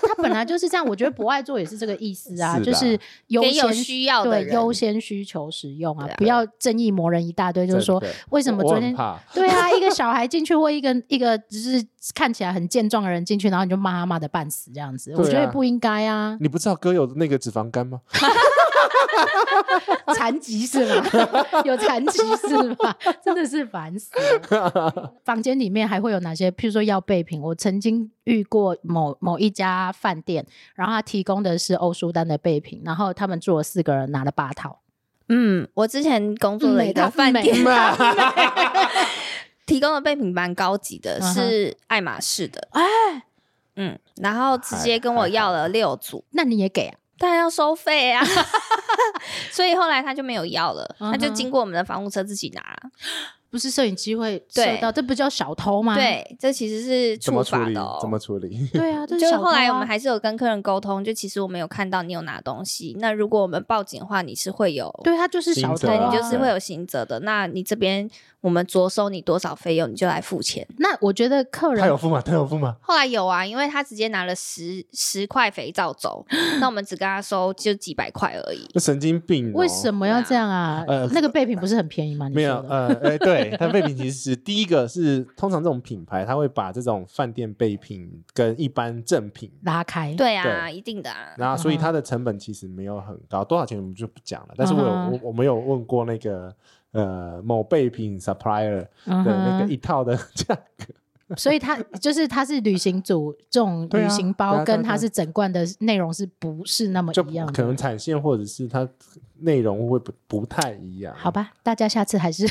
[SPEAKER 1] 它本来就是这样，我觉得不爱做也是这个意思啊，
[SPEAKER 2] 是
[SPEAKER 1] 就
[SPEAKER 2] 的
[SPEAKER 1] 是优
[SPEAKER 3] 给有
[SPEAKER 1] 先
[SPEAKER 3] 需要的
[SPEAKER 1] 对
[SPEAKER 3] 人
[SPEAKER 1] 优先需求使用啊
[SPEAKER 3] 对啊，
[SPEAKER 1] 不要正义魔人一大堆，就是说
[SPEAKER 2] 真的
[SPEAKER 1] 为什么昨
[SPEAKER 2] 我很
[SPEAKER 1] 天
[SPEAKER 2] 怕
[SPEAKER 1] 对啊，一个小孩进去或一个一个只是看起来很健壮的人进去，然后你就骂他骂的半死这样子，我
[SPEAKER 2] 对
[SPEAKER 1] 觉得也
[SPEAKER 2] 啊
[SPEAKER 1] 不应该啊，
[SPEAKER 2] 你不知道哥有那个脂肪 肝吗？
[SPEAKER 1] 残疾是吗？ 有残疾是吗？真的是烦死了。房间里面还会有哪些？譬如说要备品，我曾经遇过某某一家饭店，然后他提供的是欧舒丹的备品，然后他们住了四个人，拿了八套。
[SPEAKER 3] 嗯，我之前工作的一个饭店
[SPEAKER 1] 嗯美，
[SPEAKER 3] 提供的备品蛮高级的，
[SPEAKER 1] 嗯哼
[SPEAKER 3] 是爱马仕的。哎，嗯，然后直接跟我要了六组，
[SPEAKER 1] 那你也给啊？
[SPEAKER 3] 当然要收费啊。 所以后来他就没有要了，
[SPEAKER 1] 嗯哼
[SPEAKER 3] 他就经过我们的房务车自己拿。
[SPEAKER 1] 不是摄影机会收
[SPEAKER 3] 对
[SPEAKER 1] 到，这不叫小偷吗？
[SPEAKER 3] 对，这其实 是
[SPEAKER 2] 怎
[SPEAKER 3] 处
[SPEAKER 2] 么处
[SPEAKER 3] 罚
[SPEAKER 2] 理
[SPEAKER 3] 的哦？。
[SPEAKER 2] 怎么处理？
[SPEAKER 1] 对啊，这是
[SPEAKER 3] 就
[SPEAKER 1] 小
[SPEAKER 3] 是
[SPEAKER 1] 偷啊、
[SPEAKER 3] 后来我们还是有跟客人沟通，就其实我们有看到你有拿东西，那如果我们报警的话，你是会有
[SPEAKER 1] 对他就是小偷、
[SPEAKER 2] 对
[SPEAKER 3] 对
[SPEAKER 1] 啊，
[SPEAKER 3] 你就是会有刑责的。那你这边我们着收你多少费用，你就来付钱。
[SPEAKER 1] 那我觉得客
[SPEAKER 2] 他有
[SPEAKER 1] 人
[SPEAKER 2] 付吗？他有付吗？
[SPEAKER 3] 后来有啊，因为他直接拿了十十块肥皂 走，那我们只跟他收就几百块而已。
[SPEAKER 2] 那神经病哦！
[SPEAKER 1] 为什么要这样啊？
[SPEAKER 2] 呃
[SPEAKER 1] 那个备品不是很便宜吗？你
[SPEAKER 2] 没
[SPEAKER 1] 说
[SPEAKER 2] 有，
[SPEAKER 1] 的
[SPEAKER 2] 呃，哎，对，它备品其实第一个是通常这种品牌，它会把这种饭店备品跟一般正品
[SPEAKER 1] 拉开，
[SPEAKER 3] 对啊，一定的啊。
[SPEAKER 2] 那所以
[SPEAKER 1] 嗯哼
[SPEAKER 2] 它的成本其实没有很高，多少钱我们就不讲了。但是我有、
[SPEAKER 1] 嗯哼
[SPEAKER 2] 我我们有问过那个呃某备品 supplier 的
[SPEAKER 1] 嗯哼，
[SPEAKER 2] 那个一套的价格，
[SPEAKER 1] 所以它就是它是旅行组这种
[SPEAKER 2] 对啊
[SPEAKER 1] 旅行
[SPEAKER 2] 对
[SPEAKER 1] 包，
[SPEAKER 2] 啊
[SPEAKER 1] 跟
[SPEAKER 2] 对啊
[SPEAKER 1] 它是整罐的内容是不是那么
[SPEAKER 2] 就
[SPEAKER 1] 哦一样
[SPEAKER 2] 可
[SPEAKER 1] 的？
[SPEAKER 2] 能产线或者是它内容会不不太一样。
[SPEAKER 1] 好，吧，大家下次还 是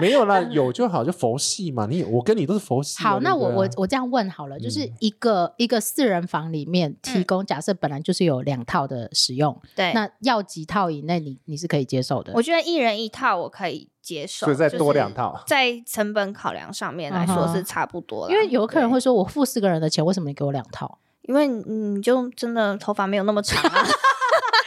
[SPEAKER 2] 没有啦，有就好，就佛系嘛。你我跟你都是佛系啊。
[SPEAKER 1] 好。
[SPEAKER 2] 对
[SPEAKER 1] 那
[SPEAKER 2] 不
[SPEAKER 1] 我
[SPEAKER 2] 对
[SPEAKER 1] 我
[SPEAKER 2] 啊
[SPEAKER 1] 我这样问好了，就是一个一个四人房里面提供，假设本来就是有两套的使用，
[SPEAKER 3] 对，
[SPEAKER 1] 那要几套以内你你是可以接受的
[SPEAKER 3] 我？觉得一人一套我可以接受，
[SPEAKER 2] 所以再
[SPEAKER 3] 就
[SPEAKER 2] 多
[SPEAKER 3] 是
[SPEAKER 2] 两套
[SPEAKER 3] 在成本考量上面来
[SPEAKER 1] 嗯
[SPEAKER 3] 说
[SPEAKER 1] 哼
[SPEAKER 3] 是差不多啦，
[SPEAKER 1] 因为有客人
[SPEAKER 3] 对
[SPEAKER 1] 会说，我付四个人的钱，为什么你给我两套？
[SPEAKER 3] 因为你就真的头发没有那么长啊。 你会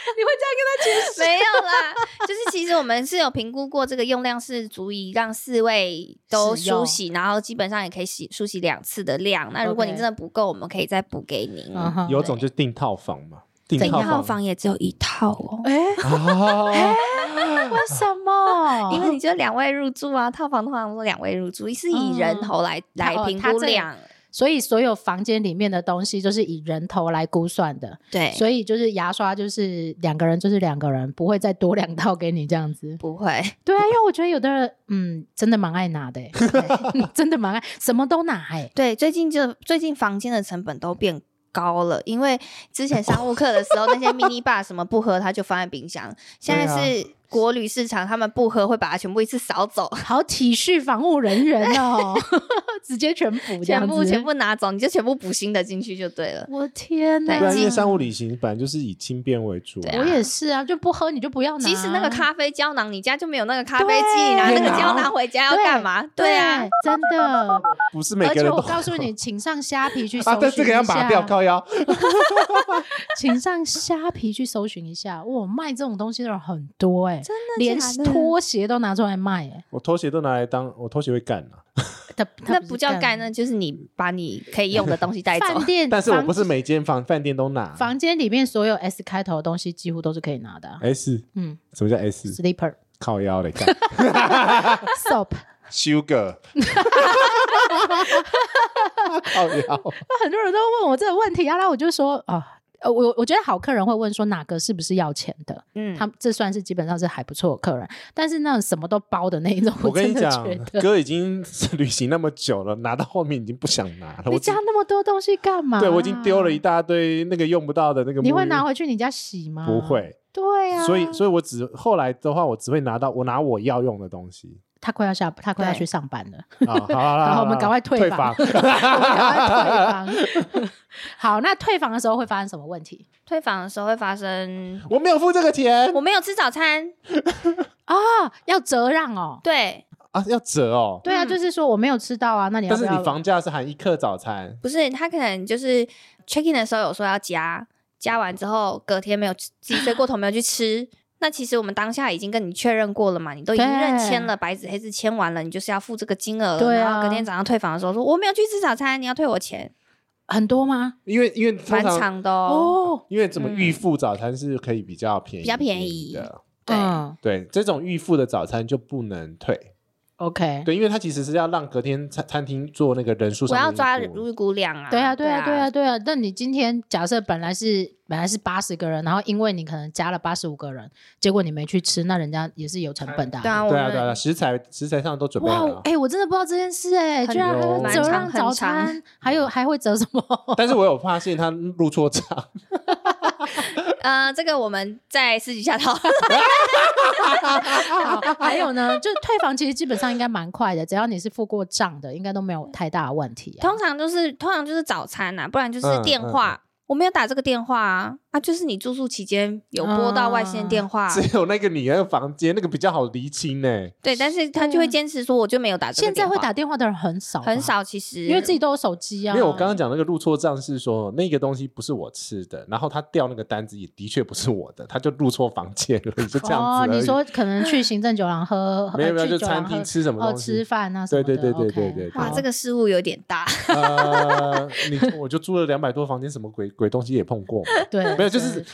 [SPEAKER 3] 这样跟他解释？没有啦，就是其实我们是有评估过，这个用量是足以让四位都
[SPEAKER 1] 使用
[SPEAKER 3] 梳洗，然后基本上也可以洗梳洗两次的量。那如果你
[SPEAKER 1] OK
[SPEAKER 3] 真的不够，我们可以再补给您。
[SPEAKER 1] 嗯哼
[SPEAKER 2] 有种就订套房嘛，订
[SPEAKER 1] 怎样
[SPEAKER 2] 套
[SPEAKER 3] 套房也只有一套哦，
[SPEAKER 1] 哎，哦
[SPEAKER 2] 啊，
[SPEAKER 1] 为什 么？
[SPEAKER 3] 因为你就两位入住啊，套房通常都两位入住，是以人头来、来
[SPEAKER 1] 它哦
[SPEAKER 3] 评
[SPEAKER 1] 它
[SPEAKER 3] 估
[SPEAKER 1] 这
[SPEAKER 3] 量。
[SPEAKER 1] 所以所有房间里面的东西就是以人头来估算的，
[SPEAKER 3] 对，
[SPEAKER 1] 所以就是牙刷就是两个人就是两个人，不会再多两套给你这样子。
[SPEAKER 3] 不会。
[SPEAKER 1] 对啊，因为我觉得有的人嗯真的蛮爱拿 的、欸，真的蛮爱什么都拿哎、
[SPEAKER 3] 对，最近就最近房间的成本都变高了，因为之前商务课的时候，那些 mini bar 什么不喝，它就放在冰箱。现
[SPEAKER 1] 啊
[SPEAKER 3] 在
[SPEAKER 2] 对
[SPEAKER 3] 是国旅市场，他们不喝会把它全部一次扫走，
[SPEAKER 1] 好体恤防务人员哦， 直接全补这样
[SPEAKER 3] 全
[SPEAKER 1] 子
[SPEAKER 3] 部全。部拿走，你就全部补新的进去就对了。
[SPEAKER 1] 我天哪！
[SPEAKER 2] 对啊，
[SPEAKER 3] 对
[SPEAKER 2] 因为商务旅行本来就是以轻便为主啊。
[SPEAKER 3] 对啊
[SPEAKER 1] 我也是啊，就不喝你就不要拿。
[SPEAKER 3] 即使那个咖啡胶囊，你家就没有那个咖啡机，
[SPEAKER 1] 啊对
[SPEAKER 3] 你拿那个
[SPEAKER 2] 对
[SPEAKER 3] 胶囊回家要干嘛？对啊，，
[SPEAKER 1] 真的。
[SPEAKER 2] 不是每
[SPEAKER 1] 而
[SPEAKER 2] 个人
[SPEAKER 1] 且
[SPEAKER 2] 都
[SPEAKER 1] 我告诉 你，请上虾皮去搜
[SPEAKER 2] 啊，
[SPEAKER 1] 寻一下。
[SPEAKER 2] 但这个要拔掉靠腰，
[SPEAKER 1] 请上虾皮去搜寻一下，哇，卖这种东西的人很多哎、
[SPEAKER 3] 真的
[SPEAKER 1] 连
[SPEAKER 3] 假的
[SPEAKER 1] 拖鞋都拿出来卖哎、
[SPEAKER 2] 我拖鞋都拿来当我拖鞋会干啊，
[SPEAKER 1] 它它
[SPEAKER 3] 那
[SPEAKER 1] 是
[SPEAKER 3] 不叫干，那就是你把你可以用的东西带走。
[SPEAKER 1] 饭店，
[SPEAKER 2] 但是我
[SPEAKER 1] 房
[SPEAKER 2] 不是每间房饭店都拿。
[SPEAKER 1] 嗯房间里面所有 S 开头的东西几乎都是可以拿的啊、
[SPEAKER 2] S
[SPEAKER 1] 嗯
[SPEAKER 2] 什么叫 S？
[SPEAKER 1] ，sleeper
[SPEAKER 2] 靠腰嘞，干
[SPEAKER 1] soap，
[SPEAKER 2] ，sugar，靠腰，
[SPEAKER 1] 很多人都问我这个问题啊，然后我就说啊。呃，我我觉得好客人会问说哪个是不是要钱的，
[SPEAKER 3] 嗯，
[SPEAKER 1] 他这算是基本上是还不错的客人，但是那种什么都包的那一种，
[SPEAKER 2] 我跟你
[SPEAKER 1] 真的
[SPEAKER 2] 讲
[SPEAKER 1] 觉，得
[SPEAKER 2] 哥已经旅行那么久了，拿到后面已经不想拿了。
[SPEAKER 1] 你
[SPEAKER 2] 我
[SPEAKER 1] 加
[SPEAKER 2] 只
[SPEAKER 1] 那么多东西干嘛？
[SPEAKER 2] 对我已经丢了一大堆那个用不到的那个
[SPEAKER 1] 啊
[SPEAKER 2] 沐浴，
[SPEAKER 1] 你会拿回去你家洗吗？
[SPEAKER 2] 不，会。
[SPEAKER 1] 对啊，
[SPEAKER 2] 所以，所以我只后来的话，我只会拿到我拿我要用的东西
[SPEAKER 1] 他快要下，他快要
[SPEAKER 3] 对
[SPEAKER 1] 去上班了，
[SPEAKER 2] 啊。好啦好啦，
[SPEAKER 1] 然 后我
[SPEAKER 2] 啦
[SPEAKER 1] 们赶快
[SPEAKER 2] 退
[SPEAKER 1] 退房赶快退房。 好，那退房的时候会发生什么问题
[SPEAKER 3] 退房的时候会发生，
[SPEAKER 2] 我没有付这个钱
[SPEAKER 3] 我没有吃早餐，
[SPEAKER 1] 啊？要折让哦。
[SPEAKER 3] 对，
[SPEAKER 2] 啊，要折哦。
[SPEAKER 1] 对啊，
[SPEAKER 3] 嗯
[SPEAKER 1] 就是说我没有吃到啊，那你要
[SPEAKER 2] 但
[SPEAKER 1] 不
[SPEAKER 2] 是
[SPEAKER 1] 要？
[SPEAKER 2] 你房价是含一克早餐，
[SPEAKER 3] 不是，他可能就是 check in 的时候有说要加，加完之后隔天没有吃自己睡过头没有去吃，那其实我们当下已经跟你确认过了嘛，你都已经认签了，白纸黑字签完了，你就是要付这个金额了。
[SPEAKER 1] 对啊
[SPEAKER 3] 然后隔天早上退房的时候说我没有去吃早餐，你要退我钱，
[SPEAKER 1] 很多吗？
[SPEAKER 2] 因为因为通
[SPEAKER 3] 蛮
[SPEAKER 2] 常
[SPEAKER 3] 长的哦。
[SPEAKER 1] 哦，
[SPEAKER 2] 因为怎么
[SPEAKER 3] 嗯
[SPEAKER 2] 预付早餐是可以比较便宜，
[SPEAKER 3] 比较便宜
[SPEAKER 2] 的。
[SPEAKER 3] 对
[SPEAKER 1] 嗯
[SPEAKER 2] 对，这种预付的早餐就不能退。
[SPEAKER 1] ，OK，
[SPEAKER 2] 对，因为它其实是要让隔天餐餐厅做那个人数
[SPEAKER 3] 我
[SPEAKER 2] 上
[SPEAKER 3] 要
[SPEAKER 2] 面的
[SPEAKER 3] 抓
[SPEAKER 2] 预估
[SPEAKER 3] 入股量啊！
[SPEAKER 1] 对啊，对啊，对啊，，对啊。那你今天假设本来是本来是八十个人，然后因为你可能加了八十五个人，结果你没去吃，那人家也是有成本的啊。
[SPEAKER 3] 对啊，我
[SPEAKER 2] 对啊，对啊，
[SPEAKER 3] 们
[SPEAKER 2] 食材食材上都准备
[SPEAKER 1] 哇
[SPEAKER 2] 好了，。
[SPEAKER 1] 哎、我真的不知道这件事哎、
[SPEAKER 3] 很
[SPEAKER 1] 居然还
[SPEAKER 2] 有
[SPEAKER 1] 会折让早
[SPEAKER 3] 蛮长
[SPEAKER 1] 餐
[SPEAKER 3] 很，
[SPEAKER 1] 还有还会折什么？
[SPEAKER 2] 但是我有发现他入错账，
[SPEAKER 3] 呃，这个我们在私底下讨论。
[SPEAKER 1] 好还有 呢，就退房其实基本上应该蛮快的，只要你是付过账的，应该都没有太大的问题、啊。
[SPEAKER 3] 通常就是通常就是早餐啊呐、不然就是
[SPEAKER 2] 嗯
[SPEAKER 3] 电话。我没有打这个电话啊，啊，就是你住宿期间有拨到外线
[SPEAKER 2] 啊
[SPEAKER 3] 电
[SPEAKER 1] 啊
[SPEAKER 3] 话，
[SPEAKER 2] 只有那个你那个房间那个比较好厘清呢。
[SPEAKER 3] 对，但是他就会坚持说我就没有打
[SPEAKER 1] 啊
[SPEAKER 3] 这个
[SPEAKER 1] 现在
[SPEAKER 3] 电话。
[SPEAKER 1] 会打电话的人很少，
[SPEAKER 3] 很，少，其实
[SPEAKER 1] 因为自己都有手机啊。
[SPEAKER 2] 因为我刚刚讲那个入错账是说那个东西不是我吃的，然后他调那个单子也的确不是我的，他就入错房间了，就这样
[SPEAKER 1] 哦，
[SPEAKER 2] 子而已。
[SPEAKER 1] 你说可能去行政酒廊喝，
[SPEAKER 2] 没有没
[SPEAKER 1] 呃
[SPEAKER 2] 有，
[SPEAKER 1] 去
[SPEAKER 2] 就
[SPEAKER 1] 酒廊
[SPEAKER 2] 餐
[SPEAKER 1] 喝
[SPEAKER 2] 厅吃什么
[SPEAKER 1] 哦
[SPEAKER 2] 东西？
[SPEAKER 1] 吃饭啊什么的。
[SPEAKER 2] 对对对对
[SPEAKER 1] OK，
[SPEAKER 2] 对对对
[SPEAKER 3] 哇，
[SPEAKER 1] 好
[SPEAKER 3] 这个失误有点大，
[SPEAKER 2] 呃， 你我就住了两百多房间，什么鬼鬼东西也 碰过嘛。
[SPEAKER 1] 对
[SPEAKER 2] 没有，就是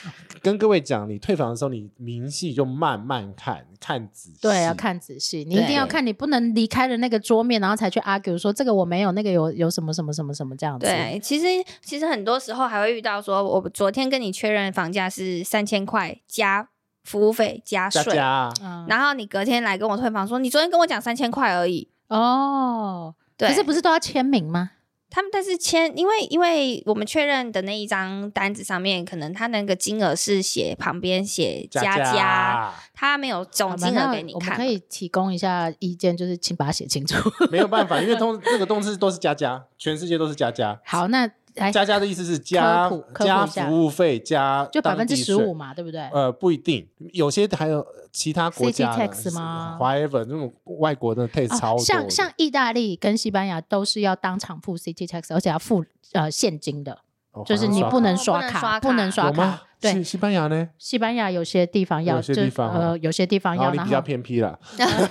[SPEAKER 2] 跟各位讲，你退房的时候，你明细就慢慢看，看仔细。
[SPEAKER 1] 对，要看仔细，你一
[SPEAKER 3] 对
[SPEAKER 1] 定要看，你不能离开了那个桌面，然后才去 argue 说这个我没有，那个有有什么什么什么什么这样子。
[SPEAKER 3] 对，其实其实很多时候还会遇到说，我昨天跟你确认房价是三千块加服务费加
[SPEAKER 2] 佳
[SPEAKER 3] 税，
[SPEAKER 2] 佳，
[SPEAKER 1] 嗯，
[SPEAKER 3] 然后你隔天来跟我退房说，你昨天跟我讲三千块而已，
[SPEAKER 1] 哦，
[SPEAKER 3] 对，
[SPEAKER 1] 可是不是都要签名吗？
[SPEAKER 3] 他们但是签，因为因为我们确认的那一张单子上面，可能他那个金额是写旁边写加加，
[SPEAKER 2] 加，
[SPEAKER 3] 他没有总
[SPEAKER 1] 好吧
[SPEAKER 3] 金额
[SPEAKER 1] 那
[SPEAKER 3] 给你
[SPEAKER 1] 我们
[SPEAKER 3] 看
[SPEAKER 1] 可。以提供一下意见，就是请把它写清楚。
[SPEAKER 2] 没有办法，因为通这个动词都是加加，全世界都是加加。
[SPEAKER 1] 好，那来
[SPEAKER 2] 加加的意思是加
[SPEAKER 1] 科普科普一
[SPEAKER 2] 加
[SPEAKER 1] 下
[SPEAKER 2] 服务费加
[SPEAKER 1] 就百分之
[SPEAKER 2] 当地税
[SPEAKER 1] 十五嘛，对不对？
[SPEAKER 2] 呃，不一定，有些还有其他国
[SPEAKER 1] City
[SPEAKER 2] 家的
[SPEAKER 1] tax 吗
[SPEAKER 2] ？However，那种外国的 tax
[SPEAKER 1] 哦
[SPEAKER 2] 超多的、
[SPEAKER 1] 像像意大利跟西班牙都是要当场付 CT tax，而且要付呃现金的，
[SPEAKER 2] 哦
[SPEAKER 1] 就是你
[SPEAKER 2] 好像
[SPEAKER 1] 不能
[SPEAKER 3] 哦
[SPEAKER 1] 刷
[SPEAKER 3] 不能
[SPEAKER 1] 卡，
[SPEAKER 3] 刷
[SPEAKER 1] 不能
[SPEAKER 3] 卡
[SPEAKER 1] 刷
[SPEAKER 2] 有吗
[SPEAKER 1] 卡。？对
[SPEAKER 2] 西，西班牙呢？
[SPEAKER 1] 西班牙有些地方要，
[SPEAKER 2] 有些
[SPEAKER 1] 就
[SPEAKER 2] 地方哦
[SPEAKER 1] 呃有些地方
[SPEAKER 2] 然后
[SPEAKER 1] 要，
[SPEAKER 2] 你
[SPEAKER 1] 然
[SPEAKER 2] 比
[SPEAKER 1] 后
[SPEAKER 2] 较偏僻啦，
[SPEAKER 1] 谢谢你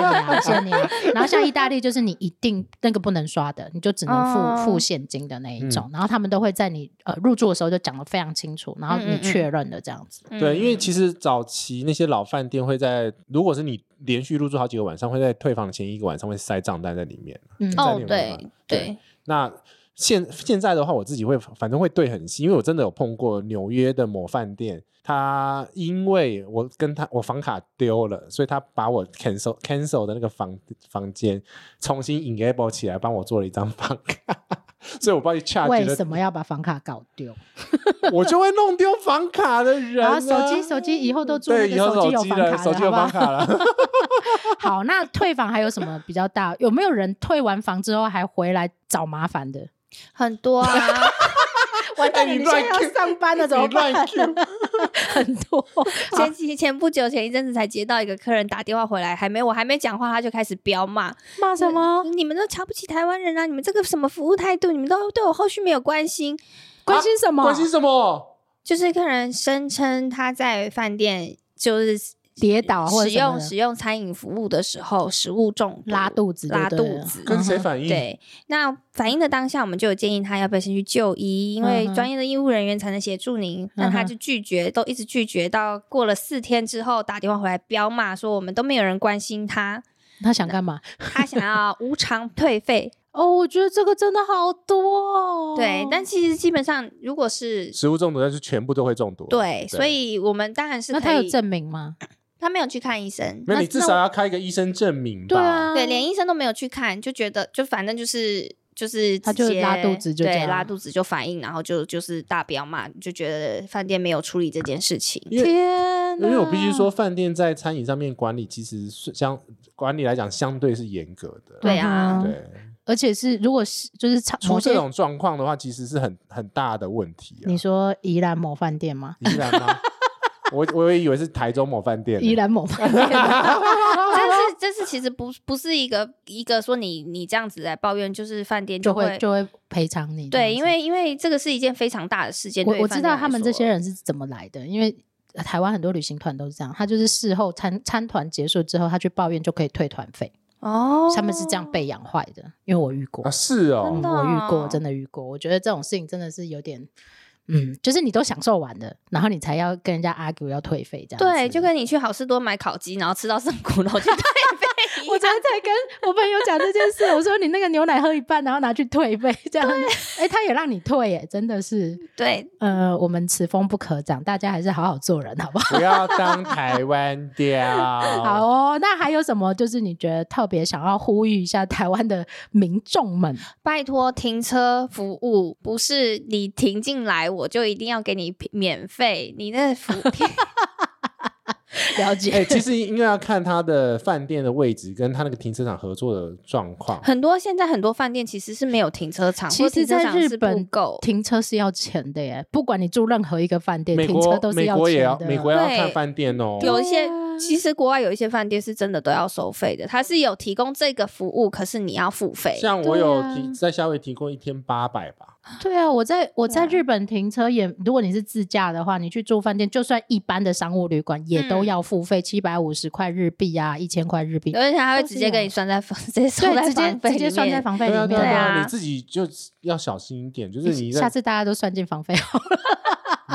[SPEAKER 1] 啊，谢谢你啊。然后像意大利，就是你一定那个不能刷的，你就只能付、
[SPEAKER 3] 哦
[SPEAKER 1] 付现金的那
[SPEAKER 2] 嗯
[SPEAKER 1] 一种。然后他们都会在你呃入住的时候就讲的非常清楚，然后
[SPEAKER 3] 嗯嗯
[SPEAKER 1] 你
[SPEAKER 3] 嗯
[SPEAKER 1] 确认了这样子。
[SPEAKER 3] 嗯
[SPEAKER 2] 对，因为其实早期那些老饭店会在，如果是你连续入住好几个晚上，会在退房前一个晚上会塞账单在里面。
[SPEAKER 1] 嗯，
[SPEAKER 2] 在
[SPEAKER 3] 哦
[SPEAKER 2] 你，们
[SPEAKER 3] 对
[SPEAKER 2] 嘛对
[SPEAKER 3] 对，
[SPEAKER 2] 那现现在的话，我自己会反正会对很细，因为我真的有碰过纽约的某饭店，他因为我跟他我房卡丢了，所以他把我 cancel cancel 的那个房房间重新 enable 起来，帮我做了一张房卡， 所以我帮你 charge
[SPEAKER 1] 为
[SPEAKER 2] 了
[SPEAKER 1] 什么要把房卡搞丢？
[SPEAKER 2] 我就会弄丢房卡的人、
[SPEAKER 1] 然后
[SPEAKER 2] 啊。
[SPEAKER 1] 手机手机以后都注
[SPEAKER 2] 对，
[SPEAKER 1] 那
[SPEAKER 2] 以
[SPEAKER 1] 个
[SPEAKER 2] 后
[SPEAKER 1] 机有
[SPEAKER 2] 机
[SPEAKER 1] 房
[SPEAKER 2] 了，
[SPEAKER 1] 卡
[SPEAKER 2] 手机
[SPEAKER 1] 好
[SPEAKER 2] 有
[SPEAKER 1] 不
[SPEAKER 2] 房
[SPEAKER 1] 好？
[SPEAKER 2] 卡 了。
[SPEAKER 1] 好，那退房还有什么比较大？有没有人退完房之后还回来找麻烦的？
[SPEAKER 3] 很多啊，
[SPEAKER 1] 完蛋了，
[SPEAKER 2] 哎你
[SPEAKER 1] 你现在
[SPEAKER 2] 乱
[SPEAKER 1] 要
[SPEAKER 2] Q，
[SPEAKER 1] 上班了，怎么
[SPEAKER 2] 你乱
[SPEAKER 1] 办？ 很多。
[SPEAKER 3] 前几前不久前一阵子才接到一个客人打电话回来，还没我还没讲话，他就开始飙骂，哦
[SPEAKER 1] 骂什么？
[SPEAKER 3] 你们都瞧不起台湾人啊！你们这个什么服务态度，你们都对我后续没有关心。
[SPEAKER 1] 关心什么？
[SPEAKER 2] 关心什么？
[SPEAKER 3] 就是客人声称他在饭店就是
[SPEAKER 1] 跌倒啊或者
[SPEAKER 3] 使
[SPEAKER 1] 什
[SPEAKER 3] 用
[SPEAKER 1] 么的
[SPEAKER 3] 使用餐饮服务的时候食物中毒
[SPEAKER 1] 拉肚子就
[SPEAKER 3] 拉
[SPEAKER 1] 对嗯了，
[SPEAKER 3] 肚子
[SPEAKER 2] 跟谁反应？
[SPEAKER 3] 对，那反应的当下，我们就有建议他要不要先去就医，因为
[SPEAKER 1] 嗯哼
[SPEAKER 3] 专业的医务人员才能协助您。那他
[SPEAKER 1] 嗯哼
[SPEAKER 3] 就拒绝，都一直拒绝，到过了四天之后打电话回来彪骂说我们都没有人关心他，
[SPEAKER 1] 他想干嘛？
[SPEAKER 3] 他想要无偿退费。
[SPEAKER 1] 哦，我觉得这个真的好多哦。
[SPEAKER 3] 对，但其实基本上如果是
[SPEAKER 2] 食物中毒，但是全部都会中毒。啊
[SPEAKER 3] 对，所以我们当然是
[SPEAKER 1] 那
[SPEAKER 3] 可
[SPEAKER 1] 他有
[SPEAKER 3] 以
[SPEAKER 1] 证明吗？
[SPEAKER 3] 他没有去看医生，
[SPEAKER 2] 没有，
[SPEAKER 1] 那
[SPEAKER 2] 你至
[SPEAKER 1] 那
[SPEAKER 2] 少
[SPEAKER 1] 我
[SPEAKER 2] 要开一个医生证明吧。
[SPEAKER 1] 对啊，
[SPEAKER 3] 对，连医生都没有去看，就觉得就反正就是就是
[SPEAKER 1] 他
[SPEAKER 3] 直
[SPEAKER 1] 就
[SPEAKER 3] 接
[SPEAKER 1] 拉肚子就这
[SPEAKER 3] 对
[SPEAKER 1] 样
[SPEAKER 3] 拉肚子就反应，然后就就是大飙嘛，就觉得饭店没有处理这件事 情。
[SPEAKER 2] 因为
[SPEAKER 1] 天哪，
[SPEAKER 2] 因为我必须说，饭店在餐饮上面管理其实是相管理来讲相对是严格的。
[SPEAKER 3] 对啊
[SPEAKER 1] 嗯哼，
[SPEAKER 2] 对，
[SPEAKER 1] 而且是如果是就是差
[SPEAKER 2] 出这，
[SPEAKER 1] 某些
[SPEAKER 2] 种状况的话，其实是很很大的问题、啊。
[SPEAKER 1] 你说宜兰某饭店吗？
[SPEAKER 2] 依然 吗？我我也以为是台中某饭店呢。
[SPEAKER 1] 宜兰某饭店，
[SPEAKER 3] 但是这是其实不不是一个一个说你你这样子来抱怨， 就是饭店
[SPEAKER 1] 就
[SPEAKER 3] 会
[SPEAKER 1] 会就会赔偿你这样
[SPEAKER 3] 对，
[SPEAKER 1] 子。
[SPEAKER 3] 因为因为这个是一件非常大的事件。对
[SPEAKER 1] 我
[SPEAKER 3] 于
[SPEAKER 1] 我
[SPEAKER 3] 饭
[SPEAKER 1] 知
[SPEAKER 3] 店
[SPEAKER 1] 道
[SPEAKER 3] 来
[SPEAKER 1] 他们这
[SPEAKER 3] 说
[SPEAKER 1] 些人是怎么来的，因为。呃台湾很多旅行团都是这样，他就是事后参参团结束之后，他去抱怨就可以退团费，
[SPEAKER 3] 哦，
[SPEAKER 1] 他们是这样被养坏的，因为我遇过
[SPEAKER 2] 啊，。是
[SPEAKER 1] 嗯
[SPEAKER 2] 哦
[SPEAKER 3] 真，的
[SPEAKER 1] 我遇过，
[SPEAKER 3] 哦
[SPEAKER 1] 真的遇过。我觉得这种事情真的是有点，嗯，就是你都享受完了，然后你才要跟人家 argue 要退费这样子。
[SPEAKER 3] 对，就跟你去好事多买烤鸡，然后吃到剩骨头就对
[SPEAKER 1] 我昨天在跟我朋友讲这件事，我说你那个牛奶喝一半，然后拿去退费这样。哎、他也让你退耶，真的是，
[SPEAKER 3] 对，
[SPEAKER 1] 呃，我们此风不可长，大家还是好好做人，好不好？
[SPEAKER 2] 不要当台湾雕。
[SPEAKER 1] 好
[SPEAKER 2] 好，
[SPEAKER 1] 哦，那还有什么？就是你觉得特别想要呼吁一下台湾的民众 们，
[SPEAKER 3] 拜托，停车服务不是你停进来我就一定要给你免费，你那服
[SPEAKER 1] 了
[SPEAKER 2] 哎、
[SPEAKER 1] 解？
[SPEAKER 2] 其实应该要看他的饭店的位置跟他那个停车场合作的状 况。
[SPEAKER 3] 很多现在很多饭店其实是没有停车 场，
[SPEAKER 1] 其
[SPEAKER 3] 或
[SPEAKER 1] 实
[SPEAKER 3] 停车
[SPEAKER 1] 在
[SPEAKER 3] 场
[SPEAKER 1] 日
[SPEAKER 3] 是不
[SPEAKER 1] 本
[SPEAKER 3] 够。
[SPEAKER 1] 停车是要钱的耶，不管你住任何一个饭店，
[SPEAKER 2] 美
[SPEAKER 1] 停车都
[SPEAKER 2] 国
[SPEAKER 1] 是
[SPEAKER 2] 美
[SPEAKER 1] 要
[SPEAKER 2] 国也
[SPEAKER 1] 钱
[SPEAKER 2] 要
[SPEAKER 1] 的。
[SPEAKER 2] 美国也要
[SPEAKER 3] 对
[SPEAKER 2] 看饭店哦。
[SPEAKER 3] 有一些
[SPEAKER 1] 对啊
[SPEAKER 3] 其实国外有一些饭店是真的都要收费的，它是有提供这个服务，可是你要付费。
[SPEAKER 2] 像我有
[SPEAKER 1] 对啊
[SPEAKER 2] 提在夏威夷提供一天八百吧。
[SPEAKER 1] 对啊，我在我在
[SPEAKER 3] 对啊
[SPEAKER 1] 日本停车也，如果你是自驾的话，你去住饭店，就算一般的商务旅馆也都
[SPEAKER 3] 嗯
[SPEAKER 1] 要付费七百五十块日币啊，一千块日币，
[SPEAKER 3] 而且他会
[SPEAKER 1] 都是
[SPEAKER 3] 直接
[SPEAKER 1] 有
[SPEAKER 3] 跟你算在房， 直接算
[SPEAKER 1] 对，
[SPEAKER 3] 在
[SPEAKER 1] 直接
[SPEAKER 3] 房费
[SPEAKER 1] 直接
[SPEAKER 3] 里
[SPEAKER 1] 算在
[SPEAKER 3] 面
[SPEAKER 1] 房费里
[SPEAKER 2] 对啊，
[SPEAKER 1] 面。
[SPEAKER 2] 对
[SPEAKER 3] 对
[SPEAKER 2] 啊，
[SPEAKER 3] 啊
[SPEAKER 2] 你自己就是要小心一点，就是你
[SPEAKER 1] 下
[SPEAKER 2] 在
[SPEAKER 1] 次大家都算进房费哦好了。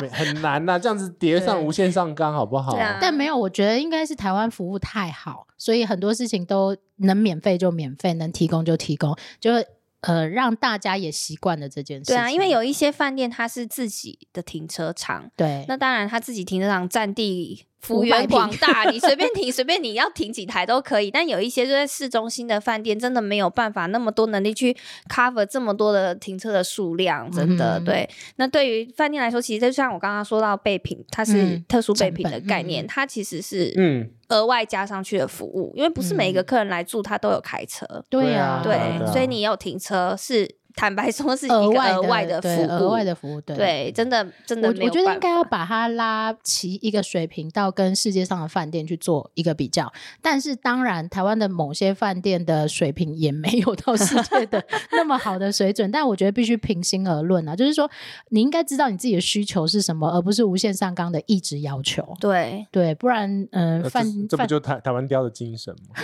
[SPEAKER 2] 没很难呐、这样子叠上
[SPEAKER 1] 对
[SPEAKER 2] 无限上纲，好不好？
[SPEAKER 3] 对啊
[SPEAKER 1] 但没有，我觉得应该是台湾服务太好，所以很多事情都能免费就免费，能提供就提供，就是呃让大家也习惯了这件事情。
[SPEAKER 3] 对啊，因为有一些饭店它是自己的停车场，
[SPEAKER 1] 对
[SPEAKER 3] 那当然他自己停车场占地幅员
[SPEAKER 1] 500平
[SPEAKER 3] 广大，你 随便停，随便你要停几台都可以。但有一些就在市中心的饭店，真的没有办法那么多能力去 cover 这么多的停车的数量，真的、
[SPEAKER 1] 嗯
[SPEAKER 3] 对。那对于饭店来说，其实就像我刚刚说到备品，它是
[SPEAKER 1] 嗯
[SPEAKER 3] 特殊备
[SPEAKER 1] 成
[SPEAKER 3] 品
[SPEAKER 1] 本
[SPEAKER 3] 的概念，
[SPEAKER 1] 嗯嗯
[SPEAKER 3] 它其实是
[SPEAKER 2] 嗯，
[SPEAKER 3] 额外加上去的服务，因为不是每一个客人来住他都有开车，
[SPEAKER 1] 对
[SPEAKER 2] 啊
[SPEAKER 1] 呀，
[SPEAKER 3] 对，
[SPEAKER 2] 对啊
[SPEAKER 3] 所以你有停车是坦白说是一个
[SPEAKER 1] 额外
[SPEAKER 3] 额外的服
[SPEAKER 1] 对
[SPEAKER 3] 务，
[SPEAKER 1] 额外的服务，对
[SPEAKER 3] 对，真的真
[SPEAKER 1] 我
[SPEAKER 3] 的没有
[SPEAKER 1] 我觉得
[SPEAKER 3] 办
[SPEAKER 1] 应该要
[SPEAKER 3] 法
[SPEAKER 1] 把它拉齐一个水平，到跟世界上的饭店去做一个比较。但是当然，台湾的某些饭店的水平也没有到世界 的那么好的水准。但我觉得必须平心而论啊，就是说你应该知道你自己的需求是什么，而不是无限上纲的一直要求。
[SPEAKER 3] 对。
[SPEAKER 1] 对，不然，嗯、
[SPEAKER 2] 那
[SPEAKER 1] 饭
[SPEAKER 2] 呃这这不
[SPEAKER 1] 饭，
[SPEAKER 2] 就台台湾雕的精神吗？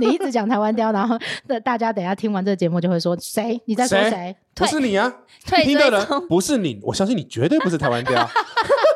[SPEAKER 1] 你一直讲台湾 雕，然后那大家等一下听完这个节目就会说谁？你在说
[SPEAKER 2] 谁
[SPEAKER 1] 谁？
[SPEAKER 2] 不是你啊，
[SPEAKER 3] 退
[SPEAKER 2] 听的
[SPEAKER 3] 追踪
[SPEAKER 2] 人不是你，我相信你绝对不是台湾雕。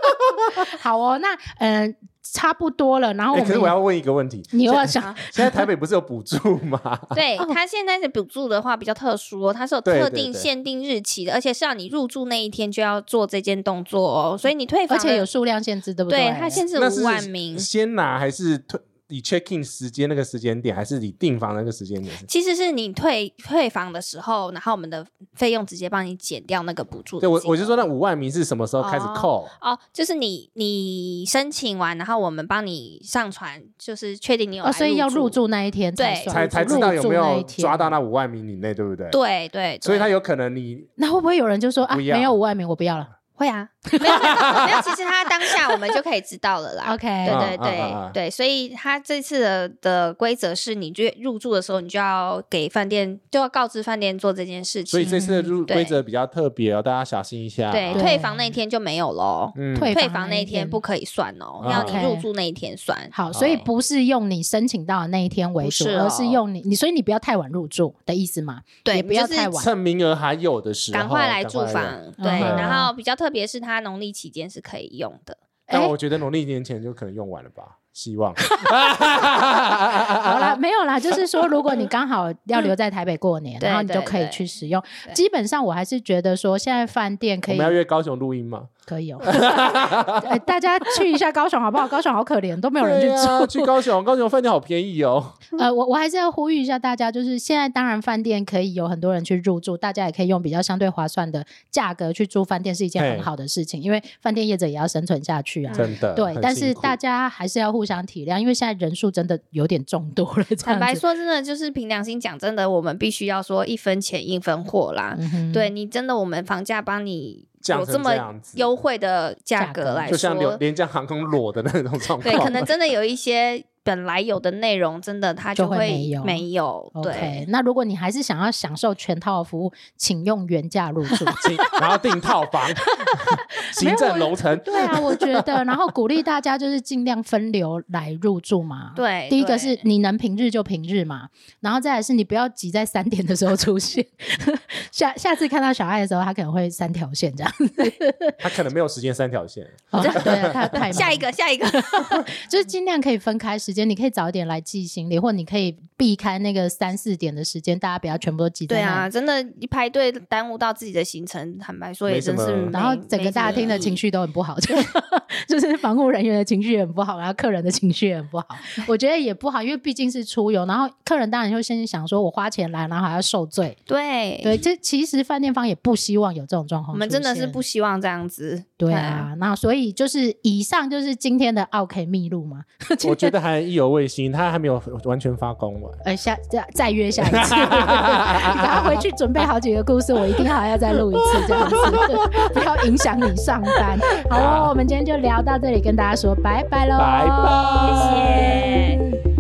[SPEAKER 1] 好哦，那嗯、差不多了。然后我
[SPEAKER 2] 哎，
[SPEAKER 1] 们
[SPEAKER 2] 可是
[SPEAKER 1] 也、
[SPEAKER 2] 我要问一个问题，
[SPEAKER 1] 你又要
[SPEAKER 2] 现
[SPEAKER 1] 想
[SPEAKER 2] 现在台北不是有补助吗？
[SPEAKER 3] 对
[SPEAKER 1] 哦
[SPEAKER 3] 他现在的补助的话比较特殊哦，它是有
[SPEAKER 2] 对
[SPEAKER 3] 特
[SPEAKER 2] 对
[SPEAKER 3] 定
[SPEAKER 2] 对
[SPEAKER 3] 限定日期的，而且是让你入住那一天就要做这件动作哦，所以你退房
[SPEAKER 1] 而
[SPEAKER 3] 的
[SPEAKER 1] 且有数量限制，对不
[SPEAKER 3] 对
[SPEAKER 1] 对
[SPEAKER 3] 它限制
[SPEAKER 2] 那是
[SPEAKER 3] 五万名。
[SPEAKER 2] 先拿还是退？你 check in 时间那个时间点，还是你订房那个时间点？
[SPEAKER 3] 其实是你退退房的时候，然后我们的费用直接帮你减掉那个补助的
[SPEAKER 2] 对我
[SPEAKER 3] 金额。
[SPEAKER 2] 我就说那五万名是什么时候开始
[SPEAKER 3] 哦
[SPEAKER 2] 扣？
[SPEAKER 3] 哦，就是你你申请完，然后我们帮你上传，就是确定你有来
[SPEAKER 1] 哦，所以要入住那一天
[SPEAKER 3] 对
[SPEAKER 1] 算
[SPEAKER 2] 才才知道有没
[SPEAKER 1] 啊入住那
[SPEAKER 2] 有
[SPEAKER 1] 一天
[SPEAKER 2] 抓到那五万名以内，对不对？。
[SPEAKER 3] 对对，对
[SPEAKER 2] 所以他有可能你
[SPEAKER 1] 那会不会有人就说啊，
[SPEAKER 2] 不要
[SPEAKER 1] 没有五万名，我不要 了
[SPEAKER 3] 会啊，没有没有，其实他当下我们就可以知道了 啦。
[SPEAKER 1] ？OK，
[SPEAKER 3] 对对对、
[SPEAKER 2] 啊啊啊啊
[SPEAKER 3] 对，所以他这次的的规则是，你就入住的时候，你就要给饭店，就要告知饭店做这件事情。
[SPEAKER 2] 所以这次的入
[SPEAKER 3] 嗯对
[SPEAKER 2] 规则比较特别哦，大家小心一下。哦
[SPEAKER 3] 对
[SPEAKER 1] 对
[SPEAKER 3] 退房那天就没有喽，
[SPEAKER 2] 嗯
[SPEAKER 1] 退
[SPEAKER 3] 退
[SPEAKER 1] 房
[SPEAKER 3] 房
[SPEAKER 1] 那
[SPEAKER 3] 那
[SPEAKER 1] 一
[SPEAKER 3] 一
[SPEAKER 1] 天
[SPEAKER 3] 天不可以算哦，
[SPEAKER 2] 啊
[SPEAKER 3] 要你
[SPEAKER 1] OK
[SPEAKER 3] 入住那一天
[SPEAKER 2] 嗯
[SPEAKER 3] 算。
[SPEAKER 1] 好，所以不是用你申请到的那一天为主，
[SPEAKER 3] 不是哦
[SPEAKER 1] 而是用你你，所以你不要太晚入住的意思嘛？
[SPEAKER 3] 对，
[SPEAKER 1] 也不要
[SPEAKER 3] 就是
[SPEAKER 1] 太 晚
[SPEAKER 2] 趁名额还有的时候，
[SPEAKER 3] 赶快来住
[SPEAKER 2] 哦赶快
[SPEAKER 3] 房
[SPEAKER 2] 来。
[SPEAKER 3] 对，
[SPEAKER 2] 嗯
[SPEAKER 3] 然后比较特别是，它农历期间是可以用的。
[SPEAKER 1] 哎
[SPEAKER 2] 但我觉得农历年前就可能用完了吧，希望。
[SPEAKER 1] 好 啦，没有啦，就是说，如果你刚好要留在台北过 年，
[SPEAKER 3] 对
[SPEAKER 1] 然后你就可以
[SPEAKER 3] 对
[SPEAKER 1] 去使用。
[SPEAKER 3] 对
[SPEAKER 1] 基本上，我还是觉得说，现在饭店可
[SPEAKER 2] 我
[SPEAKER 1] 以
[SPEAKER 2] 们要约高雄录音吗？
[SPEAKER 1] 可以哦、 哎大家去一下高雄好不好？高雄好可怜，都没有人去
[SPEAKER 2] 对啊
[SPEAKER 1] 住。
[SPEAKER 2] 去高雄，高雄饭店好便宜哦。
[SPEAKER 1] 呃，我我还是要呼吁一下大家，就是现在当然饭店可以有很多人去入住，大家也可以用比较相对划算的价格去住饭店，是一件很
[SPEAKER 2] 嘿
[SPEAKER 1] 好的事情，因为饭店业者也要生存下去啊。
[SPEAKER 3] 嗯
[SPEAKER 2] 真的。
[SPEAKER 1] 对
[SPEAKER 2] 很，
[SPEAKER 1] 但是
[SPEAKER 2] 辛苦
[SPEAKER 1] 大家还是要互相体谅，因为现在人数真的有点众多了。这
[SPEAKER 3] 坦
[SPEAKER 1] 样
[SPEAKER 3] 白
[SPEAKER 1] 子，
[SPEAKER 3] 说，真的就是凭良心讲，真的我们必须要说一分钱一分货啦。
[SPEAKER 1] 嗯哼
[SPEAKER 3] 对你真的，我们房价帮你
[SPEAKER 2] 降
[SPEAKER 3] 有
[SPEAKER 2] 成
[SPEAKER 3] 这
[SPEAKER 2] 这
[SPEAKER 3] 么
[SPEAKER 2] 样子
[SPEAKER 3] 优惠的价
[SPEAKER 1] 价
[SPEAKER 3] 格
[SPEAKER 1] 格
[SPEAKER 3] 来
[SPEAKER 2] 就像
[SPEAKER 3] 说
[SPEAKER 2] 廉，廉价航空裸的那种状况，
[SPEAKER 3] 对，可能真的有一些本来有的内容，真的它
[SPEAKER 1] 就
[SPEAKER 3] 就
[SPEAKER 1] 会
[SPEAKER 3] 会
[SPEAKER 1] 没有
[SPEAKER 3] 没有。
[SPEAKER 1] ，OK
[SPEAKER 3] 对。，
[SPEAKER 1] 那如果你还是想要享受全套的服务，请用原价入住。
[SPEAKER 2] 请然后订套房，行政楼层。
[SPEAKER 1] 对啊，我觉得，然后鼓励大家就是尽量分流来入住嘛。
[SPEAKER 3] 对，
[SPEAKER 1] 第一
[SPEAKER 3] 对
[SPEAKER 1] 个是你能平日就平日嘛，然后再来是你不要挤在三点的时候出现， 下下次看到小爱的时候，他可能会三条线这 样。
[SPEAKER 2] 他可能没有时间三条线。
[SPEAKER 1] 哦、对，他 太忙
[SPEAKER 3] 下一个，下 一个，
[SPEAKER 1] 就是尽量可以分开时间，你可以早一点来寄行李，或你可以避开那个三四点的时间，大家不要全部都挤
[SPEAKER 3] 对
[SPEAKER 1] 在
[SPEAKER 3] 啊，
[SPEAKER 1] 那里。
[SPEAKER 3] 真的，一排队耽误到自己的行程，坦白说也
[SPEAKER 2] 没什
[SPEAKER 3] 真是
[SPEAKER 2] 么
[SPEAKER 3] 没。
[SPEAKER 1] 然后整个
[SPEAKER 3] 没什么
[SPEAKER 1] 大厅的
[SPEAKER 3] 意义
[SPEAKER 1] 情绪都很不好， 就就是防护人员的情绪也很不好，然后客人的情绪也很不好。我觉得也不好，因为毕竟是出游，然后客人当然就先想说，我花钱来，然后还要受罪，
[SPEAKER 3] 对
[SPEAKER 1] 对，这其实饭店方也不希望有这种状况出
[SPEAKER 3] 哎我
[SPEAKER 1] 现。
[SPEAKER 3] 们真的是不希望这样子。
[SPEAKER 1] 对啊。那所以就是以上就是今天的奥 K 秘录嘛。
[SPEAKER 2] 我觉得还意犹未尽，他还没有完全发光完。
[SPEAKER 1] 呃，下再再约下一次， 赶快回去准备好几个故事，我一定还要再录一次这样子，不要影响你上班。好哦，我们今天就聊到这里，跟大家说拜拜喽，
[SPEAKER 2] 拜拜
[SPEAKER 3] 对，谢谢。